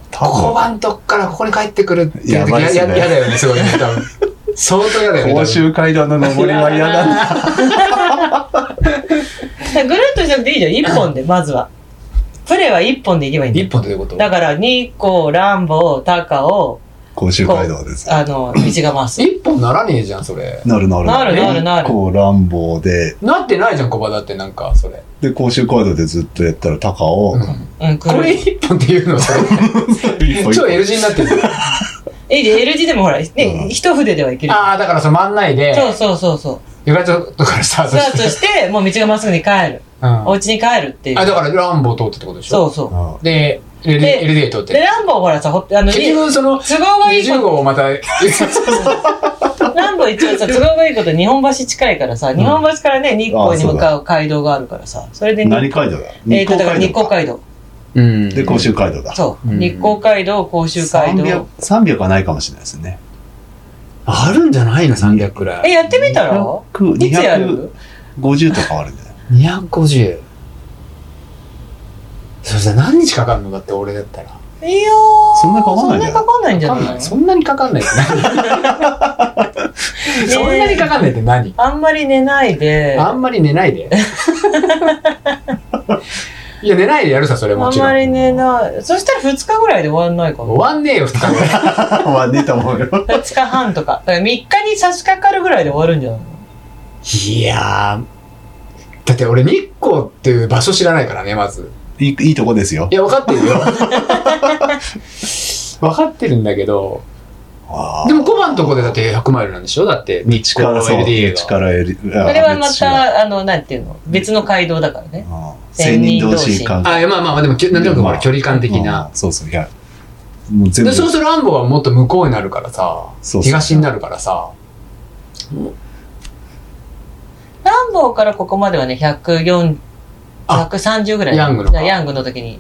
Speaker 4: 多
Speaker 3: 小
Speaker 4: 分、
Speaker 3: 判のとこからここに帰ってくるっていう時、
Speaker 4: やばいっ
Speaker 3: や
Speaker 4: すね
Speaker 3: ややだよね、すごいね、多分。 相当やだよね。多
Speaker 4: 甲
Speaker 3: 分
Speaker 4: 州街道の登りは嫌だな。
Speaker 1: だからぐるっとじゃなくていいじゃん。一本 で、まずは。プレーは一本で行けばいいんだよ
Speaker 3: 一本ってどういうこと
Speaker 1: だから、日光、乱暴、高尾、
Speaker 4: 甲州街道です。
Speaker 1: あの、道が回す。
Speaker 3: 一本ならねえじゃん、それ。
Speaker 4: なるなる
Speaker 1: なるなるなる
Speaker 4: こう乱暴で、
Speaker 3: なってないじゃん、小判だって、なんか、それ。
Speaker 4: で、甲州街道でずっとやったら高を、
Speaker 1: うん、く
Speaker 3: こ
Speaker 1: る
Speaker 3: れ。一本っていうの、それ。
Speaker 4: 一歩一
Speaker 3: 超
Speaker 4: 歩
Speaker 3: L 字になってる。
Speaker 1: え、で L 字でもほら、
Speaker 4: う
Speaker 1: ね、
Speaker 4: ん
Speaker 1: 一筆ではいける。
Speaker 3: ああ、だからその真ん内
Speaker 1: そう
Speaker 3: で、
Speaker 1: そうそうそう。
Speaker 3: ゆかりちゃんのとこからスター
Speaker 1: ス
Speaker 3: ト
Speaker 1: タート
Speaker 3: して。
Speaker 1: して、もう道がまっすぐに帰る。
Speaker 3: うん
Speaker 1: お家に帰るっていう。
Speaker 3: あ、だからランボー通ってってことでし
Speaker 1: そ
Speaker 3: ょ
Speaker 1: うそう。
Speaker 4: あ
Speaker 3: で、 LD-
Speaker 1: で
Speaker 3: LDA 取って
Speaker 1: で、
Speaker 3: る。
Speaker 1: ランボーほらさ、ほってあの、
Speaker 3: 結
Speaker 1: い
Speaker 3: 局その、
Speaker 1: 都合がいいこ
Speaker 3: 20号をまた、
Speaker 1: と、ランボー一応さ、都合がいいこと日本橋近いからさ、日本橋からね、日光に向かう街道があるからさ、それで、
Speaker 4: 何街道だ
Speaker 1: えっと、だから日光
Speaker 4: 道か
Speaker 1: 街道。
Speaker 3: うん
Speaker 4: で、甲州街道だ。
Speaker 1: そう。
Speaker 3: うん
Speaker 1: 日光街道、甲州街
Speaker 4: 300
Speaker 1: 道。、
Speaker 4: 300はないかもしれないですね。
Speaker 3: あるんじゃないの ?300 くら
Speaker 1: え、
Speaker 3: い。
Speaker 1: やってみたら
Speaker 4: 100
Speaker 1: いつやる
Speaker 4: 250とかはあるん じゃない
Speaker 3: 250。それさ、何日かかるのだって俺だったら。
Speaker 1: いやー
Speaker 4: そんなかかんないんじゃない
Speaker 1: そんなかかんないんじゃ
Speaker 3: かん
Speaker 1: な
Speaker 3: ないい。そんなにかかんないって 何そんなにかかんないって何
Speaker 1: あんまり寝ないで、
Speaker 3: あんまり寝な いで。いや、寝ないでやるさ、それ
Speaker 1: あ
Speaker 3: も
Speaker 1: ん
Speaker 3: ちろ
Speaker 1: ま
Speaker 3: ん。
Speaker 1: り寝ない。そしたら2日ぐらいで終わんないかな。
Speaker 3: 終わんねえよ、二日ぐらい
Speaker 4: まあ、ねえと思うよ。
Speaker 1: 2日半とか。だから3日に差し掛かるぐらいで終わるんじゃないの
Speaker 3: いやー。だって俺日光っていう場所知らないからね、まず。
Speaker 4: いい、いいとこですよ
Speaker 3: い。や、分かってる よ。分かってるんだけど。
Speaker 4: あー
Speaker 3: でも5番のとこでだって100マイルなんでしょだって、日光
Speaker 4: 力そう
Speaker 3: LDA が。
Speaker 4: 力 LDA が。
Speaker 1: そ
Speaker 4: あ
Speaker 1: れはま。
Speaker 4: 別種
Speaker 1: た、あの、なんていうの別の街道だからね。
Speaker 4: だうん千人同士関
Speaker 3: あ、いや、まあまあまあ、でも、きゅなんとなくほら、距離感的
Speaker 4: う
Speaker 3: な。
Speaker 4: んそうそう、いや。もう全
Speaker 3: で、
Speaker 4: 部。
Speaker 3: そうするとアンボはもっと向こうになるからさ、
Speaker 4: そうそう
Speaker 3: 東になるからさ、
Speaker 1: ランボーからここまではね、104、
Speaker 3: あ
Speaker 1: 130ぐらい。
Speaker 3: ヤングのか
Speaker 1: ヤングの時に。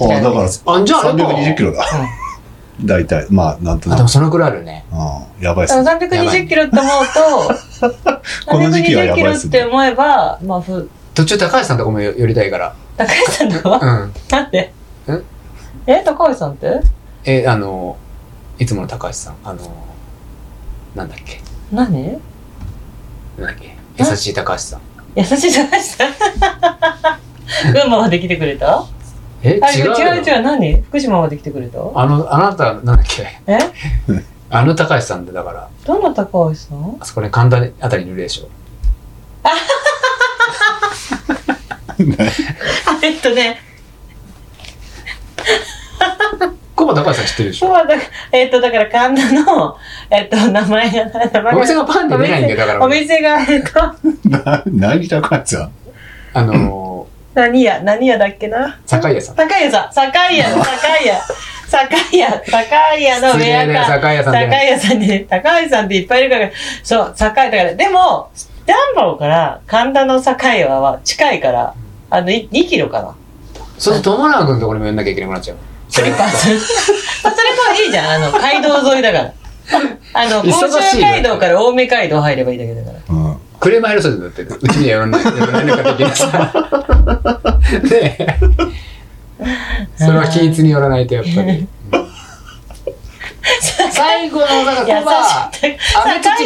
Speaker 4: あだから、
Speaker 3: あ、じゃああれか、
Speaker 4: 320キロだ。大体、まあ、なんと
Speaker 3: あ、
Speaker 4: な
Speaker 3: で
Speaker 4: く
Speaker 3: も。そのくらいあるね。
Speaker 4: うん、やばいっすね。
Speaker 1: 320キロって思うと、
Speaker 4: この時期は
Speaker 1: 320
Speaker 4: やば
Speaker 1: キ
Speaker 4: い
Speaker 1: ロ
Speaker 4: っ
Speaker 1: っ
Speaker 4: すね
Speaker 1: て思えば、まあ、ふ、
Speaker 3: 途中高橋さんとこもよ寄りたいから。
Speaker 1: 高橋さんとは
Speaker 3: うん。
Speaker 1: なんでえ高橋さんって
Speaker 3: え、あの、いつもの高橋さん、あの、なんだっけ、
Speaker 1: 何
Speaker 3: なんだっけ、優しい高橋さん。
Speaker 1: 優しい高橋 さん群馬まで来てくれた
Speaker 3: え、
Speaker 1: あ違
Speaker 3: 違う
Speaker 1: う
Speaker 3: よ
Speaker 1: 違う何福島まで来てくれた
Speaker 3: あの、あなた、なんだっけ、
Speaker 1: え
Speaker 3: あの高橋さんってだから、
Speaker 1: どんな高橋さん
Speaker 3: あそこね、神田あたりにいるでしょ。
Speaker 1: あえっとね、
Speaker 3: コバ高橋さん知ってるでし
Speaker 1: 今日
Speaker 3: ょ。
Speaker 1: はだ、えっと、だから神田の、えっと、名前が、名前
Speaker 3: お店がパンで出ないんだよ、だか
Speaker 1: お
Speaker 3: ら、
Speaker 1: 店が、えっと、
Speaker 4: な何高橋さん
Speaker 3: あの、
Speaker 1: 何屋何屋だっけな
Speaker 3: 酒屋さん。
Speaker 1: 酒屋さん酒屋酒屋酒屋酒屋のウ
Speaker 3: 失礼
Speaker 1: ェ
Speaker 3: ね
Speaker 1: アか
Speaker 3: 酒屋さんで
Speaker 1: 酒。屋さんに高橋さんっていっぱいいるからそう酒屋だからでもダンボーから神田の酒屋は近いからあのい2キロかな
Speaker 3: その友永君のところにも寄んなきゃいけなくなっち ゃう。
Speaker 1: スリッパーズそれもいいじゃんあの街道沿いだからあの
Speaker 3: 忙しい
Speaker 1: 甲
Speaker 3: な
Speaker 1: 州街道から青梅街道入ればいいだけだから
Speaker 4: うん。
Speaker 3: 車やるそうだって、うちには寄らない、寄らないかできないさ。 で、それは均一に寄らないと、やっ ぱり。最後の、だから、コバ、
Speaker 1: 優しい
Speaker 3: アメチ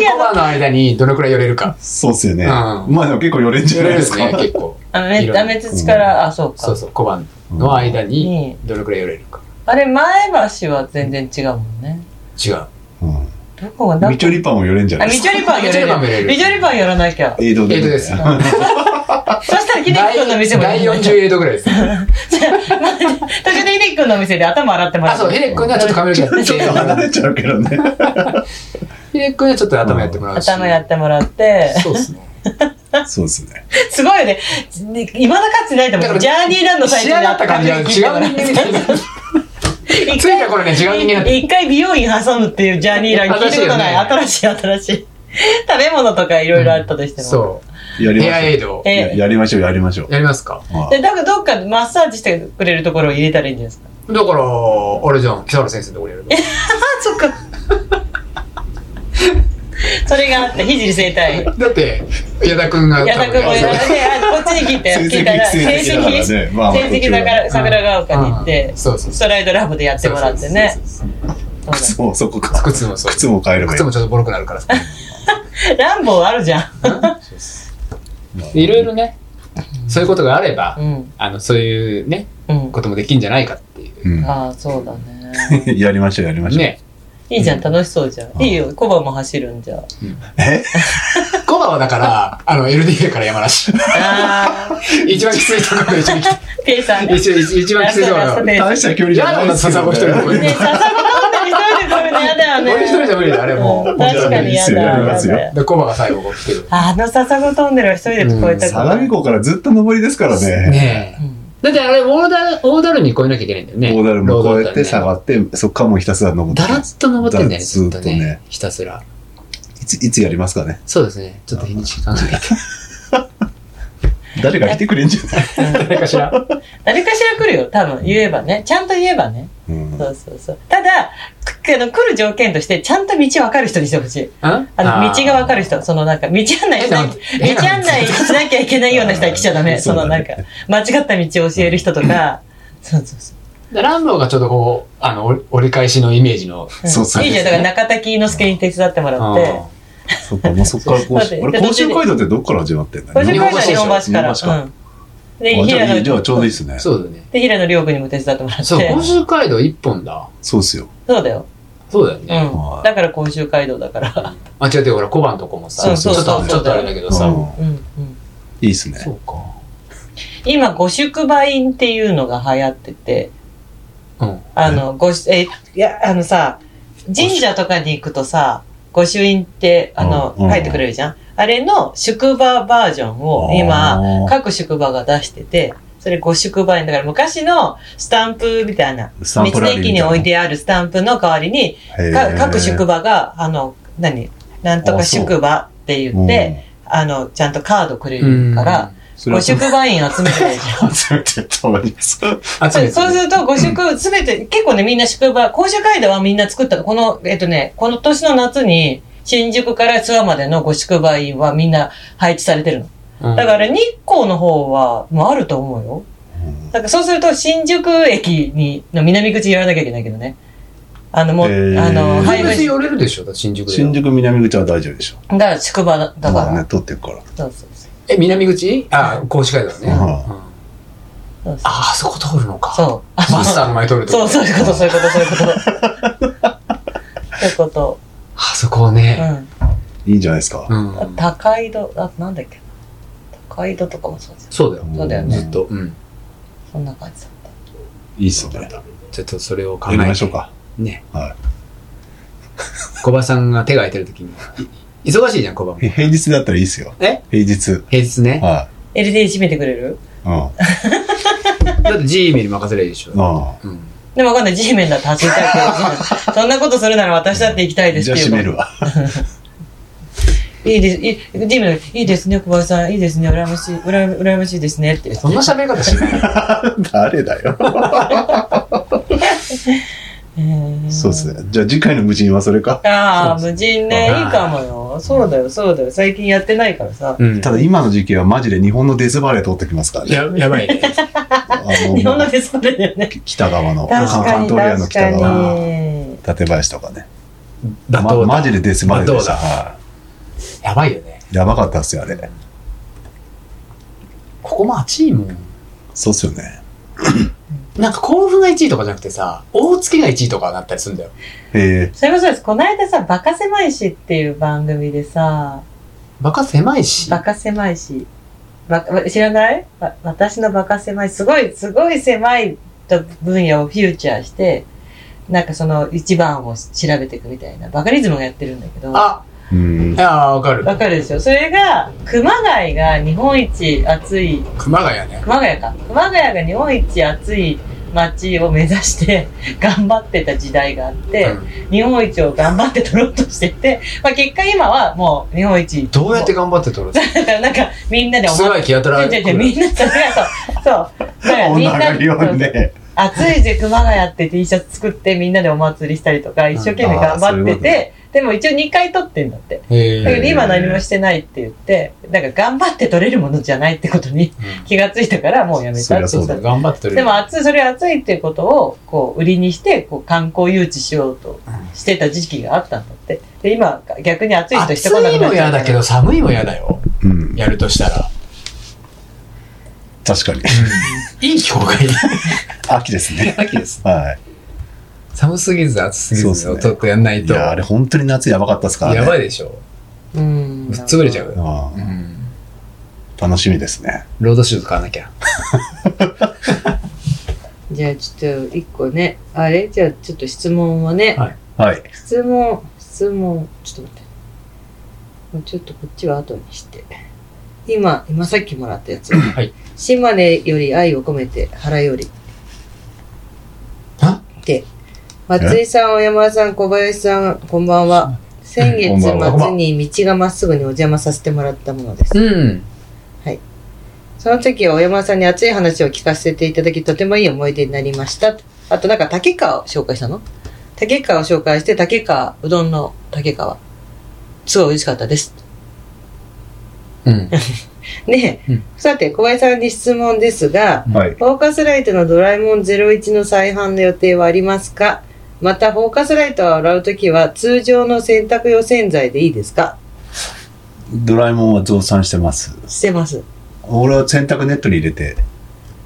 Speaker 3: チコバの間にどのくらい寄れるか。
Speaker 4: そうっすよね。
Speaker 3: うん
Speaker 4: まあでも結構寄れんじ
Speaker 3: 寄
Speaker 4: ゃない
Speaker 3: れるで
Speaker 4: で
Speaker 3: すす
Speaker 4: か。
Speaker 3: ね、結構。
Speaker 1: あのね
Speaker 3: いろいろ
Speaker 1: ダメ土からあそうか
Speaker 3: そうそう、コバの間にどのくらい寄れるか。
Speaker 1: あれ前橋は全然違うもんね
Speaker 3: 違う。
Speaker 4: うん。
Speaker 1: どこがだ
Speaker 4: みちょりパンも寄れんじゃな
Speaker 1: あ、
Speaker 4: いで
Speaker 1: み
Speaker 4: す
Speaker 1: ち
Speaker 4: か。
Speaker 1: ょりパンやれ
Speaker 3: みちょりパンもやれ
Speaker 1: る。
Speaker 3: る
Speaker 1: みちょりパンやらなきゃ。
Speaker 4: 江戸
Speaker 3: 江戸です。
Speaker 1: そしたら、秀樹くんの店もや
Speaker 3: 第
Speaker 1: らなきゃ。
Speaker 3: 40エイドぐらい です。
Speaker 1: 途中で秀樹くんの店で頭洗ってもら
Speaker 3: あ、そう、ヘレックにはちょっと髪の毛やって
Speaker 4: ちょっと 離れちゃうけどね。
Speaker 3: ヒレ君はちょっと頭やってもらうし。
Speaker 1: 頭やってもら って。
Speaker 3: そうですね。
Speaker 4: そうですね。
Speaker 1: すごいよね。いまだかつてないと思う。
Speaker 3: だ
Speaker 1: ジ
Speaker 3: か
Speaker 1: ャーニーランド最
Speaker 3: 仕
Speaker 1: 初
Speaker 3: 上がった感じは違う人間みたいな。ついた頃ね違う人間になって
Speaker 1: 一回美容院挟むっていうジャーニーラン聞いたことない。新しい、新しい。食べ物とかいろいろあったとしても。
Speaker 3: そ
Speaker 4: や
Speaker 3: う。
Speaker 4: りま
Speaker 3: ヘアエイ
Speaker 4: しょう。
Speaker 3: ド。
Speaker 4: や
Speaker 1: え
Speaker 4: やりましょう、やりましょう。
Speaker 3: やりますか
Speaker 4: ああ
Speaker 1: え。で、だからどっかマッサージしてくれるところを入れたらいいんじゃないですか。
Speaker 3: だから、あれじゃん、木原先生のところやる。
Speaker 1: あ、そっか。 それがあって、聖整体。
Speaker 3: だって、矢田君が多
Speaker 1: 矢田
Speaker 3: 分
Speaker 1: 君もいら
Speaker 3: ね。
Speaker 1: ね、あこっちに来て、
Speaker 4: 成績
Speaker 1: 聞いたら、成績、
Speaker 4: 成績だからねまあ
Speaker 1: 成績だから、桜ヶ丘に行って
Speaker 3: うん、そうそう
Speaker 1: ストライドラボでやってもらってね。
Speaker 3: そ
Speaker 1: そ
Speaker 3: うそうそう
Speaker 1: う
Speaker 4: 靴もそこ
Speaker 3: そう
Speaker 4: か。
Speaker 3: 靴もそう。
Speaker 4: 靴も変えればいい
Speaker 3: 靴。もちょっとボロくなるからさ。
Speaker 1: だランボーあるじゃん。
Speaker 3: いろいろね、そういうことがあれば
Speaker 1: う、ん。
Speaker 3: あの、そういうね、
Speaker 1: うん。
Speaker 3: こともできんじゃないかっていう。
Speaker 4: うん。
Speaker 1: ああ、そうだね。
Speaker 4: やりましょう、やりましょう。
Speaker 3: ね。
Speaker 1: いいじゃん、楽しそうじゃん。いいよ、コバも走るんじゃ。
Speaker 4: え
Speaker 3: コバはだから、 あの、LDA から山梨。
Speaker 1: ああ、
Speaker 3: 一番きついところで一緒に来て。
Speaker 1: ペイさんね。
Speaker 3: 一一一番きついところ。
Speaker 1: ね
Speaker 4: 大した距離じゃないですけど
Speaker 3: いやなんか笹子一人で
Speaker 1: ね、笹子飲んで一人で来るの嫌だよね。
Speaker 3: 俺一人じゃ無理だ、あれも
Speaker 1: う
Speaker 3: う。
Speaker 1: ん確かに嫌だ
Speaker 4: やりますよ
Speaker 1: よ。
Speaker 3: で、コバが最後こう来てる。
Speaker 1: あの笹子トンネルは一人で越えた
Speaker 4: 相模湖からずっと上りですからね。
Speaker 3: ね
Speaker 1: うん
Speaker 3: だってあれ、大樽、大樽に越えなきゃいけないんだよね。
Speaker 4: 大樽もこうやって
Speaker 3: さ
Speaker 4: 下がって、そっからもうひたすら登って
Speaker 3: だらっと登ってんだよね、ずっと
Speaker 4: ずっとね
Speaker 3: ね。ひたすら。
Speaker 4: いつ、いつやりますかね。
Speaker 3: そうですね。ちょっと日にち考えて。
Speaker 4: 誰か来てくれんじゃな い
Speaker 3: 誰かしら。
Speaker 1: 誰かしら来るよ、多分。言えばね。ちゃんと言えばね。
Speaker 4: うん
Speaker 1: そうそうそう。ただ、くあの来る条件として、ちゃんと道分かる人にしてほしい。
Speaker 3: あ
Speaker 1: あの、道が分かる人、そのなんか、道案 内しなき
Speaker 3: え
Speaker 1: 道案内しなきゃいけないような人は来ちゃダメ。
Speaker 4: そ
Speaker 1: そう
Speaker 4: だ
Speaker 1: のな
Speaker 4: ね
Speaker 1: んか、間違った道を教える人とか、そうそうそう。
Speaker 3: でランボーがちょっとこう、あの、折折り返しのイメージの。
Speaker 1: うん
Speaker 4: そうそう
Speaker 1: いいじゃん。だから中田喜之助に手伝ってもらって。
Speaker 4: そっか、もうそっから甲
Speaker 1: だっ
Speaker 4: 州。
Speaker 1: て
Speaker 4: あれ、甲州街道ってどっから始まってんだ
Speaker 1: これ
Speaker 3: 州
Speaker 1: で
Speaker 3: 街
Speaker 1: こういうのは日本橋から。
Speaker 4: 日本橋か
Speaker 1: うん。で、
Speaker 4: あじゃ
Speaker 1: 平
Speaker 4: あいいじゃあ
Speaker 1: 野、
Speaker 4: ちょうどいいっすね。
Speaker 3: そうだね。
Speaker 1: で、平野亮君にも手伝ってもらって。
Speaker 3: そ、
Speaker 1: そうう
Speaker 3: 甲州街道一本だ。
Speaker 4: そうっすよ。
Speaker 1: だよ。
Speaker 3: そうだよ
Speaker 1: うん。
Speaker 3: ね。
Speaker 4: はい
Speaker 1: だから甲州街道だから。
Speaker 3: あ、違う違う、ほら、小判とこも
Speaker 1: そ
Speaker 3: さ、
Speaker 1: う
Speaker 3: ち
Speaker 1: そ
Speaker 3: ょ
Speaker 1: う
Speaker 3: っ
Speaker 1: そ
Speaker 3: と、
Speaker 1: う
Speaker 3: ちょっとあれだけど
Speaker 4: う
Speaker 3: さ。
Speaker 4: ん
Speaker 1: うんうん。
Speaker 4: いいっすね。
Speaker 3: うか。
Speaker 1: 今、五宿梅院っていうのが流行ってて、
Speaker 3: うん。
Speaker 1: あの、ごし、え、いや、あのさ、神社とかに行くとさ、御朱印って、あの、
Speaker 4: うんうん
Speaker 1: 書いてくれるじゃんあれの宿場バージョンを今、
Speaker 4: あー
Speaker 1: 各宿場が出してて、それ御宿場に、だから昔のスタンプみたいな、
Speaker 4: ス
Speaker 1: 道
Speaker 4: タ
Speaker 1: の
Speaker 4: ンプラリーみた
Speaker 1: 駅
Speaker 4: い
Speaker 1: に
Speaker 4: な
Speaker 1: 置いてあるスタンプの代わりに、か各宿場が、あの、何なんとか宿場って言って、、あの、ちゃんとカードくれるから、
Speaker 4: それ
Speaker 1: 御
Speaker 4: は集
Speaker 1: 宿場員集めてるじゃん。
Speaker 4: めてたまにます。
Speaker 3: あ、
Speaker 1: そうそうす
Speaker 3: う。
Speaker 1: ると、五宿すべて、結構ね、みんな宿場、講習会ではみんな作ったのこの、えっとね、この年の夏に、新宿から諏訪までの五宿場員はみんな配置されてるの。
Speaker 3: だ
Speaker 1: だから、日光の方は、もうあると思うよ。だからそうすると、新宿駅に、の南口寄らなきゃいけないけどね。あの、もう、
Speaker 4: へー
Speaker 1: あの、
Speaker 3: 配
Speaker 1: 配
Speaker 3: 分
Speaker 1: 分
Speaker 3: し
Speaker 1: し、
Speaker 3: 寄れるでしょ、だって新宿で。
Speaker 4: 新宿南口は大丈夫でしょ。
Speaker 1: だから宿場だだから。
Speaker 4: ね、取ってるから。
Speaker 1: そうそうそう
Speaker 3: え、南口あ、甲子街道ね。
Speaker 4: うん
Speaker 3: うん
Speaker 1: そうそう。
Speaker 3: あ、あそこ通るのか。
Speaker 1: そう。あ
Speaker 3: バスターの前通るとこ
Speaker 1: そう、そういうこと、そういうこと、そういう こと。そういうこと。
Speaker 3: あそこ
Speaker 1: う
Speaker 3: ね。
Speaker 1: ん。
Speaker 4: いいんじゃないですか。
Speaker 3: うん。
Speaker 1: 高井戸、あ、なんだっけな。高井戸とかもそうじゃん。
Speaker 3: そうだよ。
Speaker 1: そうだよね
Speaker 3: ずっと。うん。
Speaker 1: そんな感じだっ
Speaker 4: いいっすね。
Speaker 3: ちょっとそれを考
Speaker 4: や
Speaker 3: え
Speaker 4: り
Speaker 3: て
Speaker 4: ましょうか。
Speaker 3: ね。
Speaker 4: は
Speaker 3: 小葉さんが手が空いてる時に。い忙しいじゃん、小葉も。
Speaker 4: い。平日だったらいいっすよ。
Speaker 3: え
Speaker 4: 平日。
Speaker 3: 平日ね。
Speaker 4: は
Speaker 1: た。LD 閉めてくれる
Speaker 4: い。う
Speaker 3: だって G メール任せればいいでし
Speaker 4: ん。
Speaker 3: ょ。
Speaker 4: あ
Speaker 3: うん。
Speaker 1: でもわかんない。G メンだって走りたいけど、そんなことするなら私だって行きたい
Speaker 4: あ。
Speaker 1: です
Speaker 4: じゃ
Speaker 1: っ
Speaker 4: あ
Speaker 1: てい
Speaker 4: 閉
Speaker 1: うの
Speaker 4: めるわ。
Speaker 1: いいです、いい、G メン、いいですね、小林さん。いいですね、羨ましい、羨ま羨ましいですねって。
Speaker 3: そんな喋り方し ない。
Speaker 4: 誰だよ。
Speaker 1: えー
Speaker 4: そうっす。ね。じゃあ次回の無人はそれか。
Speaker 1: ああ、無人ね、
Speaker 3: そう
Speaker 1: いいかもよ。そうだよ、そうだよ。最近やってないからさ。
Speaker 3: うん
Speaker 4: ただ今の時期はマジで日本のデスバレー通ってきますからね。
Speaker 3: や、やばいね。
Speaker 4: あ
Speaker 1: 日本の
Speaker 4: の、
Speaker 1: デスパレだよね。
Speaker 4: 北側の、
Speaker 1: 確か
Speaker 4: 関
Speaker 1: に、
Speaker 4: 東エリアの
Speaker 1: 確か
Speaker 4: 北側の
Speaker 1: に。
Speaker 4: 館林とかね。
Speaker 3: 妥
Speaker 4: ま
Speaker 3: 当だ。
Speaker 4: マジでデスバレーでした。
Speaker 3: 妥当
Speaker 4: は
Speaker 3: だやばいよね。
Speaker 4: いやばかったっすよ、あれ。
Speaker 3: ここも8位もん。
Speaker 4: そうっすよね。
Speaker 3: なんか甲府が1位とかじゃなくてさ、大月が1位とかなったりするんだよ。
Speaker 4: え
Speaker 1: それこそです。この間さ、バカ狭いしっていう番組でさ、
Speaker 3: バカ狭いし。
Speaker 1: バカ狭いし、バカ知らないわ私のバカ狭い、すごい、すごい狭い分野をフューチャーして、なんかその一番を調べていくみたいな、バカリズムがやってるんだけど、わ
Speaker 3: あ、
Speaker 4: ー。 うん。
Speaker 3: あーわかる。
Speaker 1: かるでしょそれが、熊谷が日本一暑い、
Speaker 3: 熊谷ね。
Speaker 1: 熊谷か。熊谷が日本一暑い街を目指して頑張ってた時代があって、
Speaker 3: うん
Speaker 1: 日本一を頑張って取ろうとしてて、まあ結果今はもう日本一。
Speaker 3: どうやって頑張って撮る
Speaker 1: だからなんかみんなで思
Speaker 3: すごい気やたら。
Speaker 1: 違う違うみんなそれがそう。そう。だからみん
Speaker 4: 女上
Speaker 1: な
Speaker 4: がりをね。
Speaker 1: 暑いぜ熊谷って T シャツ作ってみんなでお祭りしたりとか一生懸命頑張ってて、でも一応2回撮ってんだって。
Speaker 3: へー
Speaker 1: だけど今何もしてないって言って、なんか頑張って撮れるものじゃないってことに
Speaker 3: うん
Speaker 1: 気がついたからもうやめた
Speaker 4: そ
Speaker 1: っ
Speaker 4: り
Speaker 1: て
Speaker 4: ゃ
Speaker 1: 言
Speaker 4: そ
Speaker 1: っ
Speaker 4: う
Speaker 1: た
Speaker 4: だよ。
Speaker 3: 頑張ってる。
Speaker 1: でも暑い、それ暑いっていうことを、こう、売りにして、こう、観光誘致しようとしてた時期があったんだって。で、今、逆に暑い人
Speaker 3: 暑
Speaker 1: してこなく
Speaker 3: い
Speaker 1: なっ
Speaker 3: も
Speaker 1: ちゃ
Speaker 3: 嫌
Speaker 1: うから
Speaker 3: だけど、寒いも嫌だよ。
Speaker 4: うん。
Speaker 3: やるとしたら。
Speaker 4: 確かに。
Speaker 3: いい気候がいい。
Speaker 4: 秋ですね。
Speaker 3: 秋です。
Speaker 4: は
Speaker 3: 寒すぎず暑すぎず
Speaker 4: そう
Speaker 3: を
Speaker 4: ですね。
Speaker 3: ちょっとやんないい
Speaker 4: い
Speaker 3: と。
Speaker 4: や、あれ本当に夏やばかったですからね。
Speaker 3: やばいでしょ。
Speaker 1: うん。
Speaker 3: ぶっ潰れちゃうよ。
Speaker 4: あ
Speaker 3: う
Speaker 4: あ
Speaker 3: ん
Speaker 4: 楽しみですね。
Speaker 3: ロードシューズ買わなきゃ。
Speaker 1: じゃあちょっと一個ね、あれじゃあちょっと質問はね、
Speaker 3: はい
Speaker 4: はい。
Speaker 1: 質問、質問、ちょっと待って。もうちょっとこっちは後にして。今、今さっきもらったやつ。
Speaker 3: い
Speaker 1: 島根より愛を込めて、腹より。
Speaker 3: あ
Speaker 1: で、松井さん、小山田さん、小林さん、こんばんは。先
Speaker 2: こ
Speaker 1: 月
Speaker 2: んばんは
Speaker 1: 末に道がまっすぐにお邪魔させてもらったものです。
Speaker 3: うん。
Speaker 1: その時は小山田さんに熱い話を聞かせていただき、とてもいい思い出になりました。あとなんか竹川を紹介したの竹川を紹介して、竹川、うどんの竹川。すごい美味しかったです。
Speaker 3: うん。
Speaker 1: ねえ、
Speaker 3: うん
Speaker 1: さて小林さんに質問ですが、
Speaker 4: はい。
Speaker 1: フォーカスライトのドラえもん01の再販の予定はありますかまたフォーカスライトを洗うときは通常の洗濯用洗剤でいいですか
Speaker 4: ドラえもんは増産してます。
Speaker 1: してます。
Speaker 4: 俺は洗濯ネットに入れて、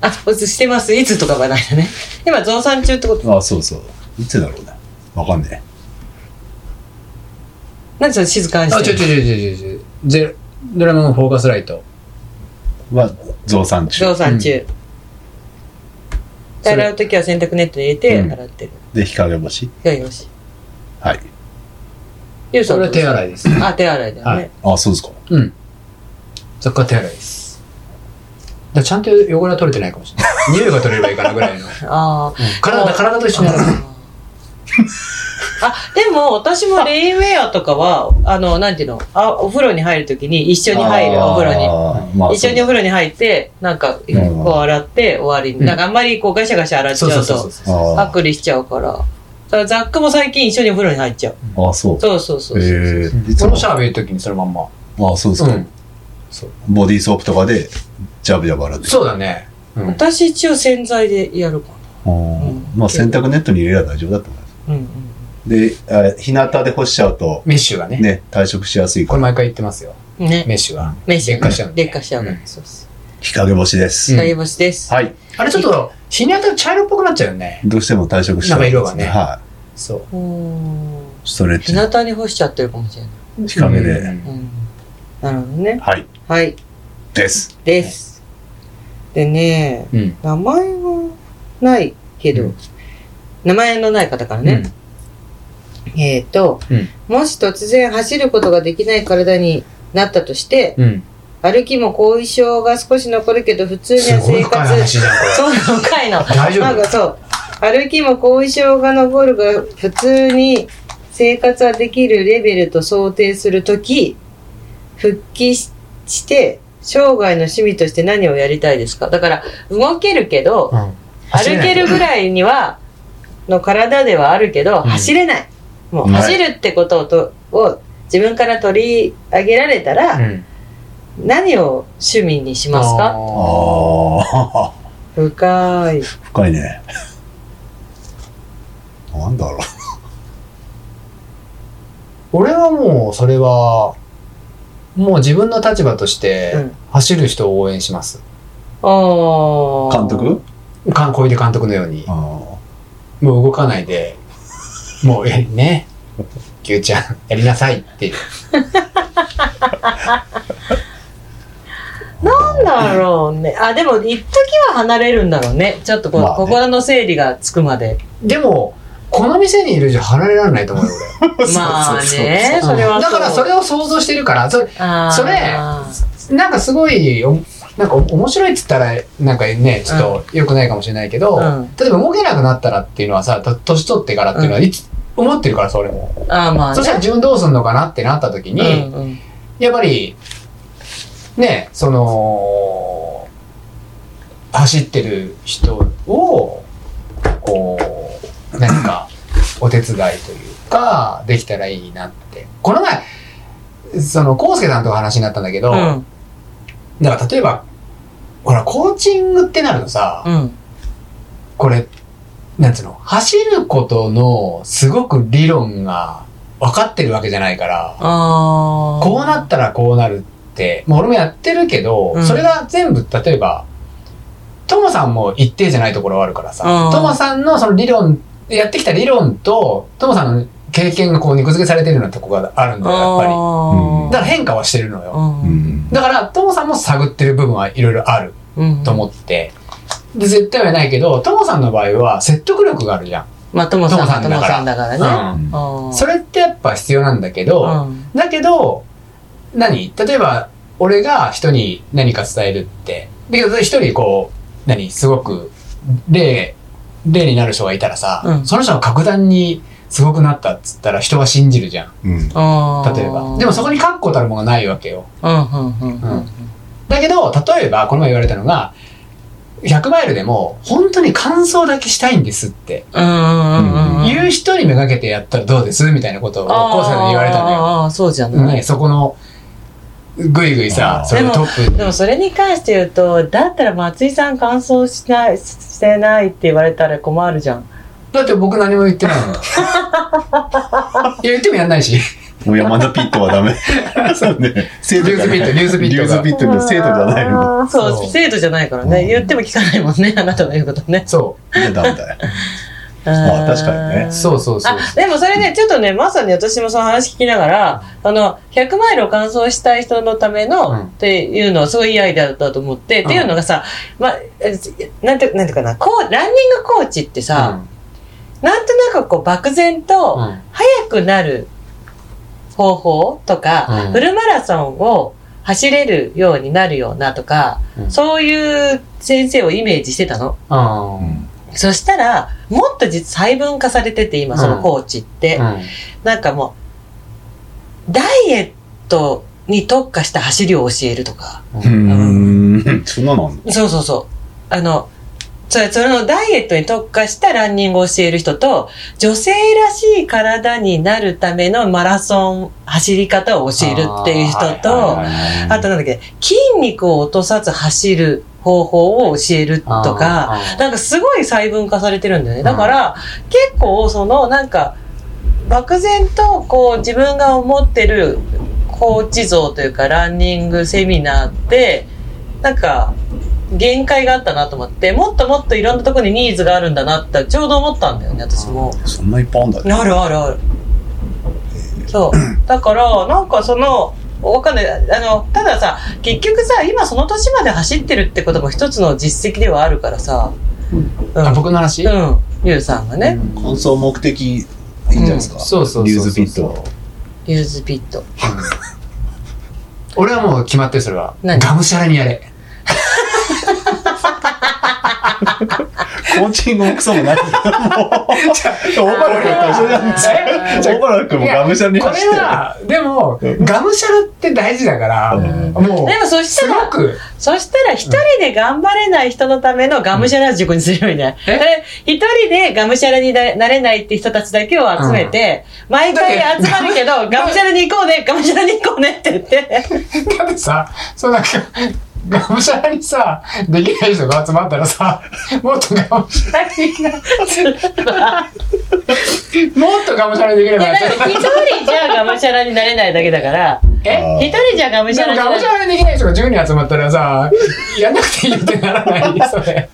Speaker 1: あ、してます。いつとかがないよね。今増産中ってこと。
Speaker 4: あ、そうそう。いつだろうね。わかんね
Speaker 1: なんでそれ静かに
Speaker 3: あ、
Speaker 1: し
Speaker 3: ち
Speaker 1: て
Speaker 3: ょ
Speaker 1: る
Speaker 3: ちょちょちょちょゼロドラえもんフォーカスライト。
Speaker 4: え。は増産中
Speaker 1: 増。産中。で
Speaker 3: それ
Speaker 1: 洗うときは洗濯ネットに入れて
Speaker 4: うん
Speaker 1: 洗ってる。
Speaker 4: で、日陰干し。
Speaker 1: いやよし。
Speaker 4: はい。
Speaker 1: ゆうさん
Speaker 3: それは手
Speaker 1: い。
Speaker 3: 洗いです。
Speaker 1: あ、手洗いだよね。
Speaker 3: はい
Speaker 4: あ、そうですか。
Speaker 3: うん。そこは手洗いです。だからちゃんと汚れは取れてないかもしれ ない。匂いが取れればいいかなぐらいの。うん
Speaker 1: ああ。
Speaker 3: 体、体と一緒に洗う。
Speaker 1: あ、でも私もレインウェアとかは、あの、なんていうの、あお風呂に入るときに一緒に入る、
Speaker 4: あー
Speaker 1: お風呂に。
Speaker 4: まあ、
Speaker 1: 一緒にお風呂に入って、なんか、こう洗って終わり
Speaker 3: う
Speaker 1: に。
Speaker 3: ん
Speaker 1: なんかあんまりこうガシャガシャ洗っち
Speaker 3: そう
Speaker 1: ゃ
Speaker 3: そう
Speaker 1: う
Speaker 3: そ
Speaker 1: と
Speaker 3: う、そう。
Speaker 4: そう
Speaker 1: 剥
Speaker 4: あ
Speaker 1: 離しちゃうから。だからザックも最近一緒にお風呂に入っちゃう。
Speaker 4: ーあ、そう。
Speaker 1: そうそうそうそう。
Speaker 4: ええ
Speaker 3: うん
Speaker 4: いつ
Speaker 3: 俺
Speaker 4: も
Speaker 3: もシャワー浴びるときにそのまんま。
Speaker 4: あ、そうです
Speaker 3: う
Speaker 4: か。
Speaker 3: ん。
Speaker 4: ボディーソープとかで、ジャブジャブ洗って。
Speaker 3: そうだね。うん。
Speaker 1: 私一応洗剤でやるか
Speaker 4: うんまあ、洗濯ネットに入れれば大丈夫だと思います。
Speaker 1: な。うんうん。
Speaker 4: で、あ日向で干しちゃうと、
Speaker 3: メッシュがね。
Speaker 4: ね、退職しやすい
Speaker 3: こ
Speaker 4: か
Speaker 3: れ
Speaker 4: ら、
Speaker 3: 毎回言ってますよ。
Speaker 1: ね。
Speaker 3: メッシュが。
Speaker 1: メッシュ
Speaker 3: 劣化しちゃうんで
Speaker 1: 劣化しちゃうから
Speaker 3: う。ん
Speaker 1: そうです。
Speaker 4: 日陰干しです。
Speaker 3: うん
Speaker 1: 使い干しです。
Speaker 4: はい。
Speaker 3: あれちょっと、日に当たると茶色っぽくなっちゃうよね。
Speaker 4: どうしても退職しちゃう、
Speaker 3: なんか色がね
Speaker 4: は
Speaker 3: そ
Speaker 1: う
Speaker 3: う。
Speaker 1: ーん
Speaker 4: い。ストレッ
Speaker 1: 日
Speaker 4: チの
Speaker 1: 向に干しちゃってるかもしれない。
Speaker 4: 日陰で。
Speaker 3: うん
Speaker 1: うん。なるほどね。
Speaker 4: はい。
Speaker 1: はい。
Speaker 4: です。
Speaker 1: です。でね、
Speaker 3: うん。
Speaker 1: 名前はないけど、
Speaker 3: うん
Speaker 1: 名前のない方からね、えっ、と、
Speaker 3: うん
Speaker 1: もし突然走ることができない体になったとして、
Speaker 3: うん。
Speaker 1: 歩きも後遺症が少し残るけど、普通には
Speaker 3: すごい
Speaker 1: 生
Speaker 3: 深い
Speaker 1: 活。
Speaker 3: 話じゃん、こ
Speaker 1: そうなのかいの。
Speaker 3: れ。大丈
Speaker 1: なん
Speaker 3: 夫
Speaker 1: かそう、歩きも後遺症が残るが、普通に生活はできるレベルと想定するとき、復帰しして、生涯の趣味として何をやりたいですかだから、動けるけど、
Speaker 3: うん走れ
Speaker 1: 歩
Speaker 3: ない
Speaker 1: けるぐらいには、の体ではあるけど、
Speaker 3: うん
Speaker 1: 走れない。もう、
Speaker 4: はい
Speaker 1: 走るってことをとを自分から取り上げられたら、
Speaker 3: うん
Speaker 1: 何を趣味にしますか
Speaker 4: あ
Speaker 3: あ
Speaker 4: あ、
Speaker 1: 深い。
Speaker 4: 深いね。なんだろ
Speaker 3: ー俺はもうそれはもう自分の立場とし
Speaker 1: う
Speaker 3: て
Speaker 1: ん
Speaker 3: 走る人を応援します、
Speaker 1: お
Speaker 4: う。
Speaker 1: ー
Speaker 4: 監督
Speaker 3: かん、小出監督のように
Speaker 4: あ
Speaker 3: もう動かないでもうえねキューちゃんやりなさいっていう
Speaker 1: な
Speaker 4: あ。
Speaker 1: んだろうね。あ、でも、一時は離れるんだろうね。ちょっとこう、
Speaker 4: まあね
Speaker 1: 心の整理がつくまで。
Speaker 3: でもこの店にいる以上離れられないと思うよ
Speaker 1: まあね
Speaker 3: 俺、
Speaker 1: それは
Speaker 3: うんだからそれ
Speaker 1: を、
Speaker 3: を想像してるからそれ
Speaker 1: あー
Speaker 3: そなんかすごいおなんか面白いっつったらなんかねちょっと良くないかもしれないけど、
Speaker 1: うん
Speaker 3: 例えば動けなくなったらっていうのはさと年取ってからっていうのはいつ、思ってるからそれも
Speaker 1: あーまあ
Speaker 3: そしたら
Speaker 1: ね。
Speaker 3: 自分どうすんのかなってなった時に、
Speaker 1: うんうん
Speaker 3: やっぱり、ね、その、走ってる人を、こう、何かお手伝いというか、できたらいいなって。この前、その、コウスケさんとお話になったんだけど、
Speaker 1: うん。
Speaker 3: だから例えば、ほら、コーチングってなるとさ、
Speaker 1: うん。
Speaker 3: これ、なんつうの、走ることのすごく理論が分かってるわけじゃないから、
Speaker 1: ああ。
Speaker 3: こうなったらこうなるって、もう俺もやってるけど、
Speaker 1: うん
Speaker 3: それが全部、例えば、トモさんも一定じゃないところはあるから
Speaker 1: う
Speaker 3: さ
Speaker 1: ん、
Speaker 3: トモさんのその理論、やってきた理論と、トモさんの経験がこう肉付けされてるようなとこがあるんだよ、やっぱり。
Speaker 4: うん
Speaker 3: だから変化はしてるのよ。
Speaker 4: う
Speaker 1: うん。
Speaker 4: ん。
Speaker 3: だから、トモさんも探ってる部分はいろいろある
Speaker 1: うん。
Speaker 3: と思って、で絶対はないけど、トモさんの場合は説得力があるじゃん。
Speaker 1: まあ、ともさんはと
Speaker 3: と
Speaker 1: も
Speaker 3: も
Speaker 1: さ
Speaker 3: さ
Speaker 1: ん
Speaker 3: ん
Speaker 1: だから
Speaker 3: う
Speaker 1: ね。
Speaker 3: ん
Speaker 4: うん
Speaker 1: あー
Speaker 3: それってやっぱ必要なんだけど、
Speaker 1: うん。
Speaker 3: だけど、何例えば、俺が人に何か伝えるって。だけど、一人こう、何、すごく、例、例になる人がいたらさ、
Speaker 1: うん
Speaker 3: その人の格段にすごくなったっつったら人は信じるじゃん。
Speaker 4: うん。
Speaker 1: あー
Speaker 3: 例えば。でもそこに確固たるものがないわけよ。
Speaker 1: うんうんうんうん
Speaker 3: だけど、例えば、この前言われたのが、100マイルでも、本当に感想だけしたいんですって、
Speaker 1: うんうんうん
Speaker 3: 言う人にめがけてやったらどうですみたいなことを、
Speaker 1: あ
Speaker 3: コウさんに言われたのよ。
Speaker 1: あーそうじゃない、
Speaker 3: ね、そこの、ぐいぐいさ
Speaker 4: あ、ー
Speaker 3: それ
Speaker 1: で
Speaker 3: の
Speaker 1: も
Speaker 3: トップに。
Speaker 1: でもそれに関して言うとだったら松井さん感想しないししてないって言われたら困るじゃん
Speaker 3: だって僕何も言ってない もん。いや、言ってもやんないし。
Speaker 4: もう山田ピットは ダメ。そうね。生
Speaker 3: リューズピット、リューズピ
Speaker 4: リュ
Speaker 3: ッ
Speaker 4: ー
Speaker 3: ト
Speaker 4: ズ
Speaker 3: が
Speaker 4: ピ。ットの生徒じゃないの。
Speaker 1: あーそう
Speaker 3: そう
Speaker 1: 生徒じゃないからね、
Speaker 4: うん
Speaker 1: 言っても聞かないもんねあ なたの言うことね
Speaker 3: そ
Speaker 4: いや、ダメだよ。
Speaker 1: ま
Speaker 4: あ確かにね
Speaker 3: う、そうそうそう。
Speaker 1: あでもそれねちょっとねまさに私もその話聞きながらあの100マイルを完走したい人のための、
Speaker 3: うん
Speaker 1: っていうのはすごいいいアイデアだったと思って、
Speaker 3: うん
Speaker 1: っていうのがさ、まあ、えなんてなんていうかなこうランニングコーチってさ、なんとなくこう漠然と、
Speaker 3: うん、うん
Speaker 1: 速くなる方法とか、
Speaker 3: うん
Speaker 1: フルマラソンを走れるようになるようなとか、
Speaker 3: うん
Speaker 1: そういう先生をイメージしてたの。
Speaker 3: うん。
Speaker 4: うん
Speaker 1: そしたら、もっと実細分化されてて、今そのコーチって、なんかもう、ダイエットに特化した走りを教えるとか、
Speaker 4: うーん。そんなのあんの
Speaker 1: そうそうそう。あの、それ、そのダイエットに特化したランニングを教える人と、女性らしい体になるためのマラソン走り方を教えるっていう人と、
Speaker 3: あーはい
Speaker 1: あとなんだっけ、筋肉を落とさず走る方法を教えるとか、なんかすごい細分化されてるんだよね。だから、結構そのなんか、漠然とこう自分が思ってるコーチ像というかランニングセミナーって、なんか、限界があったなと思って、もっともっといろんなところにニーズがあるんだなってちょうど思ったんだよね、私も。
Speaker 4: そんないっぱいあんだね。
Speaker 1: あるあるある。 そう。だから、なんかその、わかんない。あの、たださ、結局さ、今その年まで走ってるってことも一つの実績ではあるからさ。うん。
Speaker 3: あ僕の話
Speaker 1: うん。ゆうさんがね、
Speaker 4: 感想目的いいんじゃないですか。
Speaker 3: うんそうそうそうそう
Speaker 4: リューズピット。
Speaker 1: ユーズピット。
Speaker 3: 俺はもう決まってる、それは。
Speaker 1: 何
Speaker 3: がむしゃらにやれ。
Speaker 4: コーチングもクソもない。もう、大原君と一緒じゃん。
Speaker 1: あー
Speaker 4: 大原君もがむしゃらに
Speaker 3: これ
Speaker 4: 走ってる。
Speaker 3: は、でも、がむしゃらって大事だから、
Speaker 4: うん
Speaker 3: もう
Speaker 1: で、もそし
Speaker 3: す
Speaker 1: た
Speaker 3: ご
Speaker 1: ら、
Speaker 3: く、
Speaker 1: そしたら一人で頑張れない人のためのがむしゃら塾にすればいいんじゃない
Speaker 3: うん
Speaker 1: そ
Speaker 3: え
Speaker 1: れ一人でがむしゃらにななれないって人たちだけを集めて、毎回
Speaker 3: だっ
Speaker 1: 集
Speaker 3: て
Speaker 1: まるけど、がむしゃらに行こうね、がむしゃらに行こうねって言って。
Speaker 3: だってさ、そうなんか、がむしゃらにさ、できない人が集まったらさ、もっとがむしゃらに、もっとがむしゃらにできれ
Speaker 1: い
Speaker 3: ば
Speaker 1: や、
Speaker 3: や
Speaker 1: だ
Speaker 3: っちゃっ
Speaker 1: から一人じゃがむしゃらになれないだけだから、
Speaker 3: た。え
Speaker 1: 一人じゃがむし
Speaker 3: で
Speaker 1: ゃらにな
Speaker 3: もがむ
Speaker 1: れ
Speaker 3: し
Speaker 1: な
Speaker 3: ゃ
Speaker 1: い。
Speaker 3: らにできない人が10人集まったらさ、やんなくていいってならない、それ。がむしゃ
Speaker 1: だから
Speaker 3: ら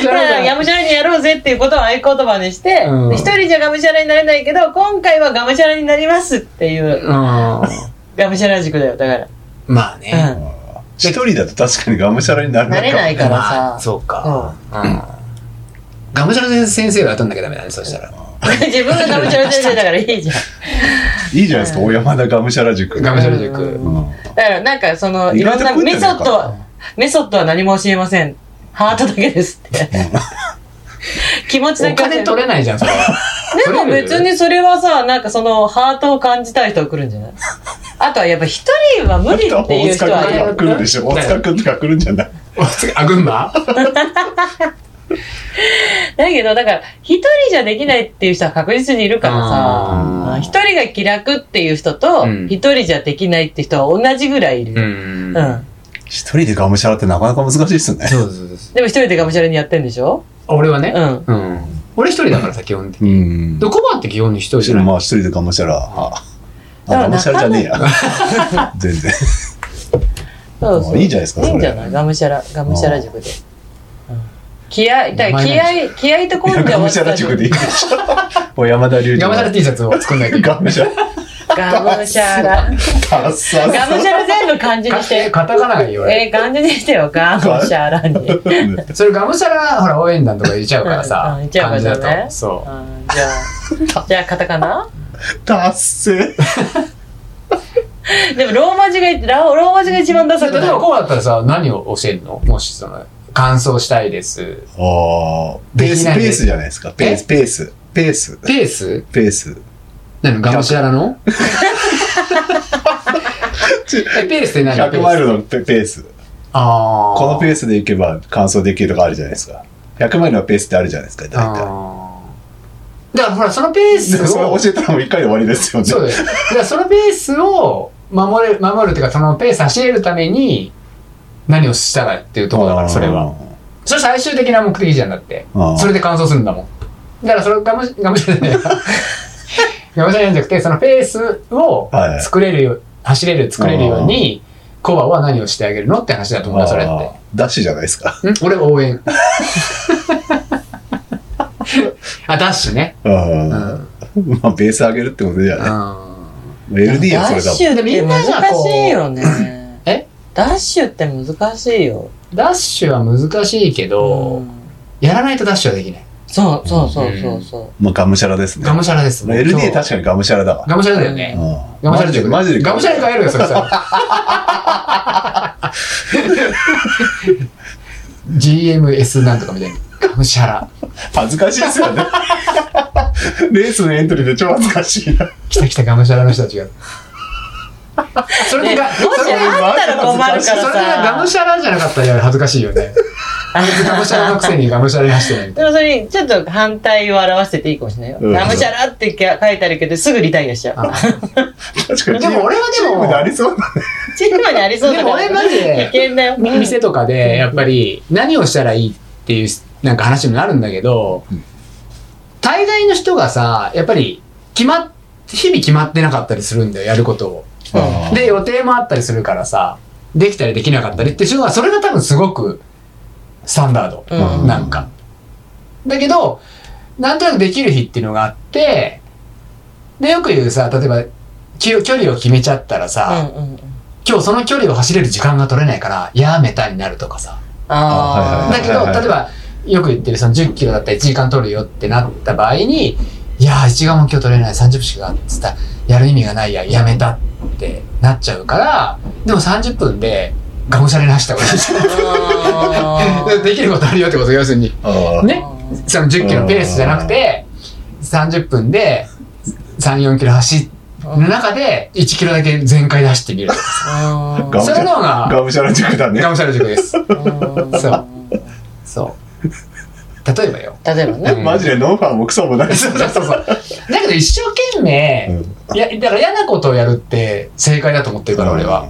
Speaker 3: じ
Speaker 1: が
Speaker 3: ゃん
Speaker 1: むしゃらにやろうぜっていうことを合言葉にして、一、
Speaker 3: うん
Speaker 1: 人じゃがむしゃらになれないけど、今回はがむしゃらになりますっていう、
Speaker 3: う
Speaker 1: がむしゃら塾だよ、だか
Speaker 3: ん。まあ
Speaker 1: ら。
Speaker 3: ね。
Speaker 1: うん。
Speaker 4: 一人だと確かにがむしゃらになれな
Speaker 1: ないれないから
Speaker 3: ま
Speaker 1: さ
Speaker 3: あ、。そう
Speaker 1: うん
Speaker 3: か。うん。がむしゃら先生が当たんなきゃダメだね、そしたら。
Speaker 1: 自分ががむしゃら先生だからいいじゃん。
Speaker 4: いいじゃないですか、大山田がむしゃら塾。
Speaker 3: がむしゃら
Speaker 1: う
Speaker 3: 塾。
Speaker 4: うん
Speaker 1: だからなんかその、い
Speaker 4: 意
Speaker 1: ろ
Speaker 4: 外
Speaker 1: んな
Speaker 4: と食って
Speaker 1: メ
Speaker 4: んじ
Speaker 1: ソ
Speaker 4: ゃ
Speaker 1: ッ
Speaker 4: ないか
Speaker 1: ドは、メソッドは何も教えません。ハートだけですっ て。気持ちだ
Speaker 3: お
Speaker 1: け教え
Speaker 3: 金取れないじゃん、それは。
Speaker 1: でも別にそれはさ、なんかそのハートを感じたい人が来るんじゃないあとはやっぱ一人は無理
Speaker 4: あと
Speaker 1: っ
Speaker 4: は
Speaker 1: て
Speaker 4: 大
Speaker 1: いう人
Speaker 4: 塚
Speaker 1: は
Speaker 4: 君とか
Speaker 1: ね、
Speaker 4: 来るでしょ。大塚君とか来るんじゃない
Speaker 3: あ、群馬
Speaker 1: だけどだから一人じゃできないっていう人は確実にいるから
Speaker 3: あ
Speaker 1: さ、
Speaker 3: ー
Speaker 1: 一人が気楽っていう人と
Speaker 3: うん
Speaker 1: 一人じゃできないって人は同じぐらいいる。
Speaker 3: ん
Speaker 1: うん。
Speaker 4: 一人でがむしゃらってなかなか難しいですね。
Speaker 3: そうそうそうそう。
Speaker 1: でも一人でがむしゃらにやってんでしょ
Speaker 3: 俺はね。
Speaker 1: うん。
Speaker 3: うん。俺一人だからさ、基本的に。
Speaker 4: うん
Speaker 3: で、。コバって基本に一人じゃない。
Speaker 4: まあ一人でがむしゃら。あ、あがむしゃらじゃねえや。 全然。
Speaker 1: そうそう。
Speaker 4: いいじゃないですかそれ
Speaker 1: いいんじゃないがむしゃら、がむしゃら塾で。うん気合、だから気合、気合と根性を
Speaker 4: がむしゃら塾でいいでしょ。大山田隆二。
Speaker 3: ガムシャラ T シャツを作んないと。
Speaker 4: がむしゃら。
Speaker 1: がむしゃら。
Speaker 4: ダ
Speaker 1: が
Speaker 4: ッサ
Speaker 1: むしゃら全部漢字に
Speaker 3: か
Speaker 1: して。
Speaker 3: カタカナが言われ
Speaker 1: え
Speaker 3: る。
Speaker 1: ー、感じにしてよ、ガームシャラに。 うん
Speaker 3: それガムシャラ、ほら、応援団とか入れちゃうから
Speaker 1: うんうん
Speaker 3: さ
Speaker 1: 入れ。ちゃうか
Speaker 3: 感
Speaker 1: らね
Speaker 3: じだと。そう。
Speaker 1: じゃあ、じゃあ、カタカナ
Speaker 4: ダッセ。
Speaker 1: でもローマ字が、ラローマ字が一番ダサく
Speaker 3: 例え
Speaker 1: ない
Speaker 3: ばこうだったらさ、何を教えるのもしその、感想したいです。
Speaker 4: ああ、ベース、
Speaker 3: できないね
Speaker 4: ペースじゃないですか。ペース、ペース、ペース、
Speaker 3: ペース
Speaker 4: ペース。
Speaker 3: 何がむしゃらの え、ペースって何
Speaker 4: 100マイルのペペース。
Speaker 3: あー
Speaker 4: このペースで行けば完走できるとかあるじゃないですか。100マイルのペースってあるじゃないですか、大体。
Speaker 3: あーだからほら、そのペース
Speaker 4: でも それ
Speaker 3: を
Speaker 4: 教えたらもう一回で終わりですよね。
Speaker 3: そうです。だからそのペースを守れ、守るっていうか、そのペース走れるために、何をしたらっていうところだから、それは。それ最終的な目的じゃんだって。
Speaker 4: あー。
Speaker 3: それで完走するんだもん。だからそれがむし、がむしゃらじゃない。がむしゃらじゃなくて、そのペースを
Speaker 4: はい
Speaker 3: 作れるよ、走れる、作れるように、コバは何をしてあげるのって話だと思うんだ、それって。
Speaker 4: て。ダッシュじゃないですか。
Speaker 3: ん俺応援。 あ、ダッシュね。
Speaker 4: う。
Speaker 3: うんん。
Speaker 4: まあ、ベース上げるってことじゃね。
Speaker 3: うん
Speaker 4: ル LD はそ
Speaker 1: ダッ
Speaker 4: れだもん
Speaker 1: シ。ュって難しいよね。
Speaker 3: え
Speaker 1: ダッシュって難しいよ。
Speaker 3: ダッシュは難しいけど、
Speaker 1: うん
Speaker 3: やらないとダッシュはできない。
Speaker 1: そうそうそうそうそ。
Speaker 4: まあ、がむしゃらですね。
Speaker 3: がむしゃらです。
Speaker 4: まあ LD
Speaker 3: か
Speaker 4: 確かにがむしゃらだわ。
Speaker 3: がむしゃらだよね。
Speaker 4: うん
Speaker 3: がむしゃら塾
Speaker 4: マジで。
Speaker 3: がむしゃらに変えるよ、それ さ。GMS なんとかみたいな。がむしゃら。
Speaker 4: 恥ずかしいですよ ね。レースのエントリーで超恥ずかしいな。
Speaker 3: 来た来たがむしゃらの人たちが。そうれ
Speaker 1: ね
Speaker 3: でが、
Speaker 1: もしあったら困るから
Speaker 3: それががむ
Speaker 1: さ。
Speaker 3: しゃらじゃなかったら恥ずかしいよね。がむしゃらのくせにがむしゃらに走ってないみたい
Speaker 1: でもそれにちょっと反対を表してていいかもしれないよ。
Speaker 4: うん
Speaker 1: がむしゃらって書いてあるけど、すぐリタイアしちゃう。
Speaker 3: な。
Speaker 4: 確かに。
Speaker 3: でも俺はでも
Speaker 4: チームでありそうな。
Speaker 1: チームにありそうだから。
Speaker 3: でも俺マジで
Speaker 1: 危険だよ。
Speaker 3: 店とかでやっぱり何をしたらいいっていうなんか話にもなるんだけど、
Speaker 4: うん
Speaker 3: 大概の人がさやっぱり決まっ日々決まってなかったりするんだよやることを。
Speaker 4: あー
Speaker 3: で予定もあったりするからさできたりできなかったりっていうのはそれが多分すごくスタンダード。
Speaker 1: うん
Speaker 3: なんか。だけど、なんとなくできる日っていうのがあって、で、よく言うさ、例えば、き距離を決めちゃったら
Speaker 1: う
Speaker 3: さ、
Speaker 1: んうんうん。
Speaker 3: 今日その距離を走れる時間が取れないから、やめたになるとかさ。
Speaker 1: ああ。
Speaker 4: あ
Speaker 3: だけど、
Speaker 4: はいはいはい
Speaker 3: 例えば、よく言ってるその10キロだったら1時間取るよってなった場合に、いやー、1時間も今日取れない、30分しかっつったら、やる意味がないや、やめたってなっちゃうから、でも30分で、がむしゃらに走った方がいいじ
Speaker 1: あ
Speaker 3: ゃんできることあるよってこと、要するに。
Speaker 4: あー
Speaker 3: ね。その10キロペースじゃなくて、30分で3、4キロ走る中で、1キロだけ全開で走ってみる。
Speaker 1: あ
Speaker 4: ガム
Speaker 3: それの方が、
Speaker 4: がむしゃら塾だね
Speaker 3: が。むしゃら塾です。そ
Speaker 1: そう
Speaker 3: そう。例えばよ。
Speaker 1: 例えばね。
Speaker 4: マジでノウハウもクソもない。
Speaker 3: そうそうそうそう。だけど一生懸命、いや、だから嫌なことをやるって正解だと思ってるから、俺は。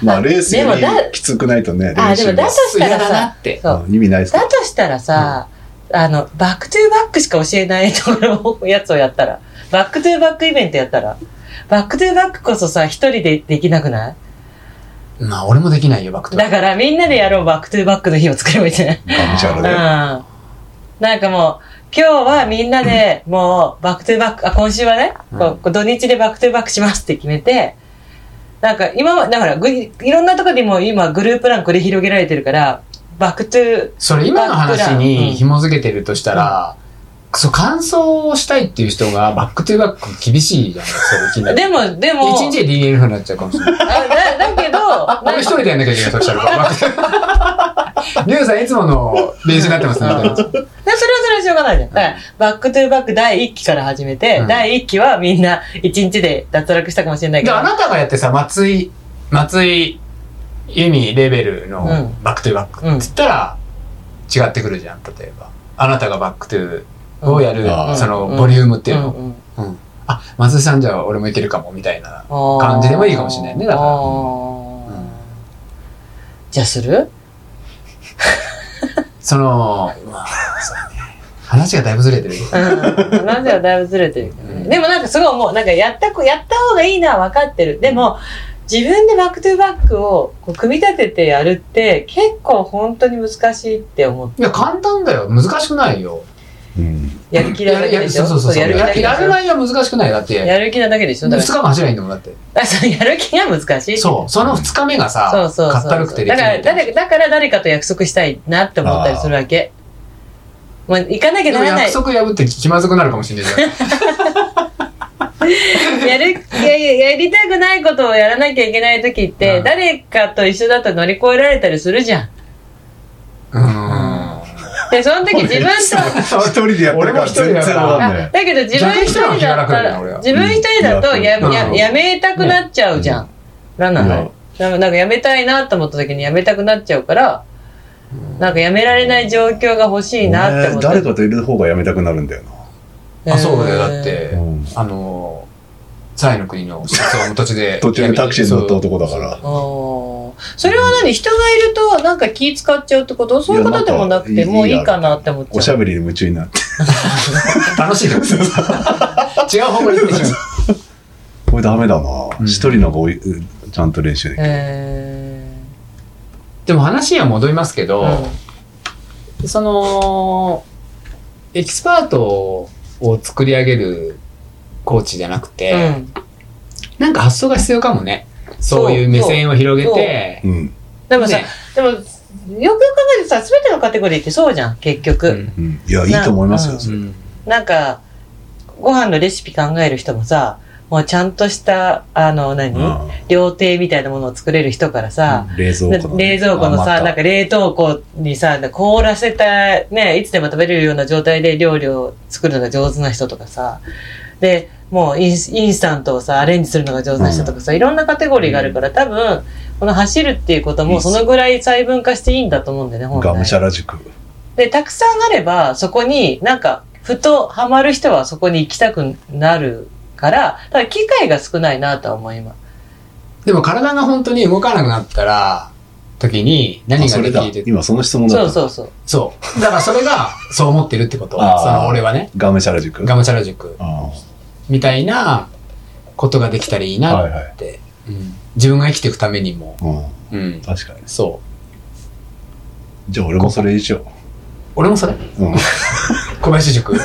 Speaker 4: うん。まあ、レースよ
Speaker 1: でもだ
Speaker 4: りきつくないとね、
Speaker 1: あで
Speaker 4: 練習
Speaker 1: もだ
Speaker 4: が
Speaker 1: としたら
Speaker 3: 嫌だな
Speaker 1: さ
Speaker 3: っ、て。
Speaker 1: そう。
Speaker 4: うん意味ないですか
Speaker 1: だとしたらさ、あの、バックトゥーバックしか教えないところのやつをやったら、バックトゥーバックイベントやったら、バックトゥーバックこそさ、一人でできなくない
Speaker 3: まあ、俺もできないよ、バックと
Speaker 1: だからみんなでやろうバックトゥーバックの日を作ればいいじゃない
Speaker 4: がむしゃら
Speaker 1: うん。
Speaker 4: で。
Speaker 1: なんかもう、今日はみんなで、もう、バックトゥーバック、あ、今週はね、こうこう土日でバックトゥーバックしますって決めて、なんか今は、だからぐ、いろんなとこでも今グループラン繰り広げられてるから、バックトゥー、
Speaker 3: それ今の話に紐づけてるとしたら、そう、感想をしたいっていう人がバックトゥバック厳しいじゃん、それいきなり。
Speaker 1: でも、でも、
Speaker 3: 一日で DNF になっちゃうかもしれない。
Speaker 1: あだだ けど、
Speaker 3: 俺一人でやんなきゃいけない、そしたら。バックトゥ バックリュウさんいつもの練習になってますね、みたい
Speaker 1: うんでそれは
Speaker 3: な。
Speaker 1: それはしょうがないじゃん。だから、バックトゥーバック第1期から始めて、
Speaker 3: うん
Speaker 1: 第1期はみんな1日で脱落したかもしれないけ
Speaker 3: で、
Speaker 1: ど。
Speaker 3: あなたがやってさ、松井、松井、ユミレベル
Speaker 1: う
Speaker 3: のバックトゥバックって言ったら、違ってくるじゃん、例えば。あなたがバックトゥをやる
Speaker 4: う、ん
Speaker 3: その、ボリュームっていうの。
Speaker 1: んん
Speaker 3: うんあ、松井さんじゃあ俺もいけるかも、みたいな。
Speaker 1: あー
Speaker 3: 感じでもいいかもしれないねだから
Speaker 1: あー
Speaker 3: うん
Speaker 1: じゃあする
Speaker 3: その、まあ、話がだいぶずれてる。
Speaker 1: うん。なんではだいぶずれてるけどね。でもなんかすごい思う。なんかやったこ、やった方がいいのは分かってる。でも、自分でバックトゥーバックをこう組み立ててやるって結構本当に難しいって思って
Speaker 3: いや、簡単だよ。難しくないよ。
Speaker 4: うん
Speaker 1: やる気なだけ
Speaker 3: や
Speaker 1: で
Speaker 3: る
Speaker 1: し
Speaker 3: そ
Speaker 1: ょ
Speaker 3: うそうそう。
Speaker 1: や
Speaker 3: や
Speaker 1: る気だけでしょ
Speaker 3: やる内容は難しくない。だって、
Speaker 1: やる気なだけでしょ
Speaker 3: 2
Speaker 1: だ
Speaker 3: 日
Speaker 1: か
Speaker 3: 間走れないんだもん、だって。
Speaker 1: ら、そのやる気が難しい。
Speaker 3: そう。その2日目がさ、
Speaker 1: そうそうそう。
Speaker 3: かったるくてで
Speaker 1: だ
Speaker 3: き
Speaker 1: か
Speaker 3: ない
Speaker 1: ら、。誰、だから誰かと約束したいなって思ったりするわけ。もう行かなきゃな
Speaker 3: でも
Speaker 1: らない
Speaker 3: 約。束破って気まずくなるかもしれないじゃん。
Speaker 1: やる、いやいや、やりたくないことをやらなきゃいけない時って、
Speaker 3: うん
Speaker 1: 誰かと一緒だと乗り越えられたりするじゃん。
Speaker 3: うん。
Speaker 1: で、その時自分と、
Speaker 4: 一人でやってるから全然わかんな
Speaker 1: あ
Speaker 4: い。
Speaker 1: だけど自分一人だった
Speaker 3: 逆に人は気が楽だよね俺
Speaker 1: ら、
Speaker 3: は
Speaker 1: 自分一人だとや、
Speaker 3: うん
Speaker 1: や、
Speaker 3: うん
Speaker 1: やめたくなっちゃうじゃん。なんなのなんかなんかやめたいなと思った時にやめたくなっちゃうから、なんかやめられない状況が欲しいなって思っ
Speaker 4: 俺
Speaker 1: て。
Speaker 4: 誰かといる方がやめたくなるんだよな。
Speaker 3: あ、そうだよ。
Speaker 1: ん
Speaker 3: だっ。て
Speaker 4: う、ん。
Speaker 3: あのー、サイの国の社長も途中で
Speaker 4: 途中でタクシーに乗った男だから。
Speaker 1: おーそれは何人がいるとなんか気使っちゃうってことそういうことでもなく
Speaker 4: い
Speaker 1: て
Speaker 4: やなんか
Speaker 1: もういいかなって思っ
Speaker 4: お
Speaker 1: ち
Speaker 4: し
Speaker 1: ゃ
Speaker 4: ゃ
Speaker 1: う。
Speaker 4: べりに夢中になって。
Speaker 3: 楽しいと思う。違う方向に行ってしま
Speaker 4: これダメだな。
Speaker 3: うん
Speaker 4: 一人の方がおいちゃんと練習できる。
Speaker 1: え
Speaker 3: う。でも話は戻りますけ
Speaker 1: ー
Speaker 3: ど、その、エキスパートを作り上げるコーチじゃなくて、
Speaker 1: うんうん
Speaker 3: なんか発想が必要かもね。そういう目線を広げて、
Speaker 4: うん。
Speaker 1: でもさ、
Speaker 3: ね
Speaker 1: でもよくよく考えてさ全てのカテゴリーってそうじゃん結局、
Speaker 3: うん
Speaker 4: うん。いや、いいと思いますよ。それ
Speaker 3: うん
Speaker 1: なんかご飯のレシピ考える人もさもうちゃんとしたあの何、
Speaker 4: うん
Speaker 1: 料亭みたいなものを作れる人からさ、
Speaker 4: 冷蔵庫のね。
Speaker 1: 冷蔵庫の
Speaker 4: あ
Speaker 1: さ、
Speaker 4: また
Speaker 1: なんか冷凍庫にさ、凍らせた、ね、いつでも食べれるような状態で料理を作るのが上手な人とかさ、で、もうインスインスタントをさ、アレンジするのが上手な人とかさ、いろんなカテゴリーがあるから、多分、この走るっていうこと
Speaker 4: いい
Speaker 1: も
Speaker 4: っす
Speaker 1: そのぐらい細分化していいんだと思うんだよね、本
Speaker 4: がむしゃ
Speaker 1: 来。
Speaker 4: ら塾。
Speaker 1: で、たくさんあれば、そこになんか、ふとハマる人はそこに行きたくなるから、ただ機会が少ないなとは思います。
Speaker 3: でも体が本当に動かなくなったら、時に何
Speaker 4: あ
Speaker 3: がで
Speaker 4: それだ
Speaker 3: きる。
Speaker 4: 今その質問だ
Speaker 1: そ
Speaker 4: っ
Speaker 1: う
Speaker 4: た。
Speaker 1: そうそう。
Speaker 3: そう。だからそれが、 そう思ってるってこと。そ
Speaker 4: あー
Speaker 3: の俺はね、
Speaker 4: がむしゃら塾。
Speaker 3: ガムチャラ塾
Speaker 4: あ
Speaker 3: みたいなことができたらいい
Speaker 4: あは
Speaker 3: ない
Speaker 4: はい。
Speaker 3: って。うん自分が生きていくためにも。
Speaker 4: うん。
Speaker 3: うん。
Speaker 4: 確かに。
Speaker 3: そう。
Speaker 4: じゃあ俺もそれ以上。
Speaker 3: 俺もそれ。
Speaker 4: うん。
Speaker 3: 小林 塾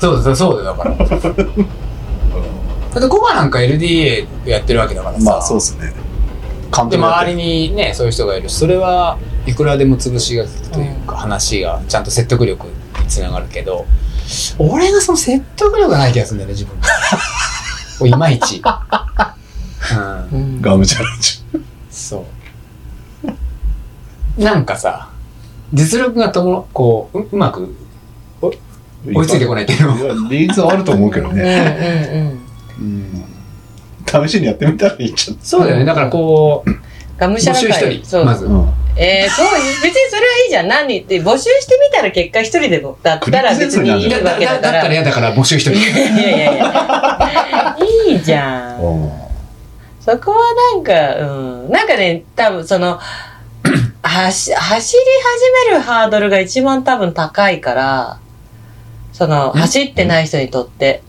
Speaker 3: そうだそうだだからだってコバなんか LDA やってるわけだからさ、
Speaker 4: まあそうですね。完
Speaker 3: で
Speaker 4: 璧だっ
Speaker 3: 周
Speaker 4: て
Speaker 3: りにねそういう人がいるしそれはいくらでも潰しが利くというか、話がちゃんと説得力につながるけど俺がその説得力がない気がするんだよね自分がこういまい ち、
Speaker 1: う
Speaker 3: うん、
Speaker 1: ん
Speaker 4: ガムチャラ塾。
Speaker 3: そうなんかさ実力がともこうううまく追いついてこないっていうの
Speaker 4: やリーズはあると思うけど
Speaker 1: うんう
Speaker 4: ね。
Speaker 1: んうん。
Speaker 4: うん。試しにやってみたらいいんじゃん。
Speaker 3: そうだよねだからこう
Speaker 1: がむしゃ
Speaker 3: 募
Speaker 1: ら
Speaker 3: 集一
Speaker 1: 会。そ
Speaker 3: 人
Speaker 1: う
Speaker 3: まず、
Speaker 4: うん。
Speaker 1: えー、そう、別にそれはいいじゃん。何人って、募集してみたら結果一人でもだったら別にい
Speaker 3: だ
Speaker 1: る
Speaker 3: だ
Speaker 1: わけだ
Speaker 3: だ
Speaker 1: か
Speaker 3: だ
Speaker 1: ら。
Speaker 3: ったら
Speaker 1: いや
Speaker 3: 嫌だから募集一人
Speaker 1: いやいや。いいじゃん。そこはなんか、うん。なんかね、多分その、はし、走り始めるハードルが一番多分高いから、その、
Speaker 3: ん
Speaker 1: 走ってない人にとって。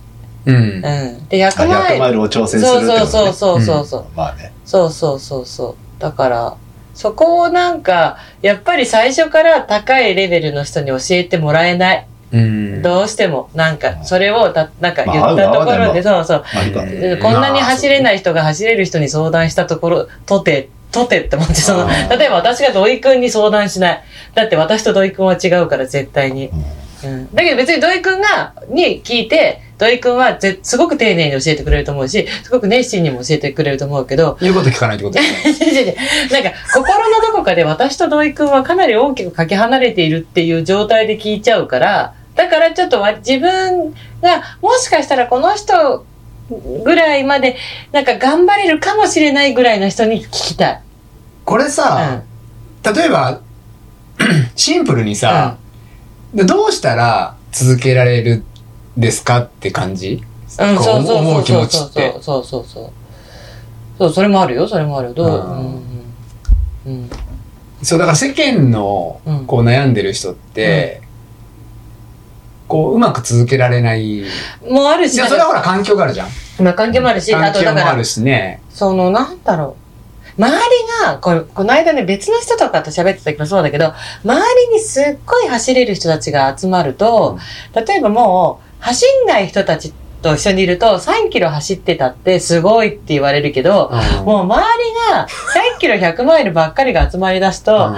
Speaker 3: うん
Speaker 1: うん。で、100
Speaker 4: 100
Speaker 1: マイル。
Speaker 4: マイルを挑戦する
Speaker 1: そ
Speaker 4: っ
Speaker 1: う
Speaker 4: てこと
Speaker 1: そう
Speaker 4: ね
Speaker 1: そうそうそうそう。
Speaker 4: まあね。
Speaker 1: そうそうそうそう。だから、そこをなんか、やっぱり最初から高いレベルの人に教えてもらえない。
Speaker 3: うん
Speaker 1: どうしても、なんか、それをた、なんか
Speaker 4: まあ
Speaker 1: 言ったところで、そうそう、
Speaker 4: ありか。
Speaker 3: うん
Speaker 1: こんなに走れない人が走れる人に相談したところ、とて、とてって思って、その、
Speaker 4: あー
Speaker 1: 例えば私が土井くんに相談しない。だって私と土井くんは違うから、絶対に。うんだけど別に土井くんが、に聞いて、土井くんはぜ、すごく丁寧に教えてくれると思うし、すごく熱心にも教えてくれると思うけど、
Speaker 3: 言うこと聞かないってことだよね
Speaker 1: 違う違う違うなんか、心のどこかで私と土井くんはかなり大きくかけ離れているっていう状態で聞いちゃうから、だからちょっとわ自分が、もしかしたらこの人ぐらいまで、なんか頑張れるかもしれないぐらいの人に聞きたい。
Speaker 3: これさ、例えば シンプルにさ、でどうしたら続けられるですかって感じ
Speaker 1: うん、
Speaker 3: こう
Speaker 1: そうそう
Speaker 3: 思う気
Speaker 1: そ
Speaker 3: 持
Speaker 1: う
Speaker 3: ち
Speaker 1: そ
Speaker 3: っ
Speaker 1: うそう
Speaker 3: て。
Speaker 1: そうそうそう。そう、それもあるよ、それもあるよ。どう、
Speaker 3: あー
Speaker 1: うんうん。
Speaker 3: そうだから世間の
Speaker 1: うん
Speaker 3: こう悩んでる人って、こううまく続けられないい
Speaker 1: うん。もうあるし、
Speaker 3: やそれはほら環境があるじゃん
Speaker 1: まあ関係もあるし、あ
Speaker 3: 環
Speaker 1: と
Speaker 3: 境
Speaker 1: だか
Speaker 3: もあ
Speaker 1: ら
Speaker 3: る、しね
Speaker 1: その、なんだろう。周りが、これ、この間ね、別の人とかと喋ってた時もそうだけど、周りにすっごい走れる人たちが集まると、例えばもう、走んない人たちと一緒にいると、3キロ走ってたってすごいって言われるけど、
Speaker 3: うん
Speaker 1: もう周りが3キロ100マイルばっかりが集まり出すと、
Speaker 3: うん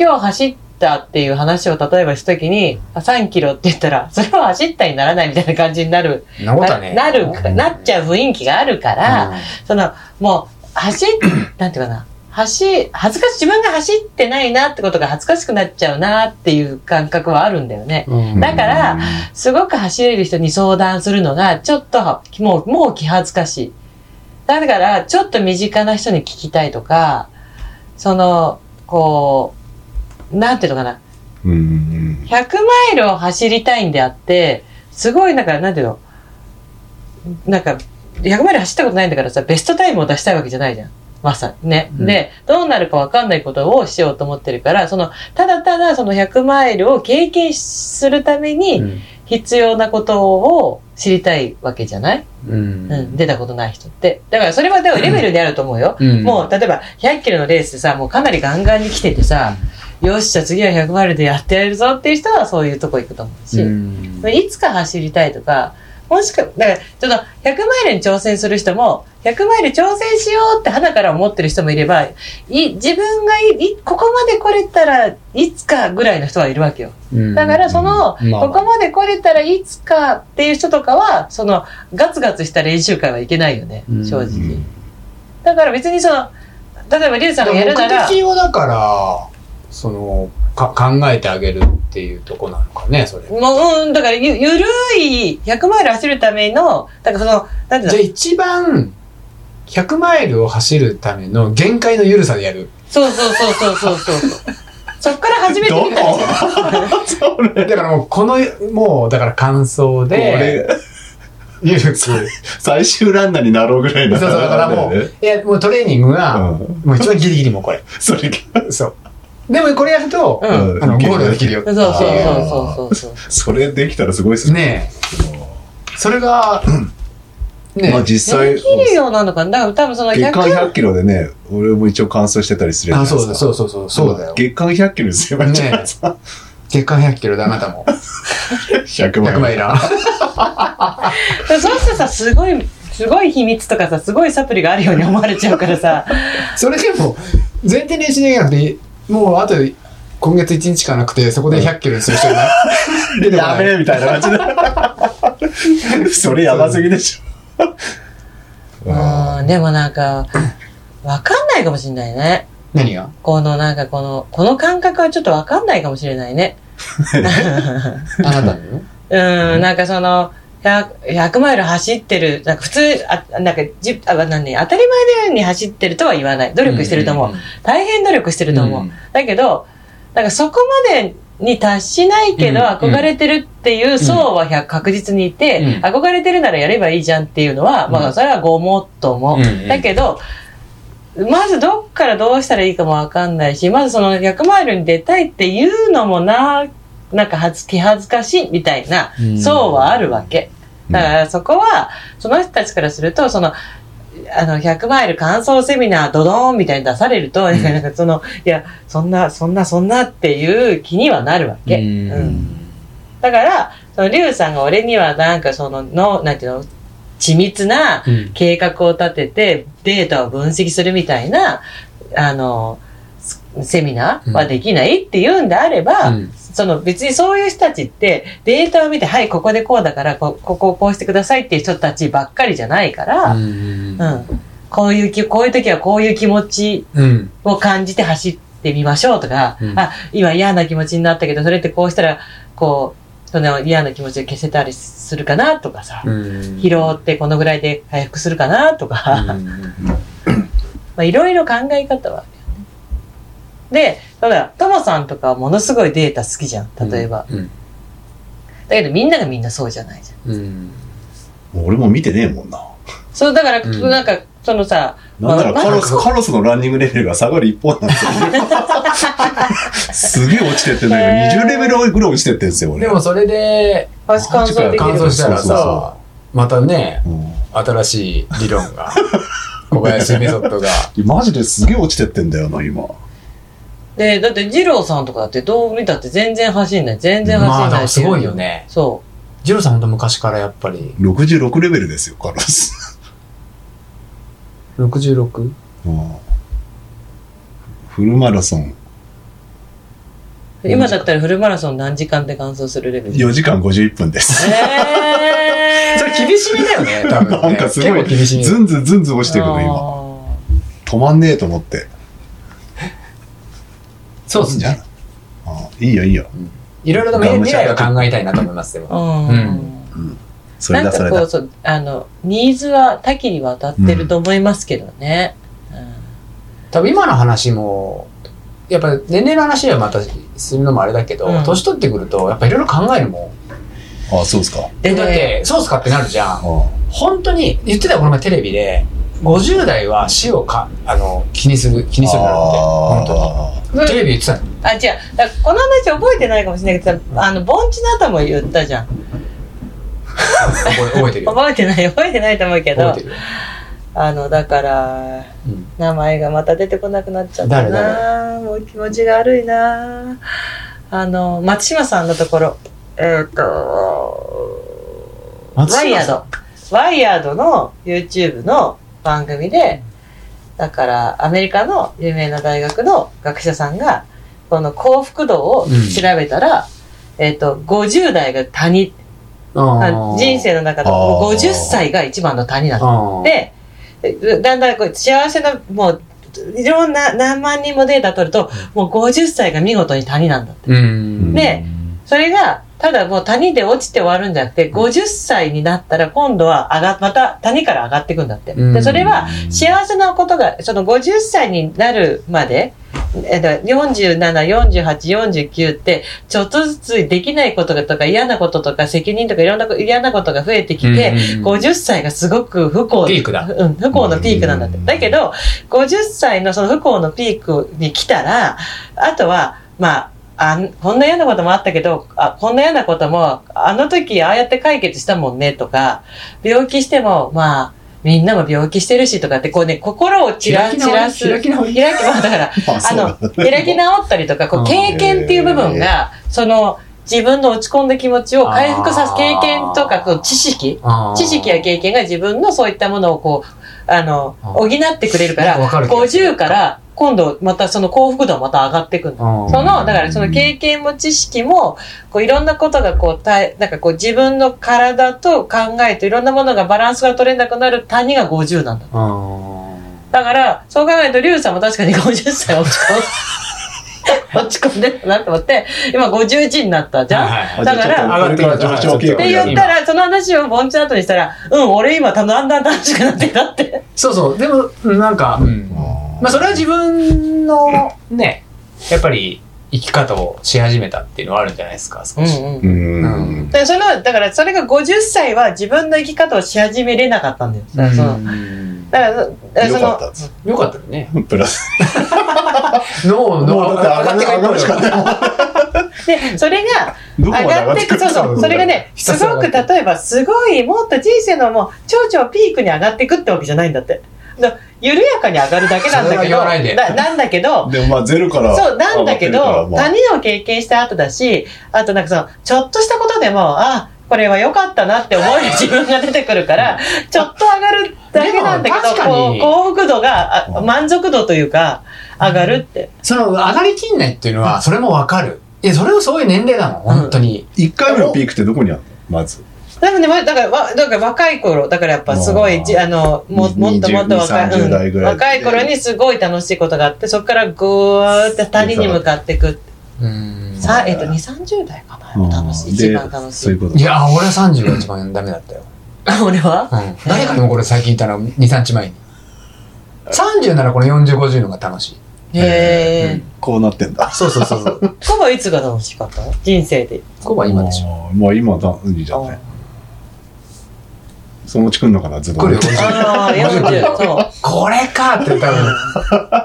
Speaker 1: 今日走っったっていう話を例えばしたときに、あ3キロって言ったら、それは走ったにならないみたいな感じになる、
Speaker 3: そんなことはね。
Speaker 1: なな
Speaker 3: う
Speaker 1: る、
Speaker 3: ん
Speaker 1: なっちゃう雰囲気があるから、その、もう、走っ、 なんていうかな、走、恥ずかし、自分が走ってないなってことが恥ずかしくなっちゃうなっていう感覚はあるんだよね。
Speaker 3: うん
Speaker 1: だから、すごく走れる人に相談するのが、ちょっと、もう、もう気恥ずかしい。だから、ちょっと身近な人に聞きたいとか、その、こう、なんていうのかな、
Speaker 4: うんうん
Speaker 1: 100マイルを走りたいんであって、すごい、なんか、なんていうの、なんか、100マイル走ったことないんだからさ、ベストタイムを出したいわけじゃないじゃん。まさにね。
Speaker 3: うん
Speaker 1: で、どうなるかわかんないことをしようと思ってるから、その、ただただその100マイルを経験するために、
Speaker 3: うん
Speaker 1: 必要なことを知りたいわけじゃない、
Speaker 3: うん
Speaker 1: うん、出たことない人って。だからそれはでもレベルであると思うよ。
Speaker 3: うん
Speaker 1: もう例えば100キロのレースでさ、もうかなりガンガンに来ててさ、よっしゃ次は100マイルでやってやれるぞっていう人はそういうとこ行くと思うし、
Speaker 3: うん
Speaker 1: いつか走りたいとか、もしくは、だから、ちょっと100マイルに挑戦する人も、100マイル挑戦しようって花から思ってる人もいれば、い自分がいいここまで来れたらいつかぐらいの人はいるわけよ。
Speaker 3: うん
Speaker 1: だからその、
Speaker 3: うんまあまあ
Speaker 1: ここまで来れたらいつかっていう人とかは、その、ガツガツした練習会はいけないよね
Speaker 3: う、ん
Speaker 1: 正
Speaker 4: うんう
Speaker 1: 直
Speaker 4: ん。
Speaker 1: だから別にその、例えばリュウさんがやるなら、
Speaker 3: 目的をだから、その、か考えてあげるっていうとこなのかね、それ。
Speaker 1: もう、うん、だからゆ、ゆるい100マイル走るための、だからその、なんていう
Speaker 3: じゃあ
Speaker 1: の、
Speaker 3: 一番、100マイルを走るための限界の緩さでやる。
Speaker 1: そうそうそうそうそうそう。そっから初めて
Speaker 4: どこ
Speaker 1: 見たら、
Speaker 4: そ
Speaker 3: だ
Speaker 4: れ
Speaker 3: からもう、この、もう、だから感想で、
Speaker 4: 俺
Speaker 3: 緩 く。そう
Speaker 4: 最終ランナーになろうぐらい
Speaker 3: そ
Speaker 4: の
Speaker 3: う、だからも
Speaker 4: ね
Speaker 3: う、いや、もうトレーニングは、
Speaker 4: うん
Speaker 3: もう一番ギリギリもうこれ。
Speaker 4: それが
Speaker 3: そう。でもこれやると、
Speaker 1: う
Speaker 3: あ
Speaker 1: ん。
Speaker 4: うん
Speaker 3: の、ゴールできるよ。
Speaker 1: そうそうそうそうそうそう。
Speaker 4: それできたらすごいですね
Speaker 3: ねえ。それが、ね
Speaker 4: まあ実際
Speaker 1: できるようなのかなだから多分その
Speaker 4: 月間
Speaker 1: 100、
Speaker 4: 100キロでね俺も一応完走してたりするじゃな
Speaker 3: あ、
Speaker 4: いです
Speaker 3: そう
Speaker 4: か
Speaker 3: だ、そうそうそう、そうだよ。
Speaker 4: 月間100キロですよ、
Speaker 3: ね
Speaker 4: じゃあさ
Speaker 3: 月間100キロだ、あなたも。
Speaker 4: 100
Speaker 3: 100マイラ ー。
Speaker 1: そうしてさ、すごい、すごい秘密とかさ、すごいサプリがあるように思われちゃうからさ、
Speaker 3: それでも、全然練習できなくて、もうあと、今月1日かなくて、そこで100キロにする人い ない出てこな
Speaker 4: や
Speaker 3: い
Speaker 4: べえみたいな感 じでそれやばすぎでしょ
Speaker 1: うん、でもなんか、わかんないかもしんないね。
Speaker 3: 何が
Speaker 1: このなんかこの、この感覚はちょっとわかんないかもしれないね。
Speaker 3: あなたの
Speaker 1: うん、なんかその、100, 100マイル走ってる、なんか普通、あなんかじあなん、ね、当たり前のように走ってるとは言わ ない。努力してると思う。大変努力してると思う。だけど、なんかそこまでに達しないけど、
Speaker 3: うん
Speaker 1: 憧れてるっていう層は100確実にいて、
Speaker 3: う
Speaker 1: 憧れてるならやればいいじゃんっていうのは、ま
Speaker 3: う
Speaker 1: あ
Speaker 3: ん
Speaker 1: それはごもっとも。
Speaker 3: うん
Speaker 1: だけど、まずどっからどうしたらいいかもわかんないし、まずその100マイルに出たいっていうのもな、なんか恥ず気恥ずかしいみたいな
Speaker 3: うん
Speaker 1: 層はあるわけ。だからそこは、その人たちからすると、その、あの、100マイル感想セミナードドーンみたいに出されると、
Speaker 3: ん
Speaker 1: なんかその、いや、そんな、そんな、そんなっていう気にはなるわけ。うんだから、その、リュウさんが俺にはなんかその、の、なんていうの、緻密な
Speaker 3: うん
Speaker 1: 計画を立てて、データを分析するみたいな、あの、スセミナーはできないっていうんであれば、
Speaker 3: うん
Speaker 1: その別にそういう人たちってデータを見て、はい、ここでこうだから、こここをこうしてくださいっていう人たちばっかりじゃないから、
Speaker 3: うん
Speaker 1: うん。こういう気、こういう時はこういう気持ち
Speaker 3: うん
Speaker 1: を感じて走ってみましょうとか、
Speaker 3: うん
Speaker 1: あ、今嫌な気持ちになったけど、それってこうしたら、こう、その嫌な気持ちを消せたりするかなとかさ、
Speaker 3: うん
Speaker 1: 疲労ってこのぐらいで回復するかなとか、
Speaker 3: う
Speaker 1: ま
Speaker 3: ん
Speaker 1: あいろいろ考え方はあるよね。で、ただ、ともさんとかはものすごいデータ好きじゃん、 例えば。
Speaker 3: うん
Speaker 1: だけどみんながみんなそうじゃないじゃん。
Speaker 3: うん
Speaker 4: もう俺も見てねえもんな
Speaker 1: そう、だから、
Speaker 3: うん
Speaker 1: なんか、そのさ、
Speaker 4: なんなら
Speaker 1: まあ
Speaker 4: カロ
Speaker 3: ま
Speaker 4: ス、
Speaker 3: あ
Speaker 4: カロスのランニングレベルが下がる一方なん ですよ。すげえ落ちてってんだけど、20レベルぐらい落ちてってんですよ、俺。
Speaker 3: でもそれで
Speaker 1: 足乾燥でき
Speaker 3: 乾
Speaker 1: る
Speaker 3: 燥。したら
Speaker 4: そうそう
Speaker 3: さ
Speaker 4: そ
Speaker 3: またね
Speaker 4: う
Speaker 3: 新しい理論 が小林メソッドが
Speaker 4: ん、マジですげえ落ちてってんだよな、今。
Speaker 1: で、だって、二郎さんとかだってどう見たって全然走んない。全然走んない。
Speaker 3: まあでもすごいよ。ね
Speaker 1: そ
Speaker 3: ジローさんほんと昔からやっぱり
Speaker 4: 66レベルですよ、カロス。
Speaker 3: 66
Speaker 4: うんフルマラソン、
Speaker 1: 今だったらフルマラソン何時間で完走するレベル。
Speaker 4: 4時間51分です。
Speaker 1: えー、
Speaker 3: それ厳しみだよ ね、多分、ね。
Speaker 4: なんかすご
Speaker 3: 結
Speaker 4: い、
Speaker 3: 構厳しみ。
Speaker 4: ずんずんずんずん落ちてくるの、今。
Speaker 1: 今。
Speaker 4: 止まんねえと思って。
Speaker 3: そうっす
Speaker 4: じゃ
Speaker 3: ね。
Speaker 4: ああいいよ、いいよ。
Speaker 3: いろいろと未未来は考えたいなと思います、でも。
Speaker 1: うん。
Speaker 3: うん
Speaker 4: それだ、そ
Speaker 1: なん
Speaker 4: れ
Speaker 1: かこ
Speaker 4: だ
Speaker 1: う。そうあのニーズは多岐にわたってると思いますけどね。
Speaker 3: 多分今の話も、やっぱ年齢の話はまたするのもあれだけど、
Speaker 1: うん
Speaker 3: 年取ってくると、やっぱいろいろ考えるもん。
Speaker 4: ああそうですか。あ
Speaker 1: で
Speaker 3: え、
Speaker 1: ね
Speaker 3: だって、そうっすかってなるじゃん。
Speaker 4: あ
Speaker 3: 本当に、言ってたよこの前テレビで、50代は死をか、あの、気にする、気にするなって、本当
Speaker 4: あ
Speaker 1: うん
Speaker 3: に。テレビ言ってたの。
Speaker 1: あ違うだからこの話覚えてないかもしれないけどあの盆地の後も言ったじゃん
Speaker 3: 覚え覚えてる よ。
Speaker 1: 覚えてない覚えてないと思うけ
Speaker 3: 覚え
Speaker 1: ど
Speaker 3: てるよ。
Speaker 1: あのだから
Speaker 3: うん
Speaker 1: 名前がまた出てこなくなっちゃった
Speaker 3: 誰
Speaker 1: なもう気持ちが悪いなあの松島さんのところえっ、と
Speaker 3: 松
Speaker 1: ワ
Speaker 3: 島さん
Speaker 1: イヤードワイヤードの YouTube の番組でだからアメリカの有名な大学の学者さんがこの幸福度を調べたら、えっ、と50代が谷
Speaker 3: あ
Speaker 1: あ
Speaker 3: ー
Speaker 1: 人生の中でもう50歳が一番の谷なんだって
Speaker 3: あー
Speaker 1: で、だんだんこう幸せな、もう、いろんな何万人もデータ取ると、もう50歳が見事に谷なんだって。
Speaker 3: うん。
Speaker 1: で、それが、ただもう谷で落ちて終わるんじゃなくて、50歳になったら今度は上が、また谷から上がっていくんだって。
Speaker 3: う
Speaker 1: で、
Speaker 3: ん
Speaker 1: それは幸せなことが、その50歳になるまで、えっと、47、48、49って、ちょっとずつできないこととか嫌なこととか責任とかいろんなこと嫌なことが増えてきて、
Speaker 3: うん、
Speaker 1: 50歳がすごく不幸
Speaker 3: ピークだ
Speaker 1: うん、不幸のピークなんだって。
Speaker 4: うん
Speaker 1: だけど、50歳のその不幸のピークに来たら、あとは、まあ、あんこんな嫌なこともあったけど、あ、こんな嫌なことも、あの時ああやって解決したもんねとか、病気しても、まあ、みんなも病気してるしとかって、こうね、心をちら、
Speaker 3: 開き
Speaker 1: ち
Speaker 3: 直り
Speaker 1: らす。
Speaker 3: 開き直り
Speaker 1: 開き、まあだから、
Speaker 4: あ
Speaker 1: あの、開き直ったりとか、こ
Speaker 3: う
Speaker 1: う、
Speaker 3: ん
Speaker 1: 経験っていう部分が、その、自分の落ち込んだ気持ちを回復さす
Speaker 3: あー
Speaker 1: 経験とか、こう、知識
Speaker 3: あー
Speaker 1: 知識や経験が自分のそういったものをこう、あの、
Speaker 3: あ
Speaker 1: 補ってくれるか
Speaker 3: な
Speaker 1: ら、
Speaker 3: んかわかる気がする
Speaker 1: 50から今度またその幸福度また上がっていくんだ。
Speaker 3: あー
Speaker 1: その、だからその経験も知識も、こういろんなことがこう、たいなんかこう自分の体と考えといろんなものがバランスが取れなくなる谷が50なんだ。
Speaker 3: あー
Speaker 1: だから、そう考えると、リュウさんも確かに50歳落ち込ん落ち込んでたなと思って、今51になったじゃん、
Speaker 3: はいはい
Speaker 1: だから
Speaker 4: 上がってから上昇傾
Speaker 1: っ
Speaker 4: 向
Speaker 1: て
Speaker 4: にあ
Speaker 1: 言っ
Speaker 4: る
Speaker 1: たら、その話を盆地の後にしたら、うん、俺今だんだん楽しくなってきたって。
Speaker 3: そうそう。でも、なんか、うんまあ、それは自分のね、やっぱり生き方をし始めたっていうのはあるんじゃないですか、少し。
Speaker 4: う
Speaker 3: うん
Speaker 4: ん。
Speaker 1: でそのだから、それが50歳は自分の生き方をし始めれなかったんだよ。だからその、
Speaker 3: うん
Speaker 1: だからそだからそ
Speaker 4: よ
Speaker 1: の、
Speaker 4: かったです。
Speaker 3: よかったよね。
Speaker 4: プラス。
Speaker 3: 脳
Speaker 4: もうだって上がる上がるしかないもん。
Speaker 1: で、それが、
Speaker 4: どこま
Speaker 1: 上
Speaker 4: で上
Speaker 1: が
Speaker 4: が
Speaker 1: っ
Speaker 4: ってて
Speaker 1: い
Speaker 4: く
Speaker 1: く。
Speaker 4: る
Speaker 1: そうそう。それがね、
Speaker 3: ひた
Speaker 1: す
Speaker 3: すら
Speaker 1: ご
Speaker 3: 上
Speaker 1: く、
Speaker 3: がっていく
Speaker 1: 例えば、すごい、もっと人生のもう、頂々ピークに上がっていくってわけじゃないんだって。だ緩やかに上がるだけなんだ
Speaker 3: そ
Speaker 1: け
Speaker 3: れは言わない
Speaker 1: ど、
Speaker 3: で
Speaker 1: ななんだけど、
Speaker 4: でもまあゼロから。
Speaker 1: そう、なんだけど、
Speaker 4: まあ
Speaker 1: 谷を経験した後だし、あとなんかその、ちょっとしたことでも、あ、これは良かったなって思 える自分が出てくるから、ちょっと上がるだけなんだ
Speaker 3: でも確
Speaker 1: けど、
Speaker 3: かに
Speaker 1: こう幸福度が、あ
Speaker 4: うん
Speaker 1: 満足度というか、上がるって。
Speaker 3: その、上がりきんないっていうのは、それもわかる。いや、それをそういう年齢なの、本当に。
Speaker 4: 一回目のピークってどこにあるのまず。
Speaker 1: でもね、わだから、わだから若い頃、だからやっぱすごい、じあの、も
Speaker 4: 20
Speaker 1: もっともっと若い、
Speaker 4: 20 30代ぐらい
Speaker 1: 若い頃にすごい楽しいことがあって、そこからぐーって谷に向かっていく。
Speaker 3: うん
Speaker 1: さ、えっと、2、30代かな。楽しい。一
Speaker 4: で
Speaker 1: 番楽、し
Speaker 4: そうい。
Speaker 1: いう
Speaker 4: こと
Speaker 3: い。や、俺は30が一番ダメだったよ。
Speaker 1: 俺は
Speaker 3: うん誰かにもこれ最近言ったの、2、3日前に。30ならこの40、50のが楽しい。
Speaker 1: へえ。
Speaker 4: こうなってんだ。
Speaker 3: そうそうそうそう。
Speaker 1: コバいつが楽しかった人生で。
Speaker 3: ここは今でしょ。
Speaker 4: ょ。まあ今だ、いいじゃない。そのうち来んのかな、ずっと。
Speaker 3: これよ、50
Speaker 1: ああ、40。そ
Speaker 3: これかって多分、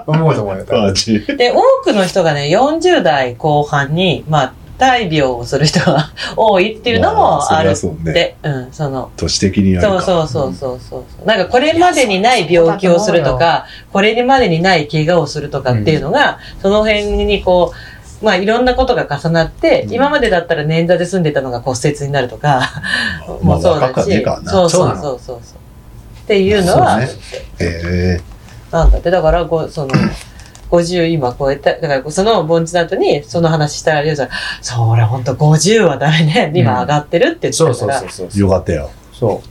Speaker 3: 思うと思うよ。多分
Speaker 4: マジ。
Speaker 1: う。で、多くの人がね、40代後半に、まあ、大病をする人が多いっていうのもあるっ
Speaker 4: そりゃそうね。
Speaker 1: て。うん、その。
Speaker 4: 都市的にやる
Speaker 1: そう
Speaker 4: か。
Speaker 1: そうそうそうそう。なんかこれまでにない病気をすると
Speaker 3: いや
Speaker 1: か、これまでにない怪我をするとかっていうのが、その辺にこう、まあいろんなことが重なって、
Speaker 3: うん
Speaker 1: 今までだったら捻挫で済んでたのが骨折になるとか、
Speaker 4: まあ
Speaker 1: もそう
Speaker 4: 若
Speaker 1: だ
Speaker 4: か
Speaker 1: し、
Speaker 4: ねえからな。
Speaker 1: そう
Speaker 3: そ
Speaker 1: そ
Speaker 3: うな
Speaker 1: う
Speaker 3: の
Speaker 1: そうそうそう。っていうのは、
Speaker 4: そうねええ
Speaker 1: なんだって、だからご、その、 50今超えた、だからその盆地の後にその話したら、りょうさん、それほんと50はダメね、今上がってるって言ってた
Speaker 3: そ
Speaker 1: から、
Speaker 3: うそうそうそう。
Speaker 4: よかったよ。
Speaker 3: そう。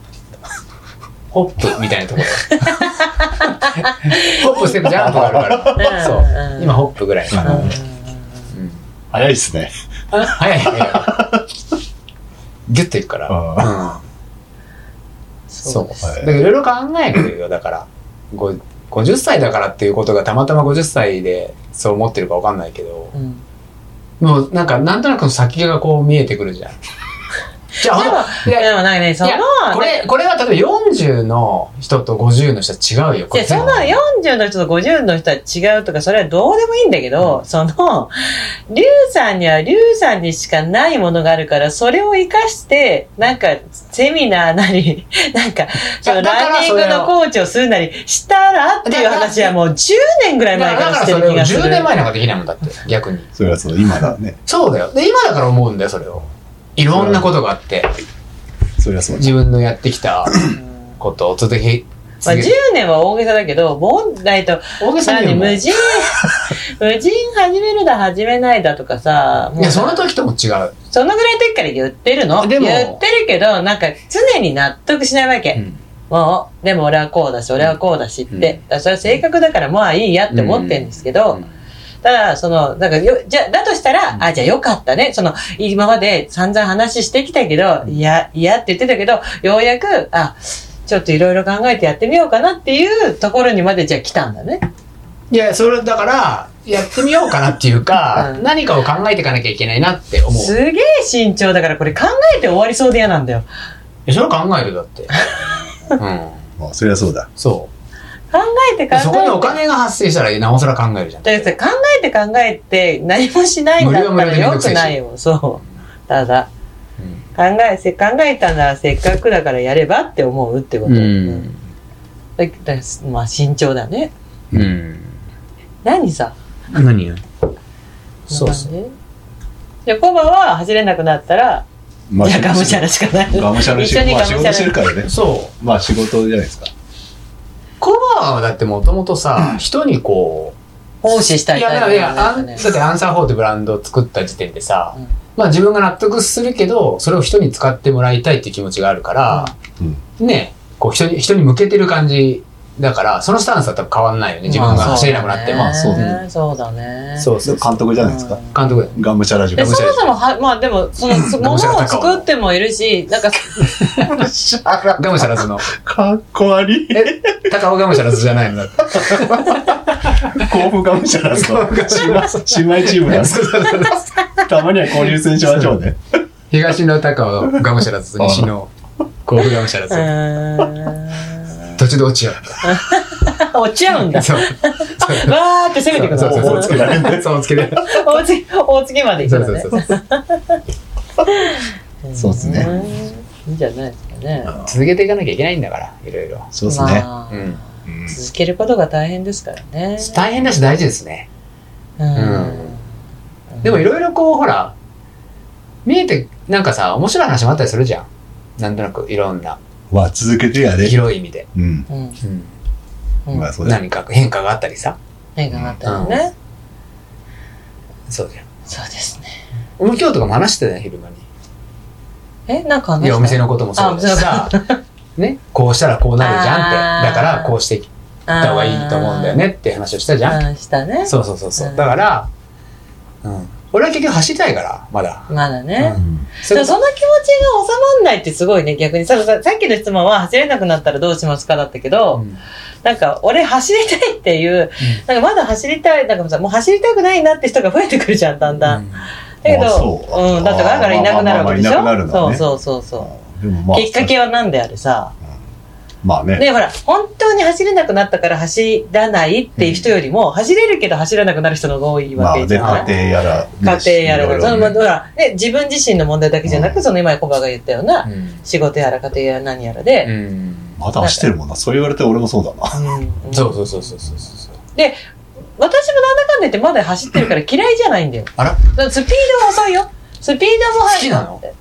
Speaker 3: ホップみたいなところ。ホップしてるジャンプがあるか
Speaker 1: うん
Speaker 3: ら。そうう。
Speaker 1: ん
Speaker 3: 今ホップぐらいかな。
Speaker 1: うんうんうん
Speaker 3: うん
Speaker 4: 早いですね。
Speaker 3: 早いね。ギュッといくから。
Speaker 4: あ
Speaker 3: そ。
Speaker 1: そうう
Speaker 3: だ
Speaker 1: です。
Speaker 3: からいろいろ考えるよ、だから。ご50歳だからっていうことがたまたま50歳でそう思ってるかわかんないけど、
Speaker 1: うん
Speaker 3: もうなんかなんとなくの先がこう見えてくるじ ゃん。じゃあ
Speaker 1: でも、
Speaker 3: いや
Speaker 1: でもなんかね、そ
Speaker 3: いや
Speaker 1: の、
Speaker 3: これ、これは例えば40の人と50の人は違うよ。こ
Speaker 1: で、
Speaker 3: れ
Speaker 1: その40の人と50の人は違うとか、それはどうでもいいんだけど、その、リュウさんにはリュウさんにしかないものがあるから、それを活かして、なんか、セミナーなり、 なんか、その
Speaker 3: だから
Speaker 1: ランニングのコーチをするなりしたらっていう話はもう10年ぐらい
Speaker 3: だか
Speaker 1: 前
Speaker 3: ら
Speaker 1: から
Speaker 3: だか
Speaker 1: し
Speaker 3: ら
Speaker 1: て
Speaker 3: そ
Speaker 1: る気
Speaker 3: れを
Speaker 1: がする。
Speaker 3: 10年前なんかできないもんだって、逆に。
Speaker 4: それはその今だね。
Speaker 3: そうだよ。で、今だから思うんだよ、それを。いろんなことがあって、
Speaker 4: それはそうだ。
Speaker 3: 自分のやって きた
Speaker 1: うん
Speaker 3: ことを続け、
Speaker 1: まあ、10
Speaker 3: 続け
Speaker 1: 年は大げさだけど、問題と、
Speaker 3: 大げさに
Speaker 1: 何、
Speaker 3: 言うの
Speaker 1: 無人、無人始めるだ、始めないだとかさ、もう
Speaker 3: いや、その時とも違う。
Speaker 1: そのぐらいの時から言ってるの
Speaker 3: でも
Speaker 1: 言ってるけど、なんか常に納得しないわけ。
Speaker 3: うん
Speaker 1: もう、でも俺はこうだし、俺はこうだしって。
Speaker 3: うん
Speaker 1: だからそれは性格だから、まあいいやって思ってるんですけど、ただ、その、なんかよ、じゃ、だとしたら、あ、じゃあよかったね。その、今まで散々話してきたけど、いや、いやって言ってたけど、ようやく、あ、ちょっといろいろ考えてやってみようかなっていうところにまでじゃあ来たんだね。
Speaker 3: いや、それだから、やってみようかなっていうか、
Speaker 1: うん
Speaker 3: 何かを考えていかなきゃいけないなって思う。
Speaker 1: すげえ慎重だから、これ考えて終わりそうで嫌なんだよ。
Speaker 3: えそれは考える だって。うん。
Speaker 4: まあそれはそうだ。
Speaker 3: そ
Speaker 1: 考えて考えて。
Speaker 3: う。そこにお金が発生したら、なおさら考えるじゃん。
Speaker 1: だって考えて考えて何もしないんだった
Speaker 3: 無料無料
Speaker 1: ら
Speaker 3: でめん
Speaker 1: よ
Speaker 3: どくせ
Speaker 1: く
Speaker 3: えし
Speaker 1: ないよ。そう。ただ、
Speaker 3: う
Speaker 1: 考
Speaker 3: ん
Speaker 1: え、せ考えたならせっかくだからやればって思うってこと。うんだだまあ慎重だね。
Speaker 3: うん。うん。
Speaker 1: 何さ。
Speaker 3: 何よ。そうそう。
Speaker 1: う。じゃあコバは走れなくなったら、
Speaker 4: ま
Speaker 1: じゃあがむしゃらしかない。
Speaker 4: がむしゃらし
Speaker 1: 一緒に
Speaker 4: ま
Speaker 1: が
Speaker 4: あ
Speaker 1: む
Speaker 4: 仕
Speaker 1: しゃら
Speaker 4: 事してるからね。
Speaker 3: そう。
Speaker 4: まあ仕事じゃないですか。
Speaker 3: コバはだってもともとさ、人にこ
Speaker 1: 奉仕し
Speaker 3: う、
Speaker 1: たい
Speaker 3: いや、だからいや、あんだ
Speaker 1: ね
Speaker 3: っ。てアンサー4ってブランドを作った時点でさ、
Speaker 1: うん
Speaker 3: まあ自分が納得するけど、それを人に使ってもらいたいって気持ちがあるから、ね、こう人に、人に向けてる感じだから、そのスタンスは多分変わんないよね。自分が走れなくなっても。
Speaker 1: まあそう
Speaker 4: まあそう
Speaker 1: だね。そうだ
Speaker 4: だ
Speaker 1: ね。
Speaker 3: そう
Speaker 4: そ
Speaker 3: そうう。
Speaker 4: 監督じゃないですか
Speaker 1: う。ん
Speaker 3: 監督だよ。
Speaker 4: がむしゃらし
Speaker 1: でそ
Speaker 4: がむしゃ
Speaker 1: もそもは、まあでも、その、そ物
Speaker 3: が
Speaker 1: を
Speaker 3: むしゃら高尾
Speaker 1: 作ってもいるし、なんか、
Speaker 4: らし。
Speaker 3: ガムシャラズの。
Speaker 4: かっこ悪い。
Speaker 3: え、高尾ガムシャラズじゃない のだって。
Speaker 4: 甲府がむしゃらし
Speaker 3: 甲府がむしゃら
Speaker 4: の姉妹チームなんです。たまには交流戦しましょうね。
Speaker 3: 東の高尾ガムシャラズ、西の甲府ガムシャラ
Speaker 1: う
Speaker 3: ズ。
Speaker 1: ーん
Speaker 3: 途中で落ちちゃう。
Speaker 1: 落ちちゃうんだ。
Speaker 3: そう。そう
Speaker 1: わーって攻めてくる
Speaker 3: そうそうそう。
Speaker 1: の。
Speaker 3: つけられて。そう、つけられて。
Speaker 1: 大月、大月まで行
Speaker 3: そ
Speaker 1: く
Speaker 3: う
Speaker 1: の
Speaker 3: そう
Speaker 1: ね
Speaker 3: そう。そう。
Speaker 1: ん
Speaker 4: そうですね。
Speaker 1: いいんじゃないですかね。
Speaker 3: 続けていかなきゃいけないんだから、いろいろ。
Speaker 4: そうですね。
Speaker 1: まあ
Speaker 3: うん
Speaker 4: うん
Speaker 1: 続けることが大変ですからね。
Speaker 3: 大変だし大事ですね。
Speaker 1: うん。
Speaker 3: でもいろいろこう、ほら、見えて、なんかさ、面白い話もあったりするじゃん。なんとなく、いろんな、
Speaker 4: は続けてやで。
Speaker 3: 広い意味で。
Speaker 4: うん。
Speaker 1: うん。
Speaker 3: うん
Speaker 1: うん
Speaker 4: まあ。そうだよ。
Speaker 3: 何か変化があったりさ。
Speaker 1: 変化があったよね。
Speaker 3: そうじゃん。
Speaker 1: そうですね。
Speaker 3: 俺も今日とかも話してたよ、昼間に。
Speaker 1: え、なんか話した
Speaker 3: いや、お店のこともそうだしさ、 ね、こうしたらこうなるじゃんって。
Speaker 1: あー
Speaker 3: だから、こうしていった方がいいと思うんだよねって話をしたじゃん。
Speaker 1: あー。したね。
Speaker 3: そうそうそうそうう。
Speaker 1: ん
Speaker 3: だから、うん。俺は結局走りたいから、まだ。
Speaker 1: まだね。
Speaker 3: うんそ
Speaker 1: で
Speaker 3: うい
Speaker 1: も
Speaker 3: うこ
Speaker 1: その気持ちが収まんないってすごいね、逆に。さささっきの質問は走れなくなったらどうしますかだったけ
Speaker 3: と
Speaker 1: ど、
Speaker 3: うん
Speaker 1: なんか俺走りたいっていう、なんかまだ走りたい、なんかさ、もう走りたくないなって人が増えてくるじゃん、だんだん。
Speaker 3: うん
Speaker 1: だけ
Speaker 4: あ
Speaker 1: ど、
Speaker 4: そう
Speaker 1: うん、だってだからいなくなるわけでし
Speaker 4: あ
Speaker 1: ょ
Speaker 4: ーまあまあまあいなくなるんだね
Speaker 1: そうそうそうそ
Speaker 4: でも
Speaker 1: う。
Speaker 4: まあ
Speaker 1: きっかけは何であれさ。
Speaker 4: まあね。
Speaker 1: で、ほら、本当に走れなくなったから走らないっていう人よりも、走れるけど走らなくなる人の方が多い
Speaker 4: ま
Speaker 1: わ
Speaker 4: あね、
Speaker 1: けじゃない
Speaker 4: 家庭やら。
Speaker 1: 家庭やら
Speaker 4: いろい
Speaker 1: が、
Speaker 4: ろ
Speaker 1: その、まあ
Speaker 4: ね
Speaker 1: ほら、ね、自分自身の問題だけじゃな
Speaker 4: う
Speaker 1: く、その今、コバが言ったような、
Speaker 3: うん
Speaker 1: 仕事やら家庭やら何やらで、
Speaker 3: うん
Speaker 4: また走ってるもんな。そう言われて俺もそうだな。
Speaker 1: うん
Speaker 3: そうそうそうそうそうそう。
Speaker 1: 私もなんだかんだ言ってまだ走ってるから嫌いじゃないんだよ。
Speaker 3: あら
Speaker 1: だからスピードは遅いよ。スピードも速い。
Speaker 3: 好きなの
Speaker 1: で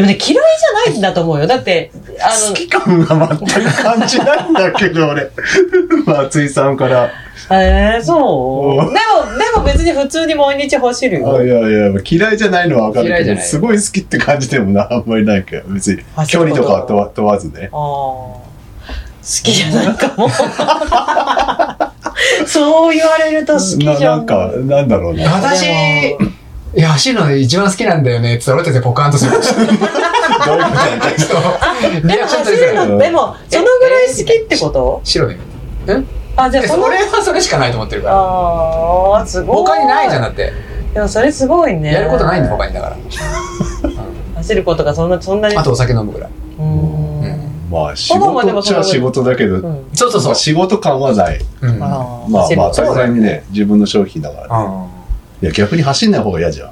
Speaker 1: もね、嫌いじゃないんだと思うよ。だって、あ
Speaker 4: 好
Speaker 1: の
Speaker 4: き感が全く感じないんだけど、俺。 松井さんから。
Speaker 1: えー、そう
Speaker 4: う
Speaker 1: でも、でも別に普通に毎日走る
Speaker 4: あ
Speaker 1: よ。
Speaker 4: いやいや、嫌いじゃないのは分か
Speaker 3: 嫌い
Speaker 4: る
Speaker 3: じ
Speaker 4: け
Speaker 3: ゃ
Speaker 4: ど、
Speaker 3: ない
Speaker 4: すごい好きって感じでもな、あんまりないから、別に。
Speaker 1: 走
Speaker 4: 距
Speaker 1: ること
Speaker 4: 離とかは問わ問わずね。
Speaker 1: あー好きじゃないか も。そう言われると好き
Speaker 4: な
Speaker 1: じゃ。
Speaker 4: なんんか、なんだろう な。
Speaker 3: 私、
Speaker 1: でも
Speaker 3: いや、走るの一番好きなんだよねって言ったら、俺たちポカーンとする。
Speaker 4: どういうことなんだ
Speaker 3: そうリ
Speaker 1: で
Speaker 3: ア
Speaker 1: も
Speaker 3: クショ
Speaker 1: 走
Speaker 3: ン取り
Speaker 1: る
Speaker 3: づらい。
Speaker 1: の、でも、そのぐらい好きってこと
Speaker 3: 白で見て。
Speaker 1: あ、じゃあ
Speaker 3: え
Speaker 1: そ
Speaker 3: そ
Speaker 1: の、
Speaker 3: 俺はそれしかないと思ってるから。
Speaker 1: あー、すごい。
Speaker 3: 他にないじゃんだって。
Speaker 1: でもそれすごいね。
Speaker 3: やることないんだ、他にだから。
Speaker 1: 走ることがそんな、そんなに。
Speaker 3: あとお酒飲むぐらい。
Speaker 1: うーん。
Speaker 4: まあ、仕事っちゃ仕事だけど、
Speaker 1: う
Speaker 4: ま
Speaker 1: ん。
Speaker 3: そうそうそ
Speaker 4: あ
Speaker 3: う。
Speaker 4: 仕事感はない。
Speaker 3: うん。
Speaker 1: あ
Speaker 3: あ
Speaker 1: ー
Speaker 4: まあ
Speaker 1: 走る
Speaker 4: ま
Speaker 1: こ
Speaker 4: あ、
Speaker 1: と
Speaker 4: それにね、自分の商品だから。いや、逆に走んない方が嫌じゃん。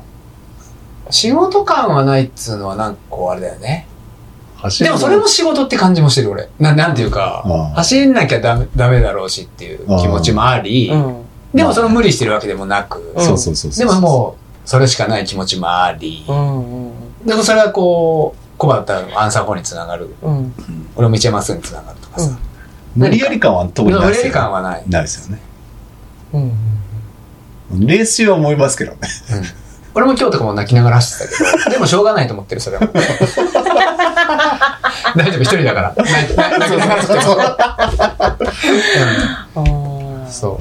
Speaker 3: 仕事感はないっつうのはなんかこうあれだよね。
Speaker 4: 走
Speaker 3: で
Speaker 4: る
Speaker 3: もそれも仕事って感じもしてる俺。ななんていうか
Speaker 4: うん、
Speaker 3: 走んなきゃダメダメだろうしっていう気持ちもあり、
Speaker 1: うん。
Speaker 3: でもその無理してるわけでもなく、
Speaker 1: うん
Speaker 4: そうそうそうそ
Speaker 3: で
Speaker 4: う。
Speaker 3: ももうそれしかない気持ちもあり、
Speaker 1: うん。うん
Speaker 3: でもそれはこう、コバだったらアンサー4につながる。
Speaker 1: うん。
Speaker 3: 俺も一山すぐにつながるとかさ。
Speaker 4: 無理やり感は特に
Speaker 3: 無
Speaker 4: ない
Speaker 3: 理
Speaker 4: で
Speaker 3: や
Speaker 4: すよ
Speaker 3: り
Speaker 4: ね。
Speaker 3: 感はない。
Speaker 4: ないですよね。
Speaker 1: うん。
Speaker 4: レース中は思いますけどね。
Speaker 3: 俺も今日とかも泣きながら走ってたけど、でもしょうがないと思ってる、そ れは。大丈夫、一人だから。泣き泣きながら走ってる。
Speaker 1: あ
Speaker 3: う
Speaker 1: ー
Speaker 3: んそ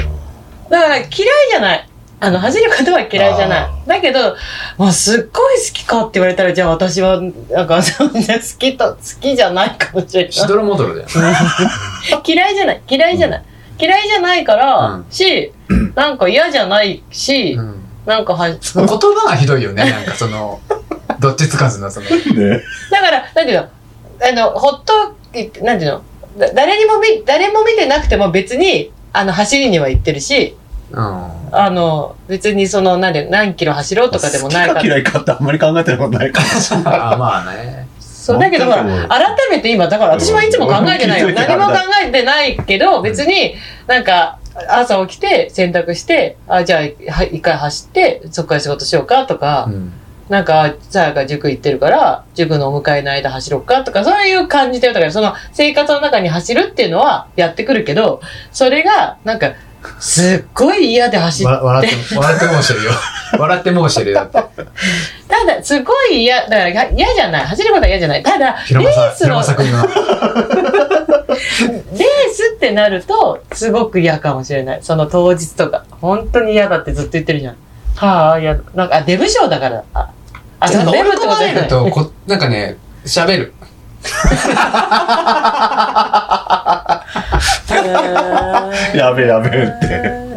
Speaker 3: う。
Speaker 1: だから嫌いじゃない。あの、走ることは嫌いじゃな
Speaker 4: あ
Speaker 1: い。だけど、もうすっごい好きかって言われたら、じゃあ私は、なんか、そんな好きと、好きじゃないかもしれ
Speaker 3: し
Speaker 1: な
Speaker 3: どろもどろだよ。
Speaker 1: い。嫌いじゃない、嫌いじゃない。嫌いじゃないから、
Speaker 3: うん
Speaker 1: し、なんか嫌じゃないし、
Speaker 3: うん
Speaker 1: なんかは、だ
Speaker 3: もう言葉がひどいよね、なんかその、どっちつかずのその。
Speaker 4: ね。
Speaker 1: から、なんていうの、あの、ほっと、なんていうの、だ誰にも見、誰も見てなくても別に、あの、走りには行ってるし、
Speaker 3: うん。
Speaker 1: あの、別にその、なんで、何キロ走ろうとかでもない
Speaker 4: 好
Speaker 1: か。
Speaker 4: きから嫌いかってあんまり考えたことないかもしれない。
Speaker 3: あまあね。
Speaker 1: そうだけどほら
Speaker 4: うん
Speaker 1: 改めて今だから私はいつも考えてないよ
Speaker 4: うん
Speaker 1: 何も考えてないけど別になんか朝起きて洗濯してあじゃあは一回走ってそこから仕事しようかとか、
Speaker 3: うん。
Speaker 1: なんかさやが塾行ってるから塾のお迎えの間走ろうかとかそういう感じでだからその生活の中に走るっていうのはやってくるけどそれがなんかすっごい嫌で走っ
Speaker 3: わ笑って、笑ってもうしてるよ。 笑ってもうしてるよ。だって。
Speaker 1: ただすごい嫌だから嫌じゃない走ることは嫌じゃないただレ
Speaker 3: 広
Speaker 1: ー
Speaker 3: 間さ
Speaker 1: ス
Speaker 3: ん、
Speaker 1: の
Speaker 3: 広間さん君は。
Speaker 1: レースってなると、すごく嫌かもしれない。その当日とか。本当に嫌だってずっと言ってるじゃん。はあ、嫌だ。なんか、あデブ賞だから。あ、あ
Speaker 3: なんか
Speaker 1: デ
Speaker 3: 追
Speaker 1: ブ
Speaker 3: い
Speaker 1: ってこ
Speaker 3: 込
Speaker 1: と
Speaker 3: ま
Speaker 1: じ
Speaker 3: れ
Speaker 1: ゃな
Speaker 3: る
Speaker 1: い。
Speaker 3: と、こなんかね、喋る。
Speaker 4: やべえやべえって。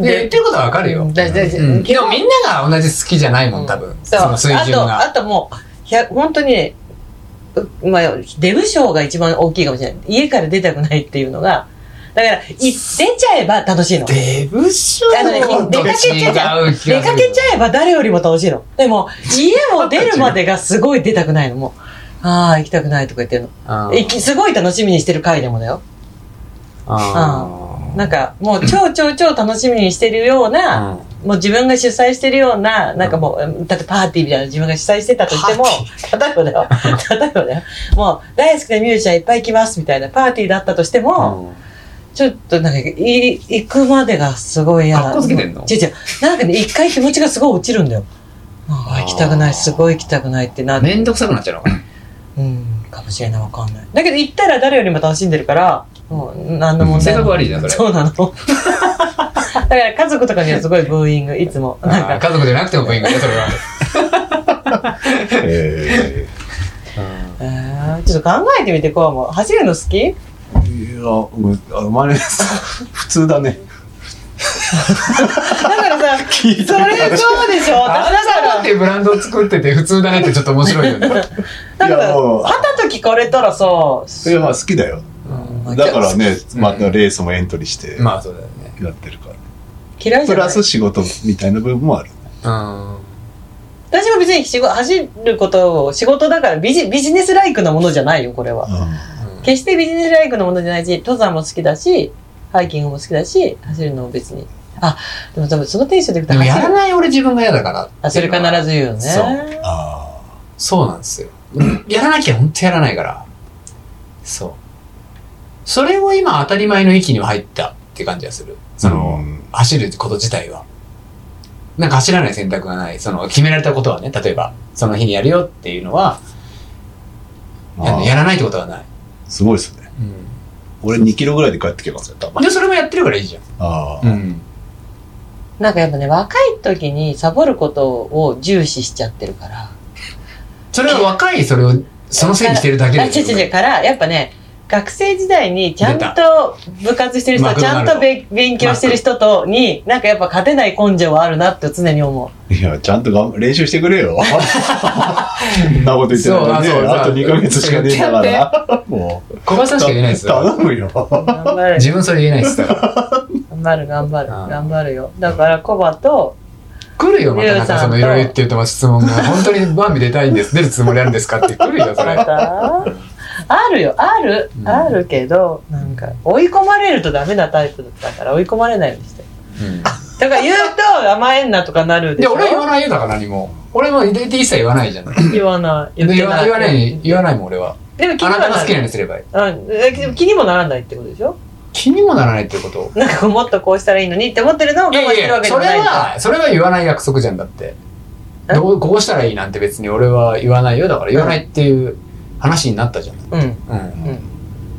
Speaker 3: いや、言ってることはわかるよ。
Speaker 1: だだだ
Speaker 3: うんでもみんなが同じ好きじゃないもん、多分。
Speaker 1: そう
Speaker 3: その水準
Speaker 1: あと、
Speaker 3: が。
Speaker 1: あともう、ひゃ本当にね、うまあ、デブ賞が一番大きいかもしれない。家から出たくないっていうのが、だから、い出ちゃえば楽しいの。
Speaker 3: デブ症
Speaker 1: あのね出かけちゃうじゃん出かけちゃえば誰よりも楽しいの。でも、家を出るまでがすごい出たくないの、もう。ああ、行きたくないとか言ってるの。
Speaker 3: ゃ
Speaker 1: 行き、すごい楽しみにしてる回でもだよ。なんか、もう超超超楽しみにしてるような、もう自分が主催してるような、なんかもう、だってパーティーみたいなの自分が主催してたとしても
Speaker 3: パ、
Speaker 1: 例えばだ よ。例えばだよ。もう、大好きなミュージシャンいっぱい来ますみたいなパーティーだったとしても、ちょっとなんか、い、行くまでがすごい嫌だ。
Speaker 3: かっこつけてんの
Speaker 1: 違う違う。なんかね、一回気持ちがすごい落ちるんだよ。ああ、行きたくな
Speaker 3: あ
Speaker 1: い、
Speaker 3: ー
Speaker 1: すごい行きたくないってなって。
Speaker 3: めんどくさくなっちゃうのかな
Speaker 1: うん、かもしれない、わかんない。だけど行ったら誰よりも楽しんでるから、もう、何の問題
Speaker 3: 性格
Speaker 1: も。
Speaker 3: 悪いじゃん、それ。
Speaker 1: そうなの。だ から家族とかにはすごいブーイング、いつも。なん
Speaker 3: あー
Speaker 1: か、
Speaker 3: 家族じゃなくてもいいんだよ、それは。
Speaker 1: え
Speaker 4: え
Speaker 1: ーちょっと考えてみて、こうも。走るの好き
Speaker 4: えいや、うんあ生まれ、普通だね。
Speaker 1: だからさ、そ
Speaker 4: 聞い
Speaker 1: れそうでしょ私
Speaker 3: あな
Speaker 1: だ
Speaker 3: ただ
Speaker 1: か
Speaker 3: っ
Speaker 1: ら、
Speaker 3: てブランドを作ってて普通だねってちょっと面白いよね。
Speaker 1: なん
Speaker 4: いやもう
Speaker 1: か、旗と聞かれたらさ、
Speaker 4: いや、まあ好きだよ。
Speaker 1: うん
Speaker 4: だからね、
Speaker 3: うん
Speaker 4: またレースもエントリーして
Speaker 3: まあそうだよね。
Speaker 4: やってるから。
Speaker 1: 嫌いじ
Speaker 4: プ
Speaker 1: ゃない
Speaker 4: ラス仕事みたいな部分もある。
Speaker 3: うん。
Speaker 1: 私も別に仕事走ることを仕事だからビジビジネスライクなものじゃないよこれは
Speaker 4: う
Speaker 1: 決してビジネスライクなものじゃないし登山も好きだしハイキングも好きだし走るのも別にあでも多分そのテンションでいくと
Speaker 3: でもや
Speaker 1: 走
Speaker 3: ら
Speaker 1: る
Speaker 3: ない俺自分が嫌だから。
Speaker 1: あそれ必ず言うよね
Speaker 3: そう
Speaker 4: ああ。
Speaker 3: そうなんですよ。やらなきゃ本当やらないから。そう。それを今当たり前の域には入ったって感じがする。その、
Speaker 4: うん
Speaker 3: 走ること自体は。なんか走らない選択がない。その、決められたことはね、例えば、その日にやるよっていうのは、
Speaker 4: まあ
Speaker 3: やらないってことはない。
Speaker 4: すごいですね。俺2キロぐらいで帰ってきますよ、多分。
Speaker 3: で、それもやってるからいいじゃ
Speaker 4: あ
Speaker 3: ん。
Speaker 4: あ。
Speaker 3: ん。
Speaker 1: なんかやっぱね、若い時にサボることを重視しちゃってるから。
Speaker 3: それは若いそれを、そのせいにしてるだけ
Speaker 1: あ、
Speaker 3: で
Speaker 1: 違う違う違う。から、やっぱね、学生時代にちゃん
Speaker 3: 出
Speaker 1: と部活してる人
Speaker 3: マ
Speaker 1: と、
Speaker 3: ク
Speaker 1: ち
Speaker 3: ド
Speaker 1: ゃ
Speaker 3: ナ
Speaker 1: ん
Speaker 3: ルド
Speaker 1: とべ勉強してる人とに、なんかやっぱ勝てない根性はあるなって常に思
Speaker 4: いや、ちゃんとがん練習してくれよ。そんなこと言って
Speaker 3: そう
Speaker 4: ない
Speaker 3: そう
Speaker 4: ね。あと2ヶ月しかねえんだから。もう。
Speaker 3: 小林さんしか言えないですよ。
Speaker 4: 頼むよ。
Speaker 1: う。頑張る。
Speaker 3: 自分それ言えないですから。
Speaker 1: 頑張る、頑張る。
Speaker 3: うん
Speaker 1: 頑張るよ。だから、コバと、
Speaker 3: 来るよ、またなん
Speaker 1: ゆう
Speaker 3: か
Speaker 1: さん
Speaker 3: そ
Speaker 1: と
Speaker 3: のいろいろ言ってると質問が、本当にバンビ出たいんです、出るつもりあるんですかって来るよ、そ
Speaker 1: あな
Speaker 3: れ。
Speaker 1: たあるよ、ある、
Speaker 3: うん
Speaker 1: あるけど、なんか、追い込まれるとダメなタイプだったから、追い込まれないようにして。だから言うと甘えんなとかなるで
Speaker 3: で、
Speaker 1: しょ
Speaker 3: 俺は言わないよ、だから何も。俺も出て一切言わないじゃない。
Speaker 1: 言わない。
Speaker 3: 言わ言わない、言わ
Speaker 1: ない。
Speaker 3: ないもん、俺は。
Speaker 1: でも気
Speaker 3: あ
Speaker 1: に
Speaker 3: な
Speaker 1: はな
Speaker 3: た
Speaker 1: ら
Speaker 3: が好きな
Speaker 1: な
Speaker 3: よう
Speaker 1: い。
Speaker 3: にすればいい。
Speaker 1: うん、えでも気にもならないってことでしょ
Speaker 3: 気にもならないってこと
Speaker 1: なんかこうもっとこうしたらいいのにって思ってるのを我
Speaker 3: いや
Speaker 1: 慢
Speaker 3: い
Speaker 1: してるわ
Speaker 3: や、
Speaker 1: けじ
Speaker 3: そ
Speaker 1: ゃ
Speaker 3: れ
Speaker 1: ないんだ
Speaker 3: は、それは言わない約束じゃんだって。
Speaker 1: え
Speaker 3: どう、こうしたらいいなんて別に俺は言わないよ。だから言わないっていう話になったじゃん。
Speaker 1: うん。
Speaker 3: うん。
Speaker 1: うん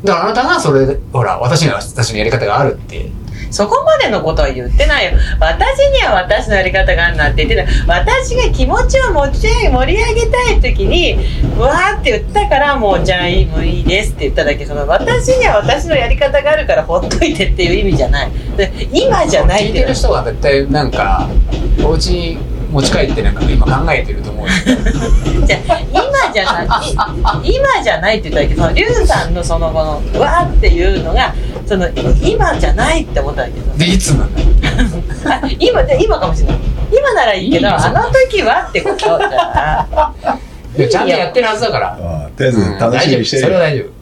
Speaker 3: だからあなたがそれ、ほら、私には私のやり方があるって。
Speaker 1: そこまでのことは言ってないよ。私には私のやり方があるなって言ってない。私が気持ちを持ち上げ盛り上げたい時に、うわーって言ったから、もうじゃあいい、もういいですって言っただけ、その私には私のやり方があるからほっといてっていう意味じゃない。で今じゃない
Speaker 3: 聞い
Speaker 1: ってい
Speaker 3: て
Speaker 1: うの
Speaker 3: る人は絶対なんか、お家に持ち帰ってなんか今考えてると思 うよ。
Speaker 1: じゃあ今じゃない 今じゃないって言ったらいいけどそのリュウさんのその後のわーっていうのがその今じゃないって思ったんだけど
Speaker 3: で、いつなんだよ
Speaker 1: あ 今で今かもしれない今ならいいけど
Speaker 3: いいよ
Speaker 1: あの時はってことじゃない
Speaker 3: いやちゃんとやってるはずだから。
Speaker 4: ああとりあえず楽しみにして
Speaker 3: そ
Speaker 4: る
Speaker 3: れは
Speaker 4: よ。
Speaker 3: 大丈夫。も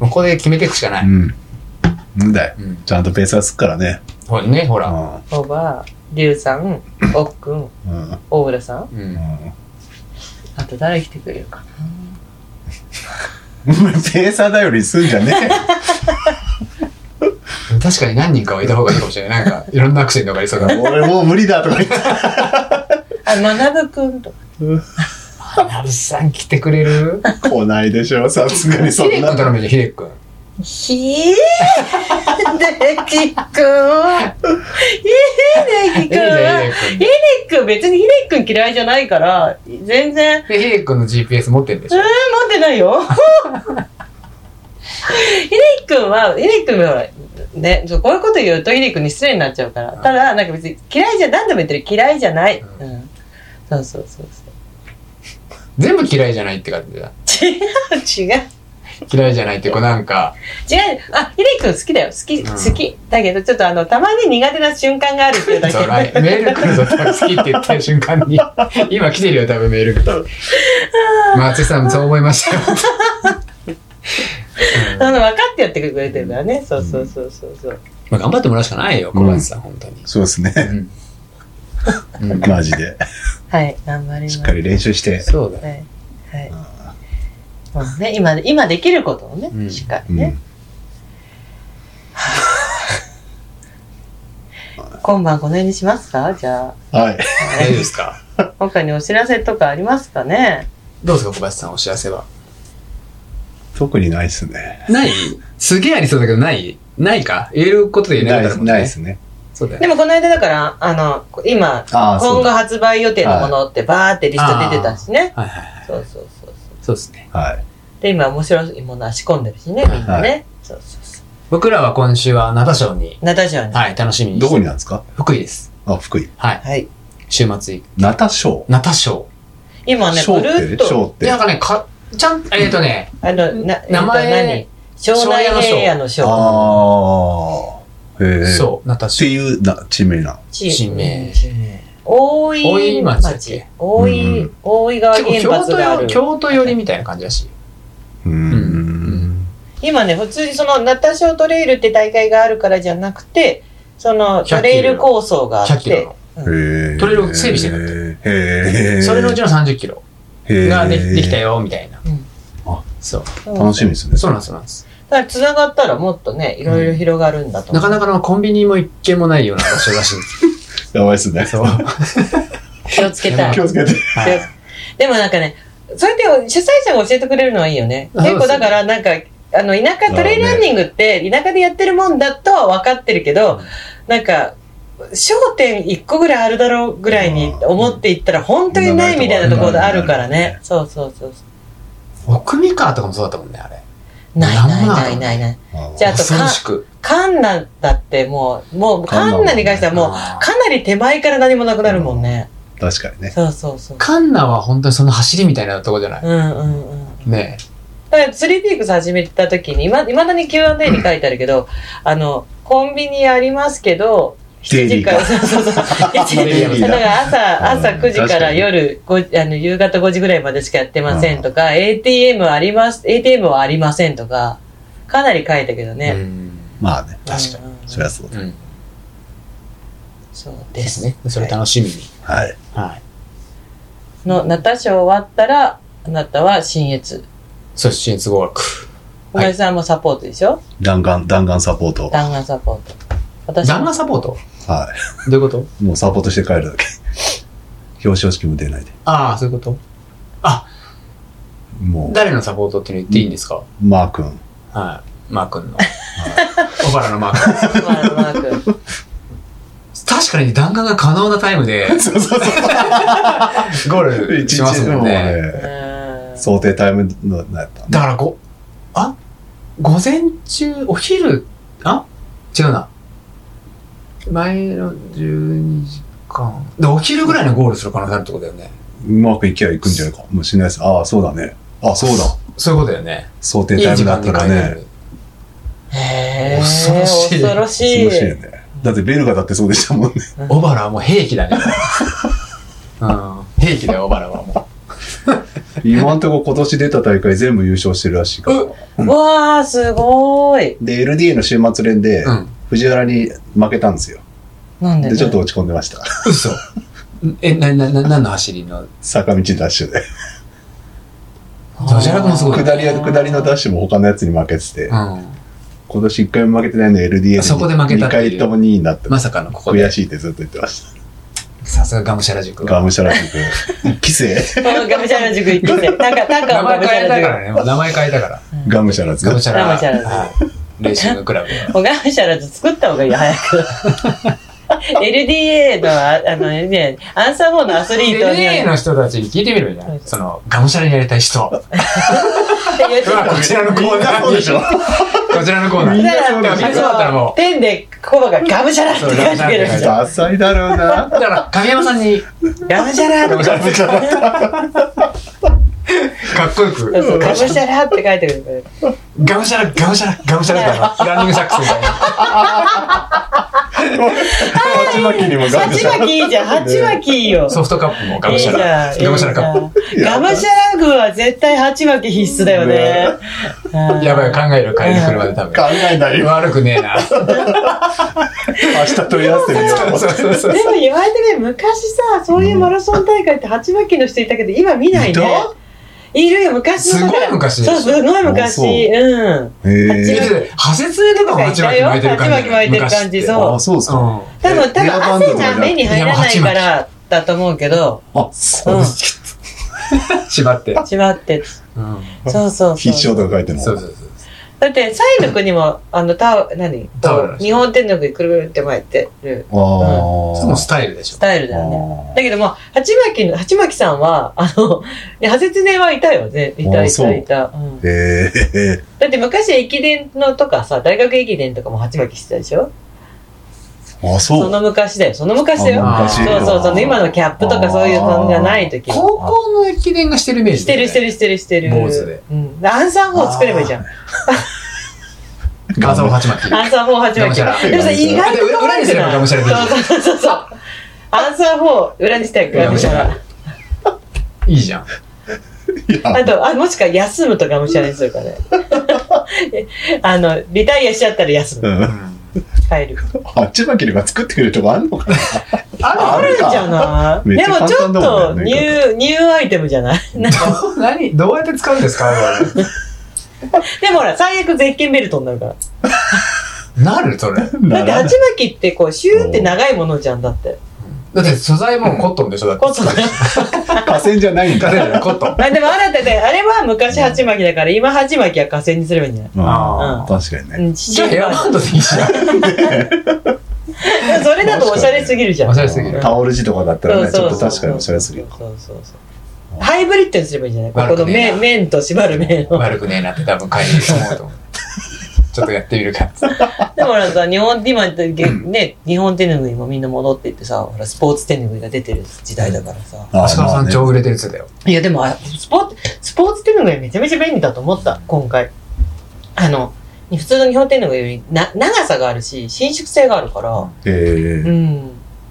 Speaker 3: うここで決めていくしかな
Speaker 4: う
Speaker 3: い。
Speaker 4: ん。なんだよ
Speaker 3: う。ん。
Speaker 4: ちゃんとペースはつくからね。
Speaker 3: ほらね、ほ
Speaker 4: う
Speaker 3: ら。
Speaker 4: ん。
Speaker 1: おばリュウさんおっくん
Speaker 4: うん。うん
Speaker 1: 大浦さん
Speaker 3: うん。
Speaker 1: あと誰来てくれるかな
Speaker 4: ペーサー頼りにすんじゃね
Speaker 3: 確かに何人かはいた方がいいかもしれない。なんか、いろんなアクセントがありそうだ
Speaker 4: え。 俺もう無理だとか言って。
Speaker 1: あ学くんとか
Speaker 3: なぶさん来てくれ る
Speaker 4: 来ないでしょ、さすがにそ
Speaker 3: ヒデ
Speaker 4: ん
Speaker 3: 君
Speaker 4: な。
Speaker 3: 頼むじゃん、ヒデ君。
Speaker 1: ひえで きくんひえできくん
Speaker 3: いいじゃん、
Speaker 1: は
Speaker 3: ヒデ
Speaker 1: ヒデ君別にヒデ君嫌いじゃないから全然
Speaker 3: 君。で、ヒデ君の GPS 持ってんでし
Speaker 1: えー
Speaker 3: ょ。
Speaker 1: 持ってない よ。ひできくんは、ひできくんはほら、ね、そうこういうこと言うとひできくんに失礼になっちゃうから。ただ、なんか別に嫌いじゃ、何度も言ってる嫌いじゃない。
Speaker 3: う
Speaker 1: うん。そうそうそうそ
Speaker 3: 全部嫌いじゃないって感じだ。
Speaker 1: う。違う、違う。
Speaker 3: 嫌いじゃないって、こうなんか、
Speaker 1: 違う。あ、ひできくん好きだよ。好き、
Speaker 3: うん
Speaker 1: 好き。だけど、ちょっとあの、たまに苦手な瞬間があるっていうだけ
Speaker 3: そう来メール来るぞ、好きって言った瞬間 に。今来てるよ、多分メールが。松井さん、そう思いましたよ。うん
Speaker 1: あの、分かってやってくれてるからね。そうそうそうそうそう。
Speaker 3: まあ、頑張ってもらうしかないよ、小林さん、本当に。
Speaker 4: そうですね。
Speaker 3: うんうん
Speaker 4: マジで。
Speaker 1: はい、頑張ります。
Speaker 4: しっかり練習して。
Speaker 3: そうだよ。
Speaker 1: はい。はい。もうね、今、今できることをね、
Speaker 3: うん
Speaker 1: しっかり
Speaker 4: う
Speaker 1: ね。
Speaker 4: ん。
Speaker 1: 今晩この辺にしますかじゃ
Speaker 4: はい。
Speaker 3: 大丈夫ですか
Speaker 1: あ。他にお知らせとかありますかね
Speaker 3: どうですか、小林さん、お知らせは。
Speaker 4: 特にないですね。
Speaker 3: ないすげえありそうだけど、ないないか言えることで言えな
Speaker 4: な
Speaker 3: いい
Speaker 4: で
Speaker 3: だ
Speaker 4: す
Speaker 3: もんね。
Speaker 4: ないですね。
Speaker 3: そうだよね
Speaker 1: でもこの間だから、あの、今、
Speaker 4: ああ、
Speaker 1: 今
Speaker 4: そう
Speaker 1: 後
Speaker 4: だ。
Speaker 1: 発売予定のものってバーってリスト出てたしね。
Speaker 3: はいはいはい。
Speaker 1: そうそうそうそう。
Speaker 3: そうですね。
Speaker 4: はい。
Speaker 1: で、今面白いものは仕込んでるしね、みんなね。そうそうそ
Speaker 3: 僕らは今週はナタショーに、
Speaker 1: う。ナタジャに。
Speaker 3: はい、楽しみにして
Speaker 4: どこになんですか
Speaker 3: 福井です。
Speaker 4: あ、福井。
Speaker 3: はい。
Speaker 1: はい。
Speaker 3: 週末行く。
Speaker 4: ナタショ
Speaker 3: ナタショ
Speaker 1: 今
Speaker 4: ー。
Speaker 1: ね、
Speaker 4: ショ
Speaker 1: ぐ
Speaker 4: ー
Speaker 1: る
Speaker 4: っ、
Speaker 1: って
Speaker 4: ショ
Speaker 1: と、
Speaker 4: ーっ
Speaker 3: ー。で、なん
Speaker 4: て。
Speaker 3: かね、か、ちゃん、えっ、とね、
Speaker 1: あの、な、
Speaker 3: 名前
Speaker 1: えっと何
Speaker 3: 庄
Speaker 1: 庄
Speaker 3: 内
Speaker 1: 内
Speaker 3: の庄
Speaker 1: 平野の
Speaker 4: あ
Speaker 1: 庄。
Speaker 4: あー。へえ。う。
Speaker 3: そう、ナタ
Speaker 4: って
Speaker 3: ショー。
Speaker 4: いうな地名な。
Speaker 1: 地
Speaker 3: 地
Speaker 1: 大
Speaker 3: 名大井
Speaker 1: 井
Speaker 3: 町だっけ
Speaker 1: 町。大
Speaker 4: う
Speaker 1: 井
Speaker 4: ん、
Speaker 1: 大井川
Speaker 3: 結
Speaker 1: 原
Speaker 3: 構京
Speaker 1: 発
Speaker 3: 都
Speaker 1: があ
Speaker 3: よ
Speaker 1: る。
Speaker 3: 京都寄りみたいな感じらしい。
Speaker 4: うー
Speaker 3: うん
Speaker 4: ん。
Speaker 1: 今ね普通にそのナタショートレイルって大会があるからじゃなくてそのトレイル構想があ
Speaker 3: 100
Speaker 1: っ
Speaker 3: キロ
Speaker 1: て
Speaker 3: の。
Speaker 4: へえ。
Speaker 3: トレイルを整備してる
Speaker 4: へえ。
Speaker 3: それのうちの30キロ
Speaker 4: へー
Speaker 3: がでできた。よ、みたいな。
Speaker 4: あ、
Speaker 3: そう。
Speaker 4: 楽しみですね。
Speaker 3: そうなんです、そうなんです。
Speaker 1: だから繋がったらもっとね、いろいろ広がるんだと思
Speaker 3: な
Speaker 1: う。
Speaker 3: かなかのコンビニも一軒もないような場所らしいんです。
Speaker 4: やばいっす ね。
Speaker 3: そう。
Speaker 1: 気をつけたい。
Speaker 4: 気をつけて。
Speaker 3: はい
Speaker 1: ででもなんかね、そうやって主催者が教えてくれるのはいいよね。
Speaker 3: あそうです
Speaker 1: 結構だからなんか、あの、田舎、トレイルランニングって田舎でやってるもんだとは分かってるけど、なんか、焦点1個ぐらいあるだろうぐらいに思っていったら本当にないみたいなところであるからね。そうそうそうそ
Speaker 3: 奥美川とかもそうだったもんね、あれ。
Speaker 1: う。ない
Speaker 3: なん
Speaker 1: な
Speaker 3: も
Speaker 1: い
Speaker 3: な
Speaker 1: ないいないない。じゃああと
Speaker 3: 恐ろしく。
Speaker 1: カンナだってもう、もうカンナに関してはもう、
Speaker 3: あー
Speaker 1: かなり手前から何もなくなるもんね。
Speaker 4: 確かにね。
Speaker 1: そうそうそう。
Speaker 3: カンナは本当にその走りみたいなとこじゃない、
Speaker 1: うんうんうん。
Speaker 3: ね
Speaker 1: だから、ツリーピークス始めた時に、いま、未だに Q&A に書いてあるけど、あの、コンビニありますけど、
Speaker 4: デイリーか
Speaker 1: 7時から、そうそうそう。
Speaker 4: デイリーだ
Speaker 1: だから朝、朝
Speaker 4: うん
Speaker 1: 9時か
Speaker 4: 確からに
Speaker 1: 夜5あの、夕方5時ぐらいまでしかやってませんとか、ATM あります、ATM はありませんとか、かなり書いたけど
Speaker 3: え。
Speaker 1: ね。
Speaker 3: うん
Speaker 4: まあね。
Speaker 3: 確かに
Speaker 1: に。うん
Speaker 4: そりゃそうだ。
Speaker 3: うん。
Speaker 1: そう
Speaker 3: で
Speaker 1: ですす
Speaker 3: ね
Speaker 1: ね。。
Speaker 3: それ楽しみに。
Speaker 4: はい。
Speaker 3: はい。
Speaker 1: の、ナタ賞終わったら、あなたは新越。
Speaker 3: そして、新語学。
Speaker 1: おめさんもサポートでしょ
Speaker 4: 弾丸、弾丸サポート。
Speaker 1: 弾丸サポート。私
Speaker 3: 旦
Speaker 1: も
Speaker 3: 那サポート
Speaker 4: は
Speaker 3: どういうこと
Speaker 4: い。もうサポートして帰るだけ。表彰式も出ないで。
Speaker 3: ああ、そういうこと
Speaker 4: も
Speaker 3: 誰のサポートっていうの言っていいんですか、
Speaker 4: う、マー君。
Speaker 3: はい。マー君の。小原のマー君。
Speaker 1: マーク。
Speaker 3: 確かに弾丸が可能なタイムで
Speaker 4: そうそうそ
Speaker 3: ゴールしますもんね。
Speaker 1: うん
Speaker 4: 想定タイムの、なんやった
Speaker 3: だからご、あ午前中、お昼、あ違うな。前の12時間。で、お昼ぐらいにゴールする可能性あるってことだよね。
Speaker 4: うまくいけばいくんじゃないかもしれないです。ああ、そうだね。あそうだ。
Speaker 3: そういうことだよね。
Speaker 4: 想
Speaker 3: い
Speaker 4: 定
Speaker 3: い
Speaker 4: タイ
Speaker 3: 時
Speaker 4: ムだ
Speaker 3: 間
Speaker 4: っ
Speaker 3: に
Speaker 4: た
Speaker 3: 帰
Speaker 4: ら
Speaker 3: れ
Speaker 4: ね。
Speaker 3: る。
Speaker 1: へえ。
Speaker 3: 恐ろしい
Speaker 1: 恐ろしい。
Speaker 4: 素晴らしいよね。だってベルがだってそうでしたもんね。
Speaker 3: 小原はもう兵器だね。うん。兵器だよ、小原はも
Speaker 4: 今んとこ今年出た大会全部優勝してるらしいから。
Speaker 1: わあ、すごーい。
Speaker 4: で、LDA の週末連で
Speaker 3: う。う、ん。
Speaker 4: 藤原に負けたんですよ。
Speaker 1: なんで、ね、
Speaker 4: で、ちょっと。落ち込んでました。
Speaker 3: 嘘。え、な、な、な、何の走りの
Speaker 4: 坂道ダッシュで。
Speaker 3: ドジャラクもすごい
Speaker 4: 下りや、下りのダッ
Speaker 1: シ
Speaker 4: シュも他のやつに負けてて
Speaker 3: う、ん。
Speaker 4: 今年1回も負けてないの LDA で
Speaker 3: そこで負けた
Speaker 4: 2
Speaker 3: っていう
Speaker 4: 回とも2位になって、
Speaker 3: まさかのここ
Speaker 4: 悔
Speaker 3: で。
Speaker 4: しいってずっと言ってました。
Speaker 3: さすがガムシャラ塾。
Speaker 4: ガムシャラ塾、1期生
Speaker 1: ュ。ガムシャラ塾行ってて。なんか、なんか
Speaker 3: 名
Speaker 1: ガ
Speaker 3: 前
Speaker 1: ムシ
Speaker 3: 変
Speaker 1: ャ
Speaker 3: えたか
Speaker 1: ラ塾。
Speaker 3: らね。もう名前変えたから。
Speaker 4: ガムシャラ
Speaker 3: ガ
Speaker 4: 塾
Speaker 3: ム。シャラ。
Speaker 1: ガムシャラ塾
Speaker 3: はいレーシングクラブ。
Speaker 1: もうガムシャラ塾作った方がいいよ、早く。LDA の、ああの、LDA、アンサー4のアスリートに。
Speaker 3: LA の人たちに聞いてみるじゃん。その、がむしゃらにやりたい人。こ
Speaker 1: って言ってた
Speaker 3: ちらのコー ナーに。
Speaker 4: そうでしょ
Speaker 3: こちらのコーナー
Speaker 4: み
Speaker 3: に。
Speaker 4: ん
Speaker 3: だ
Speaker 4: な
Speaker 3: か
Speaker 4: そうでしょ
Speaker 3: みんなそうだったらもう
Speaker 1: ペンで、コバがガムシャラって書いてくれるじゃん。
Speaker 4: ダサいだろうな。
Speaker 3: ら、影山さん に、
Speaker 1: ガムシャラって。
Speaker 4: ガムシャラ
Speaker 3: かっこよく、
Speaker 1: そうそう、ガム
Speaker 3: が
Speaker 1: シャラって書いてくれる。
Speaker 3: むしゃら、がむしゃら、がむしゃらって、ランニングサックスみたいな。
Speaker 4: 鉢巻きにもガム
Speaker 1: 鉢
Speaker 4: シャラ
Speaker 1: 巻きいいじゃん、鉢巻きいいよ。
Speaker 3: ソフトカップもがむしゃら。
Speaker 1: いいじゃん
Speaker 3: がむしゃらカッ
Speaker 1: いいじゃんガムシャラ具は絶対鉢巻き必須だよね。
Speaker 3: プ。やばい、
Speaker 1: か
Speaker 3: 考える帰り車で食
Speaker 4: 考えない
Speaker 3: べる。
Speaker 4: よ。
Speaker 3: 悪くねえな。 そ
Speaker 4: 明日取り合わせてみよ
Speaker 3: うそうそうそう。
Speaker 1: でも言われてね、昔さ、そういうマラソン大会って鉢巻きの人いたけど、今見ない
Speaker 4: い
Speaker 1: ね。
Speaker 4: た
Speaker 1: いるよ、昔の。
Speaker 3: すごい昔
Speaker 1: そう、すごい昔。
Speaker 4: あそう
Speaker 1: うん。
Speaker 4: う。へえ。
Speaker 3: 派切ねとかも
Speaker 1: い
Speaker 3: 鉢
Speaker 1: た
Speaker 3: 巻き
Speaker 1: よ、
Speaker 3: 巻
Speaker 1: 鉢
Speaker 3: いてる感じ。
Speaker 1: 巻き巻いてる感じ、
Speaker 3: 昔って
Speaker 1: そ
Speaker 4: あ、
Speaker 1: う。
Speaker 4: そうですか。
Speaker 3: うん。
Speaker 1: 多分、多
Speaker 4: ヘア
Speaker 1: 分
Speaker 4: バン
Speaker 1: 汗
Speaker 4: ドとか
Speaker 1: が
Speaker 4: じゃなくて
Speaker 1: 目に入らないからだと思うけど、
Speaker 4: あ、そうです。
Speaker 3: 縛って。
Speaker 1: 縛って。
Speaker 3: うん。
Speaker 1: そうそう
Speaker 4: 必
Speaker 1: そう。
Speaker 4: 勝とか書いても。
Speaker 3: そうそうそう。
Speaker 1: だって、サイの国も、あの、タオ、何
Speaker 3: タオルの人
Speaker 1: 日本天の国くるくるって巻いてる
Speaker 4: ああ。
Speaker 3: そのスタイルでしょ
Speaker 1: ス。タイルだよね。だけども、鉢巻きの、鉢巻きさんは、あの、ね、ハセツネはいたよね。いた、
Speaker 4: あ
Speaker 1: い
Speaker 4: そう
Speaker 1: た、いた。うん
Speaker 4: へえ。
Speaker 1: だって昔、駅伝のとかさ、大学駅伝とかも鉢巻きしてたでしょ
Speaker 4: あ、
Speaker 1: そ
Speaker 4: そう。
Speaker 1: の昔だよ。その昔だよ。
Speaker 3: あ
Speaker 1: そうそう、その今のキャップとかそういうのじゃない時。
Speaker 3: 高校の駅伝がしてるイメージ
Speaker 1: し
Speaker 3: だ
Speaker 1: て
Speaker 3: よね、
Speaker 1: るしてるしてるしてる。
Speaker 3: 坊主で。
Speaker 1: うん。アンサー4作ればいいじゃん。
Speaker 3: 画像を鉢巻き。
Speaker 1: アンサー4鉢
Speaker 3: ガム
Speaker 1: 巻
Speaker 3: シャラ
Speaker 1: き。でもさ、意外と
Speaker 3: 裏裏にすればガムシャラでいい
Speaker 1: そうそうそうそう。アンサー4、裏にしたいガムシャラ。
Speaker 3: いいじゃん。
Speaker 4: いや
Speaker 1: あと、あ、もしくは休むとガムシャラにするから ね。あの、リタイアしちゃったら休む。
Speaker 4: うん
Speaker 1: 帰る。
Speaker 4: 鉢巻きとか作ってくれるとこあんのかな
Speaker 1: あ
Speaker 4: あ
Speaker 1: る
Speaker 4: る
Speaker 1: んじ
Speaker 4: か
Speaker 1: ゃない
Speaker 4: めっ
Speaker 1: で
Speaker 4: ちゃ
Speaker 1: もちょ
Speaker 4: 簡単
Speaker 1: っ
Speaker 4: だも
Speaker 1: と
Speaker 4: んね
Speaker 1: ニュー、ニューアイテムじゃないなんか、
Speaker 3: 何どうやって使うんですか
Speaker 1: でもほら、最悪絶景ベルトになるから。
Speaker 3: なるそれ。
Speaker 1: だって、鉢巻きってこう、シューって長いものじゃんだって。
Speaker 3: だって素材もコットンでしょだって。
Speaker 1: コットンね。
Speaker 4: 河川じゃないんだ。
Speaker 3: だってコットン。
Speaker 1: まあでも新たで、あれは昔鉢巻きだから、今鉢巻きは河川にすればいいんじゃない
Speaker 3: あ
Speaker 4: ああ、確かにね。
Speaker 1: うん、
Speaker 3: じゃあヘアバンドでいいじゃん。
Speaker 1: でもそれだとおしゃれすぎるじゃん。
Speaker 3: おしゃれすぎる。
Speaker 4: タオル地とかだったらね、ちょっと確かにおしゃれするよ。
Speaker 1: そうそうそう。ハイブリッドにすればいいんじゃないここ
Speaker 3: 悪
Speaker 1: の
Speaker 3: くね
Speaker 1: 面
Speaker 3: えな
Speaker 1: 面と縛る面 を。
Speaker 3: 悪くねえなって多分帰りに思うと思う。ちょっとやってみるか。
Speaker 1: でもなんか日本、今ってげね、日本手ぬぐいもみんな戻っていってさ、ほら、スポーツ手ぬぐいが出てる時代だからさ。
Speaker 4: あ
Speaker 3: 足利さん超
Speaker 4: ね
Speaker 3: 売れてるやつだよ。
Speaker 1: いやでもあ、スポーツ、スポーツ手ぬぐいめちゃめちゃ便利だと思った、今回。あの、普通の日本手ぬぐいよりな長さがあるし、伸縮性があるから、
Speaker 4: え
Speaker 1: う
Speaker 4: え
Speaker 1: ん。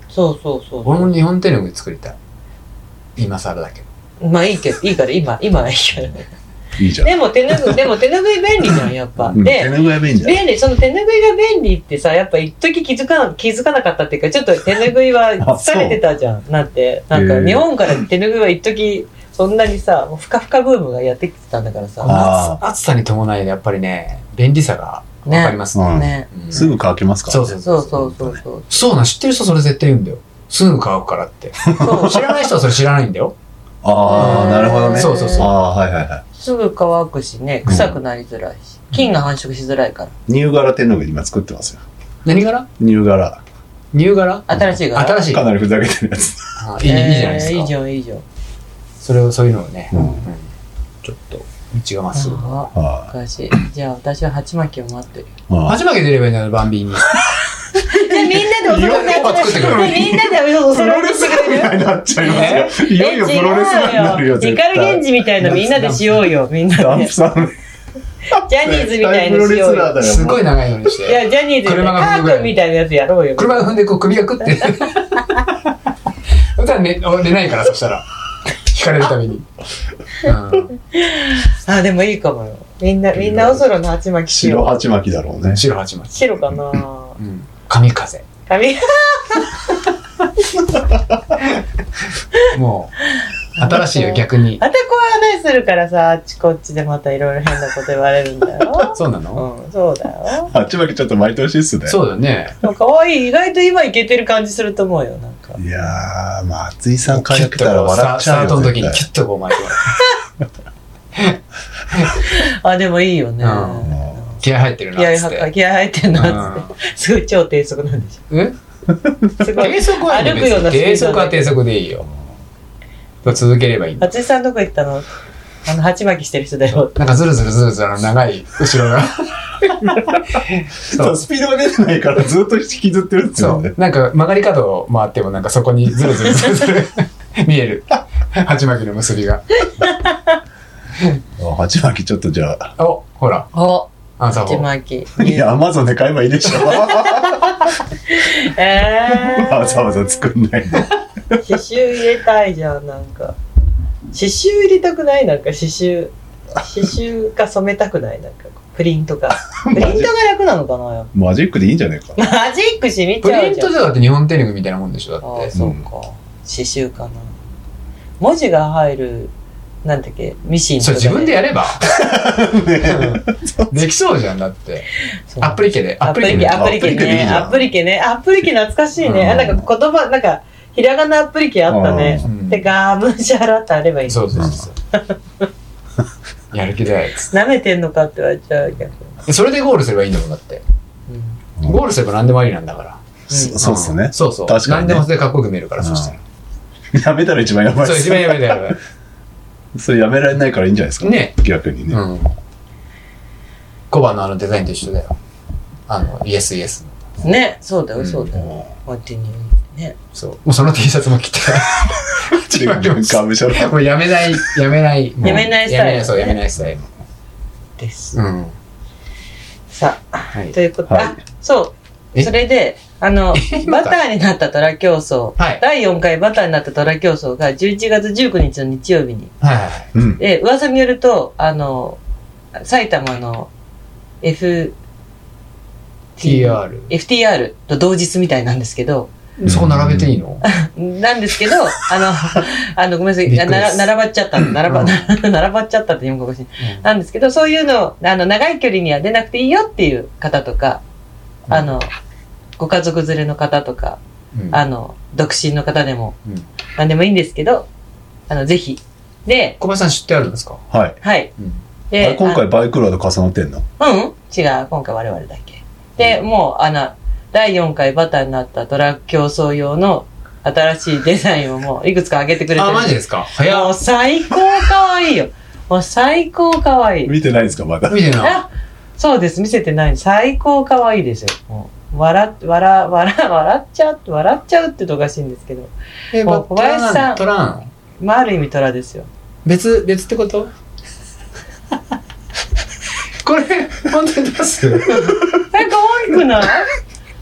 Speaker 1: そうそうそう。
Speaker 3: 俺も日本手ぬぐい作りたい。今更だけど。
Speaker 1: まあいいけど、いいから、今、今はいいから。
Speaker 4: いいじゃん。
Speaker 1: でも手ぬぐい、でも手ぬぐい便利じゃん、やっぱ。
Speaker 4: うん
Speaker 1: で
Speaker 4: 手、ぬぐいは便利だ。
Speaker 1: 便利、その手ぬぐいが便利ってさ、やっぱ一時気づかな、気づかなかったっていうか、ちょっと手ぬぐい は
Speaker 4: あそう
Speaker 1: 疲れてたじゃん、なって。なん
Speaker 4: へ
Speaker 1: か
Speaker 4: え
Speaker 1: 日本から手ぬぐいは一時そんなにさ、もうふかふかブームがやってきてたんだからさ。
Speaker 4: あ
Speaker 3: 暑暑さに伴いでやっぱりね、便利さがわかります
Speaker 4: う
Speaker 3: ね。
Speaker 4: ん
Speaker 1: ね。
Speaker 3: うん
Speaker 4: すぐ乾きますから。
Speaker 3: そうそう
Speaker 1: そうそうそうそう。
Speaker 3: そうなん、知ってる人それ絶対言うんだよ。すぐ乾くからって。
Speaker 1: そう
Speaker 3: 知らない人はそれ知らないんだよ。
Speaker 4: ああ、なるほどね。
Speaker 3: そうそうそう
Speaker 4: ああー、はいはいはい。
Speaker 1: すぐ乾くしね、臭くなりづらいし。菌が繁殖しづらいから。
Speaker 4: ニューガラ手ぬぐい今作ってますよ。
Speaker 3: 何柄
Speaker 4: ニューガラ。
Speaker 3: 乳柄
Speaker 1: 新しいから。
Speaker 3: 新しい。
Speaker 4: かなりふざけてるやつ。
Speaker 3: あいいいいじゃないです
Speaker 1: え
Speaker 3: か。
Speaker 1: ーいいじゃん、いいじゃん。
Speaker 3: それを、そういうのをね、
Speaker 4: うん
Speaker 3: うんちょっと、道がまっすぐ。
Speaker 1: あ
Speaker 4: は
Speaker 1: あ、おかしい。じゃあ私は鉢巻きを待ってる。
Speaker 4: い。まあ
Speaker 3: 鉢巻き出ればいいんだよ、バンビに。
Speaker 1: じゃあ みんなでお揃い
Speaker 3: いろいろ作ってくれる
Speaker 1: みんなでお揃いにしてくれる
Speaker 4: いになっちゃいますよ。いよいよプロレスラーになるよ、
Speaker 1: え違うよ
Speaker 4: 絶
Speaker 1: 光源
Speaker 4: 対。
Speaker 1: 氏みたいなみんなでしようよ、みんな
Speaker 4: ダン
Speaker 1: で。
Speaker 4: プさん。
Speaker 1: ジャニーズみたい
Speaker 4: プ
Speaker 1: な
Speaker 4: ロ
Speaker 1: し
Speaker 4: レ
Speaker 1: よ
Speaker 4: ス
Speaker 1: う
Speaker 4: ラー
Speaker 1: よ。
Speaker 4: だよ。
Speaker 3: すごい長いのにし
Speaker 1: い
Speaker 3: て。
Speaker 1: や、ジャニーズみたい
Speaker 3: 車
Speaker 1: な、
Speaker 3: が
Speaker 1: カ
Speaker 3: 踏むぐらい
Speaker 1: ー君みたいなやつやろうよ。
Speaker 3: 車が踏んで、こう、首がくって。そしたら寝、寝ないから、そしたら。引かれるために。うん
Speaker 1: あ、でもいいかもよ。みんな、みんなおそろの鉢巻きし
Speaker 4: 白
Speaker 1: よ
Speaker 4: 鉢巻きだろうね。
Speaker 3: 白鉢巻
Speaker 1: う。
Speaker 3: き。
Speaker 1: 白かな
Speaker 3: うん。神風。
Speaker 1: 髪、
Speaker 3: もう、新しいよ、逆に。。
Speaker 1: あたこは話するからさ、あっちこっちでまたいろいろ変なこと言われるんだよ
Speaker 3: そうなの
Speaker 1: うん、そうだよ。
Speaker 4: 鉢巻きちょっと毎年っすね。
Speaker 3: そうだね。
Speaker 1: でも可愛い。意外と今いけてる感じすると思うよ、なんか。
Speaker 4: いやー、松井さんから
Speaker 3: キュ
Speaker 4: 来
Speaker 3: ッ
Speaker 4: たら
Speaker 3: とこう
Speaker 4: 笑っ
Speaker 3: ス
Speaker 4: ち
Speaker 3: タ
Speaker 4: ゃ
Speaker 3: ー
Speaker 4: う
Speaker 3: ト
Speaker 4: よ。
Speaker 3: の時に
Speaker 4: 絶
Speaker 3: キュッとこう巻いてもらう
Speaker 1: あ、でもいいよね。
Speaker 3: うん気
Speaker 4: 対
Speaker 3: 合入ってるな
Speaker 1: 気合
Speaker 3: っ
Speaker 1: い
Speaker 3: つっ
Speaker 1: は
Speaker 3: て
Speaker 1: 気合入ってんなっつって。すごい超低速なんでし
Speaker 3: うんえ
Speaker 1: ょ。すごい
Speaker 3: 低。速はいい
Speaker 1: 歩くようなスピードで
Speaker 3: 低速は低速でいいよ続ければいいんだ
Speaker 1: 松井さんどこ行ったのあの、鉢巻きしてる人だよ。
Speaker 3: なんかズルズルズルズルあの長い後ろが
Speaker 4: そ
Speaker 3: そうう
Speaker 4: スピードが出てないからずっと引きずってるんです
Speaker 3: そ
Speaker 4: よね
Speaker 3: う。なんか曲がり角を回ってもなんかそこにズルズルズルズ ル見える鉢巻きの結びが
Speaker 4: あ鉢巻きちょっとじゃあ。
Speaker 3: おほら
Speaker 1: お、
Speaker 3: アンサー
Speaker 1: 鉢
Speaker 3: 4
Speaker 1: 巻き。
Speaker 4: いや、アマゾンで買えばいいでしょ。
Speaker 1: えー。
Speaker 4: わざわざ作んないで。
Speaker 1: 刺繍入れたいじゃん、なんか。刺繍入れたくないなんか刺繍。刺繍か染めたくないなんか、プリント か。プリントが楽なのかなやっ
Speaker 4: マジックでいいんじゃないか。
Speaker 1: ぱマジックしみ
Speaker 3: プ
Speaker 1: ちゃ
Speaker 3: リ
Speaker 1: う
Speaker 3: ン
Speaker 1: じゃ
Speaker 3: ト
Speaker 1: ん。
Speaker 3: じゃだって日本テレビみたいなもんでしょだ
Speaker 1: ああ、
Speaker 3: って
Speaker 1: そうか。刺繍かな。文字が入る、なんだっけ、ミシンと
Speaker 3: そ
Speaker 1: か、
Speaker 3: れ自分でやればうん できそうじゃんだって
Speaker 1: そう
Speaker 3: アプリケで
Speaker 1: アプリケ、
Speaker 3: ね
Speaker 1: アプリケ
Speaker 4: アプリケでいい
Speaker 1: ね。
Speaker 4: じゃん
Speaker 1: アプリケね。アプリケ懐かしいね。
Speaker 3: うん
Speaker 1: あなんか言葉、なんか、ひらがなアプリケあったね
Speaker 3: う。ん
Speaker 1: で、ガームシャラってあればいい。
Speaker 3: そうそうそうそうやる気だよ
Speaker 1: 舐めてんのかって言われちゃうけど。
Speaker 3: それでゴールすればいいんだもんだって
Speaker 1: うん
Speaker 4: うん
Speaker 3: ゴールすれば何でもありなんだから
Speaker 4: そそうっす
Speaker 3: う
Speaker 4: ね
Speaker 3: ん。そうそう
Speaker 4: 確か
Speaker 3: 何
Speaker 4: にね
Speaker 3: でもそれかっこよく見えるから
Speaker 4: うん
Speaker 3: そしたら
Speaker 4: やめたら一番やばい
Speaker 3: そ
Speaker 4: っ
Speaker 3: う一
Speaker 4: す
Speaker 3: 番やめだよ
Speaker 4: それやめられないからいいんじゃないですか。
Speaker 3: ね
Speaker 4: 逆に
Speaker 3: う
Speaker 4: ね。
Speaker 3: ん小判のあのデザインと一緒だよあのイエスイエスの
Speaker 1: ね、そうだ
Speaker 3: う
Speaker 1: よ、
Speaker 3: ん
Speaker 1: そうだよ。
Speaker 4: も
Speaker 1: こうやってねね。
Speaker 3: そうもうその T シャツも着て
Speaker 4: う口でガムシャラ。
Speaker 3: もうやめないやめないもう
Speaker 1: やめないスタイル
Speaker 3: やめなそうやめないスタイル
Speaker 1: です。
Speaker 3: うん
Speaker 1: さあ、
Speaker 3: はい
Speaker 1: ということ、
Speaker 4: はい
Speaker 1: あ、そう。
Speaker 3: え
Speaker 1: それで、あの、バ
Speaker 3: また
Speaker 1: ターになったトラ競争、
Speaker 3: はい
Speaker 1: 第4回バターになったトラ競争が11月19日の日曜日に。
Speaker 3: はいはい
Speaker 4: うん。
Speaker 1: で、噂によると、あの、埼玉の F、
Speaker 3: TR
Speaker 1: FTR と同日みたいなんですけど、
Speaker 3: そこ並べていいの
Speaker 1: なんですけど、あの、あの、ごめんなさ
Speaker 3: びっ
Speaker 1: い、
Speaker 3: く
Speaker 1: あ
Speaker 3: りで
Speaker 1: なら
Speaker 3: す
Speaker 1: 並ばっちゃった、 並ば、
Speaker 3: うん
Speaker 1: 並ばっちゃったって日本語おかしい。なんですけど、そういうの、あの、長い距離には出なくていいよっていう方とか、あの、ご家族連れの方とか、
Speaker 3: うん
Speaker 1: あの、独身の方でも
Speaker 3: うん、
Speaker 1: なんでもいいんですけど、あの、ぜひ。で、
Speaker 3: 小林さん知ってあるんですか
Speaker 4: はい。
Speaker 1: はい。
Speaker 4: あ
Speaker 1: で
Speaker 4: れ、今回バイクロード重なってんの
Speaker 1: あのうん違う、今回我々だけ。で、もう、あの、第4回バターになったトラック競争用の新しいデザインをもう、いくつか上げてくれて
Speaker 3: あ、
Speaker 1: るん
Speaker 3: マ
Speaker 1: で
Speaker 3: ジですか
Speaker 1: も
Speaker 3: 早
Speaker 1: う
Speaker 3: っ。
Speaker 1: 最高可愛いよ。もう最高可愛い。
Speaker 4: 見てないんですかまだ。
Speaker 3: 見てな。
Speaker 1: あ、そうです。見せてない。最高可愛いですよ。もう笑っ、笑、笑、笑っちゃう、笑っちゃうって言うとおかしいんですけど。
Speaker 3: え、
Speaker 1: もう
Speaker 3: トラな
Speaker 1: 小林さん
Speaker 3: トラなの
Speaker 1: まあ、ある意味虎ですよ。
Speaker 3: 別、別ってこと これ、本当に出す
Speaker 1: え、可愛くない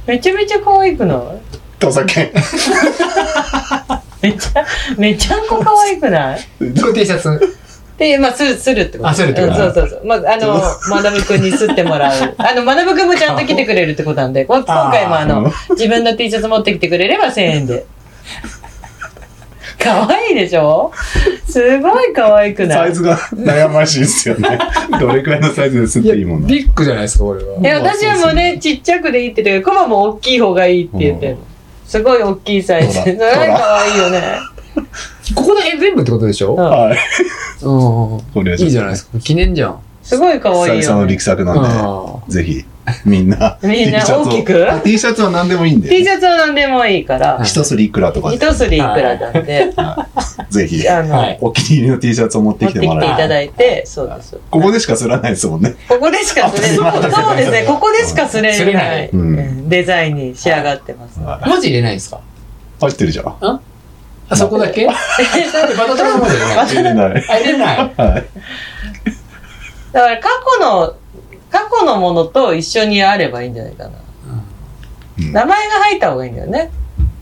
Speaker 1: めちゃめちゃ可愛くない
Speaker 4: 土佐犬。
Speaker 1: めちゃ、めちゃんこ可愛くない
Speaker 3: これ T シャツ。
Speaker 1: で、まあ、する、するってこと。
Speaker 3: あするってこと
Speaker 1: うんそうそうそう。まあ、あの、まなぶくんにすってもら う。あの、まなぶくんもちゃんと来てくれるってことなんで、こ今回もあの、自分の T シャツ持ってきてくれれば1000円で。可愛いでしょすごい可愛くな
Speaker 4: サ
Speaker 1: い
Speaker 4: イズが悩ましいですよ ね。どれくらいのサイズですっていいもんな。
Speaker 3: ビッグじゃないですか、これは。
Speaker 1: え、私はもうね、ちっちゃくでいいって言ってるけど、コバも大きい方がいいって言ってる。すごい大きいサイズ。す
Speaker 4: ほ
Speaker 1: ご
Speaker 4: ら
Speaker 1: い可愛いよね。
Speaker 3: ここでえ全部ってことでしょ
Speaker 1: うん
Speaker 4: はい。
Speaker 3: うん。
Speaker 4: お願いします
Speaker 3: いいじゃないですか。記念じゃん。
Speaker 1: すごい可愛い
Speaker 4: 久々
Speaker 1: よ
Speaker 4: の
Speaker 1: ね。
Speaker 4: 力作
Speaker 3: う
Speaker 4: なん
Speaker 3: ん。
Speaker 4: で、ぜひ、みんな。
Speaker 1: みんな
Speaker 4: T シャツを
Speaker 1: 大きく
Speaker 4: あ ?T シャツは何でもいいん
Speaker 1: T シ
Speaker 4: で。
Speaker 1: ャツは何でもいいから、
Speaker 4: 一すりいくらとかで、
Speaker 1: 一すりいくらなんで、
Speaker 4: ぜひ、
Speaker 1: あの
Speaker 3: は、い
Speaker 4: お気に入りの T シャツを持って
Speaker 1: 持って
Speaker 4: きて
Speaker 1: きてい
Speaker 4: もら
Speaker 1: た
Speaker 4: える。
Speaker 1: だいて、そうです。
Speaker 4: ここでしかすらないですもんね。
Speaker 1: ここでしかすれない。
Speaker 4: あ
Speaker 1: そう
Speaker 4: そう
Speaker 1: そうですね、ここでしかすれ
Speaker 3: すれ
Speaker 1: な
Speaker 3: ないい
Speaker 4: うん
Speaker 1: うんデザインに仕上がってます。
Speaker 4: はい
Speaker 3: 文字入れないんですか
Speaker 4: 入ってるじゃ ん。
Speaker 3: あそこだけバタトラの文字入れない。
Speaker 4: 入れない。
Speaker 3: あ、入れない。
Speaker 4: はい。
Speaker 1: だから過去の、過去のものと一緒にあればいいんじゃないかな。
Speaker 4: うん
Speaker 1: 名前が入った方がいいんだよね。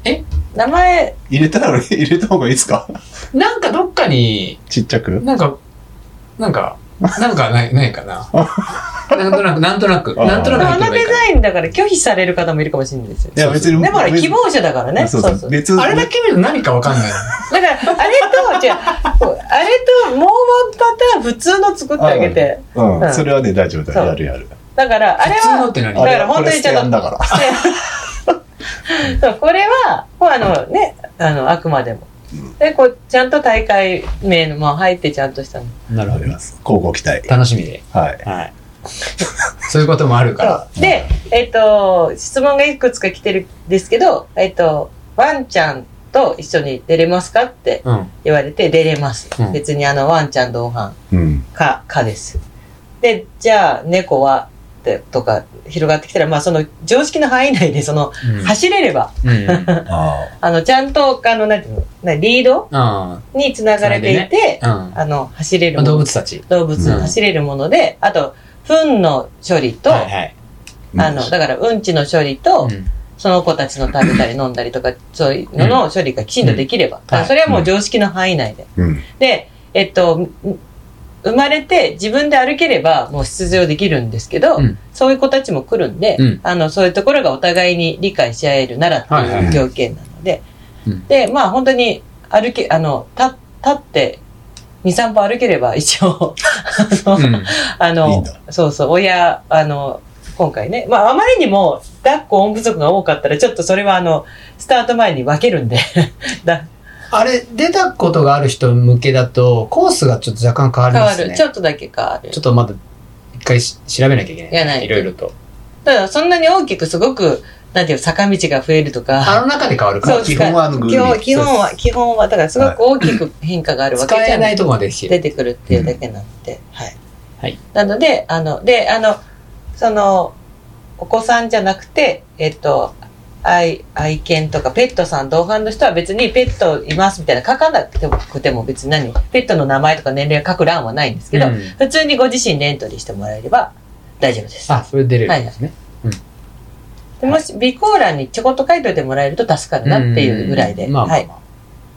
Speaker 3: え
Speaker 1: 名前、
Speaker 4: 入れたら、入れた方がいいですか
Speaker 3: なんかどっかに、
Speaker 4: ちっちゃく
Speaker 3: なんか、なんか、なんかない、ないかな。なんとなく、なんとなく、
Speaker 4: あー
Speaker 3: なんとなく
Speaker 1: あ
Speaker 3: 入っ
Speaker 1: の
Speaker 3: てればい
Speaker 1: デ
Speaker 3: いか
Speaker 1: ザインだから拒否される方もいるかもしれないですよ。
Speaker 4: いや、別に。
Speaker 1: でもほら、希望者だからね。
Speaker 4: あ
Speaker 1: そ
Speaker 4: そうう
Speaker 1: そ
Speaker 4: そうう。。別
Speaker 3: な。あれだけ見ると何かわかんない。
Speaker 1: だから、あれと、違う、あれと、もうワンパターン普通の作ってあげて。う
Speaker 4: うんん。それはね、大丈夫だ
Speaker 1: そう
Speaker 4: よ。やるやる。
Speaker 1: だから、あれ
Speaker 3: 普通の
Speaker 1: は
Speaker 3: っ、て何
Speaker 1: だから本当にちゃんと
Speaker 4: ん だから。
Speaker 1: でそうこれは、こうあのね、あの、あくまでも。で、こう、ちゃんと大会名のも入ってちゃんとしたの。
Speaker 3: なる
Speaker 4: あります。交互期待。
Speaker 3: 楽しみで。
Speaker 4: はい。
Speaker 3: はい。そういうこともあるから。
Speaker 1: そうで、えっ、と、質問がいくつか来てるんですけど、えっ、と、ワンちゃんと一緒に出れますかって
Speaker 3: うん。
Speaker 1: 言われて出れます。
Speaker 3: うん
Speaker 1: 別にあの、ワンちゃん同伴
Speaker 4: うん。
Speaker 1: か、かです。で、じゃあ、猫は、ってとか、広がってきたら、まあ、その、常識の範囲内で、その、走れれば、
Speaker 3: うん。うん。
Speaker 4: あ
Speaker 1: あの、ちゃんと、あの、なんていうの、なリード
Speaker 3: あ
Speaker 1: につながれていて、
Speaker 3: あ。うん。
Speaker 1: あの、走れる
Speaker 3: ま
Speaker 1: も
Speaker 3: あ動
Speaker 1: の、
Speaker 3: 物たち。
Speaker 1: 動物
Speaker 3: うん
Speaker 1: 走れるもので、あと、糞の処理と、
Speaker 3: はいはい。
Speaker 4: あ。
Speaker 1: あの、だから、うんちの処理と、
Speaker 3: うん
Speaker 1: その子たちの食べたり飲んだりとか、そういうのの処理がきちんとできれば。だから
Speaker 3: はい
Speaker 1: それはもう常識の範囲内で。
Speaker 4: うん。
Speaker 1: で、えっと、ん生まれて自分で歩ければもう出場できるんですけど、
Speaker 3: うん
Speaker 1: そういう子たちも来るんで、
Speaker 3: うん
Speaker 1: あの、そういうところがお互いに理解し合えるならって
Speaker 3: はいはい
Speaker 1: い
Speaker 4: は
Speaker 1: う
Speaker 4: い
Speaker 1: 条件なので、
Speaker 3: うん
Speaker 1: で、まあ本当に歩け、あの、立立って、2、3歩歩ければ一応、あの、
Speaker 3: うん。
Speaker 1: あ
Speaker 4: いい
Speaker 1: の
Speaker 4: んだ、
Speaker 1: そうそう、親、あの、今回ね、まあ、あまりにも、抱っこ音不足が多かったら、ちょっとそれはあの、スタート前に分けるんで、だ
Speaker 3: あれ、出たことがある人向けだと、コースがちょっと若干変わり
Speaker 1: 変
Speaker 3: ま
Speaker 1: わ
Speaker 3: す
Speaker 1: る、
Speaker 3: ね。
Speaker 1: ちょっとだけ変わる
Speaker 3: ちょ。っとまだ、一回し調べなきゃいけない。
Speaker 1: いやない
Speaker 3: ろいろと。
Speaker 1: ただ、そんなに大きくすごく、なんていうの坂道が増えると
Speaker 3: あ
Speaker 1: か、
Speaker 3: の中で変わるか
Speaker 1: そ
Speaker 3: ら
Speaker 1: う。
Speaker 4: 基本はあのグ
Speaker 1: 基
Speaker 4: リー
Speaker 1: 本
Speaker 4: ン。
Speaker 1: 基本は、基本は、だからすごく大きく変化があるわけ
Speaker 3: 使
Speaker 1: じゃな。
Speaker 3: えないいとこまで来て
Speaker 1: 出
Speaker 3: る。
Speaker 1: てくるっていうだけなので、はい。
Speaker 3: はい。
Speaker 1: なので、あの、で、あの、その、お子さんじゃなくて、えっと、愛、愛犬とかペットさん同伴の人は別にペットいますみたいな書かなくてもくても別に何、ペットの名前とか年齢書く欄はないんですけど、
Speaker 3: うん
Speaker 1: 普通にご自身でエントリーしてもらえれば大丈夫です。
Speaker 3: あ、それ出れるんですね。
Speaker 1: でもし、備考欄にちょこっと書いといてもらえると助かるなっていうぐらいで、
Speaker 3: うんまあま
Speaker 1: は
Speaker 3: あ
Speaker 1: い。
Speaker 3: ま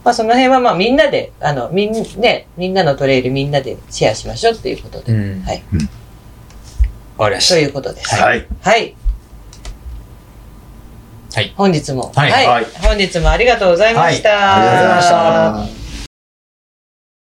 Speaker 1: まあその辺はまあみんなで、あの、みん、ね、みんなのトレイルみんなでシェアしましょうっていうこと
Speaker 3: あ。
Speaker 1: で、
Speaker 3: ん
Speaker 1: はい
Speaker 4: うん
Speaker 3: 終わかりました
Speaker 1: と。いうことです。
Speaker 4: はい。
Speaker 1: はい。はい
Speaker 3: 本日も。
Speaker 1: はい
Speaker 5: はい
Speaker 3: 本日もありがとうございました。
Speaker 1: ありがとうございました。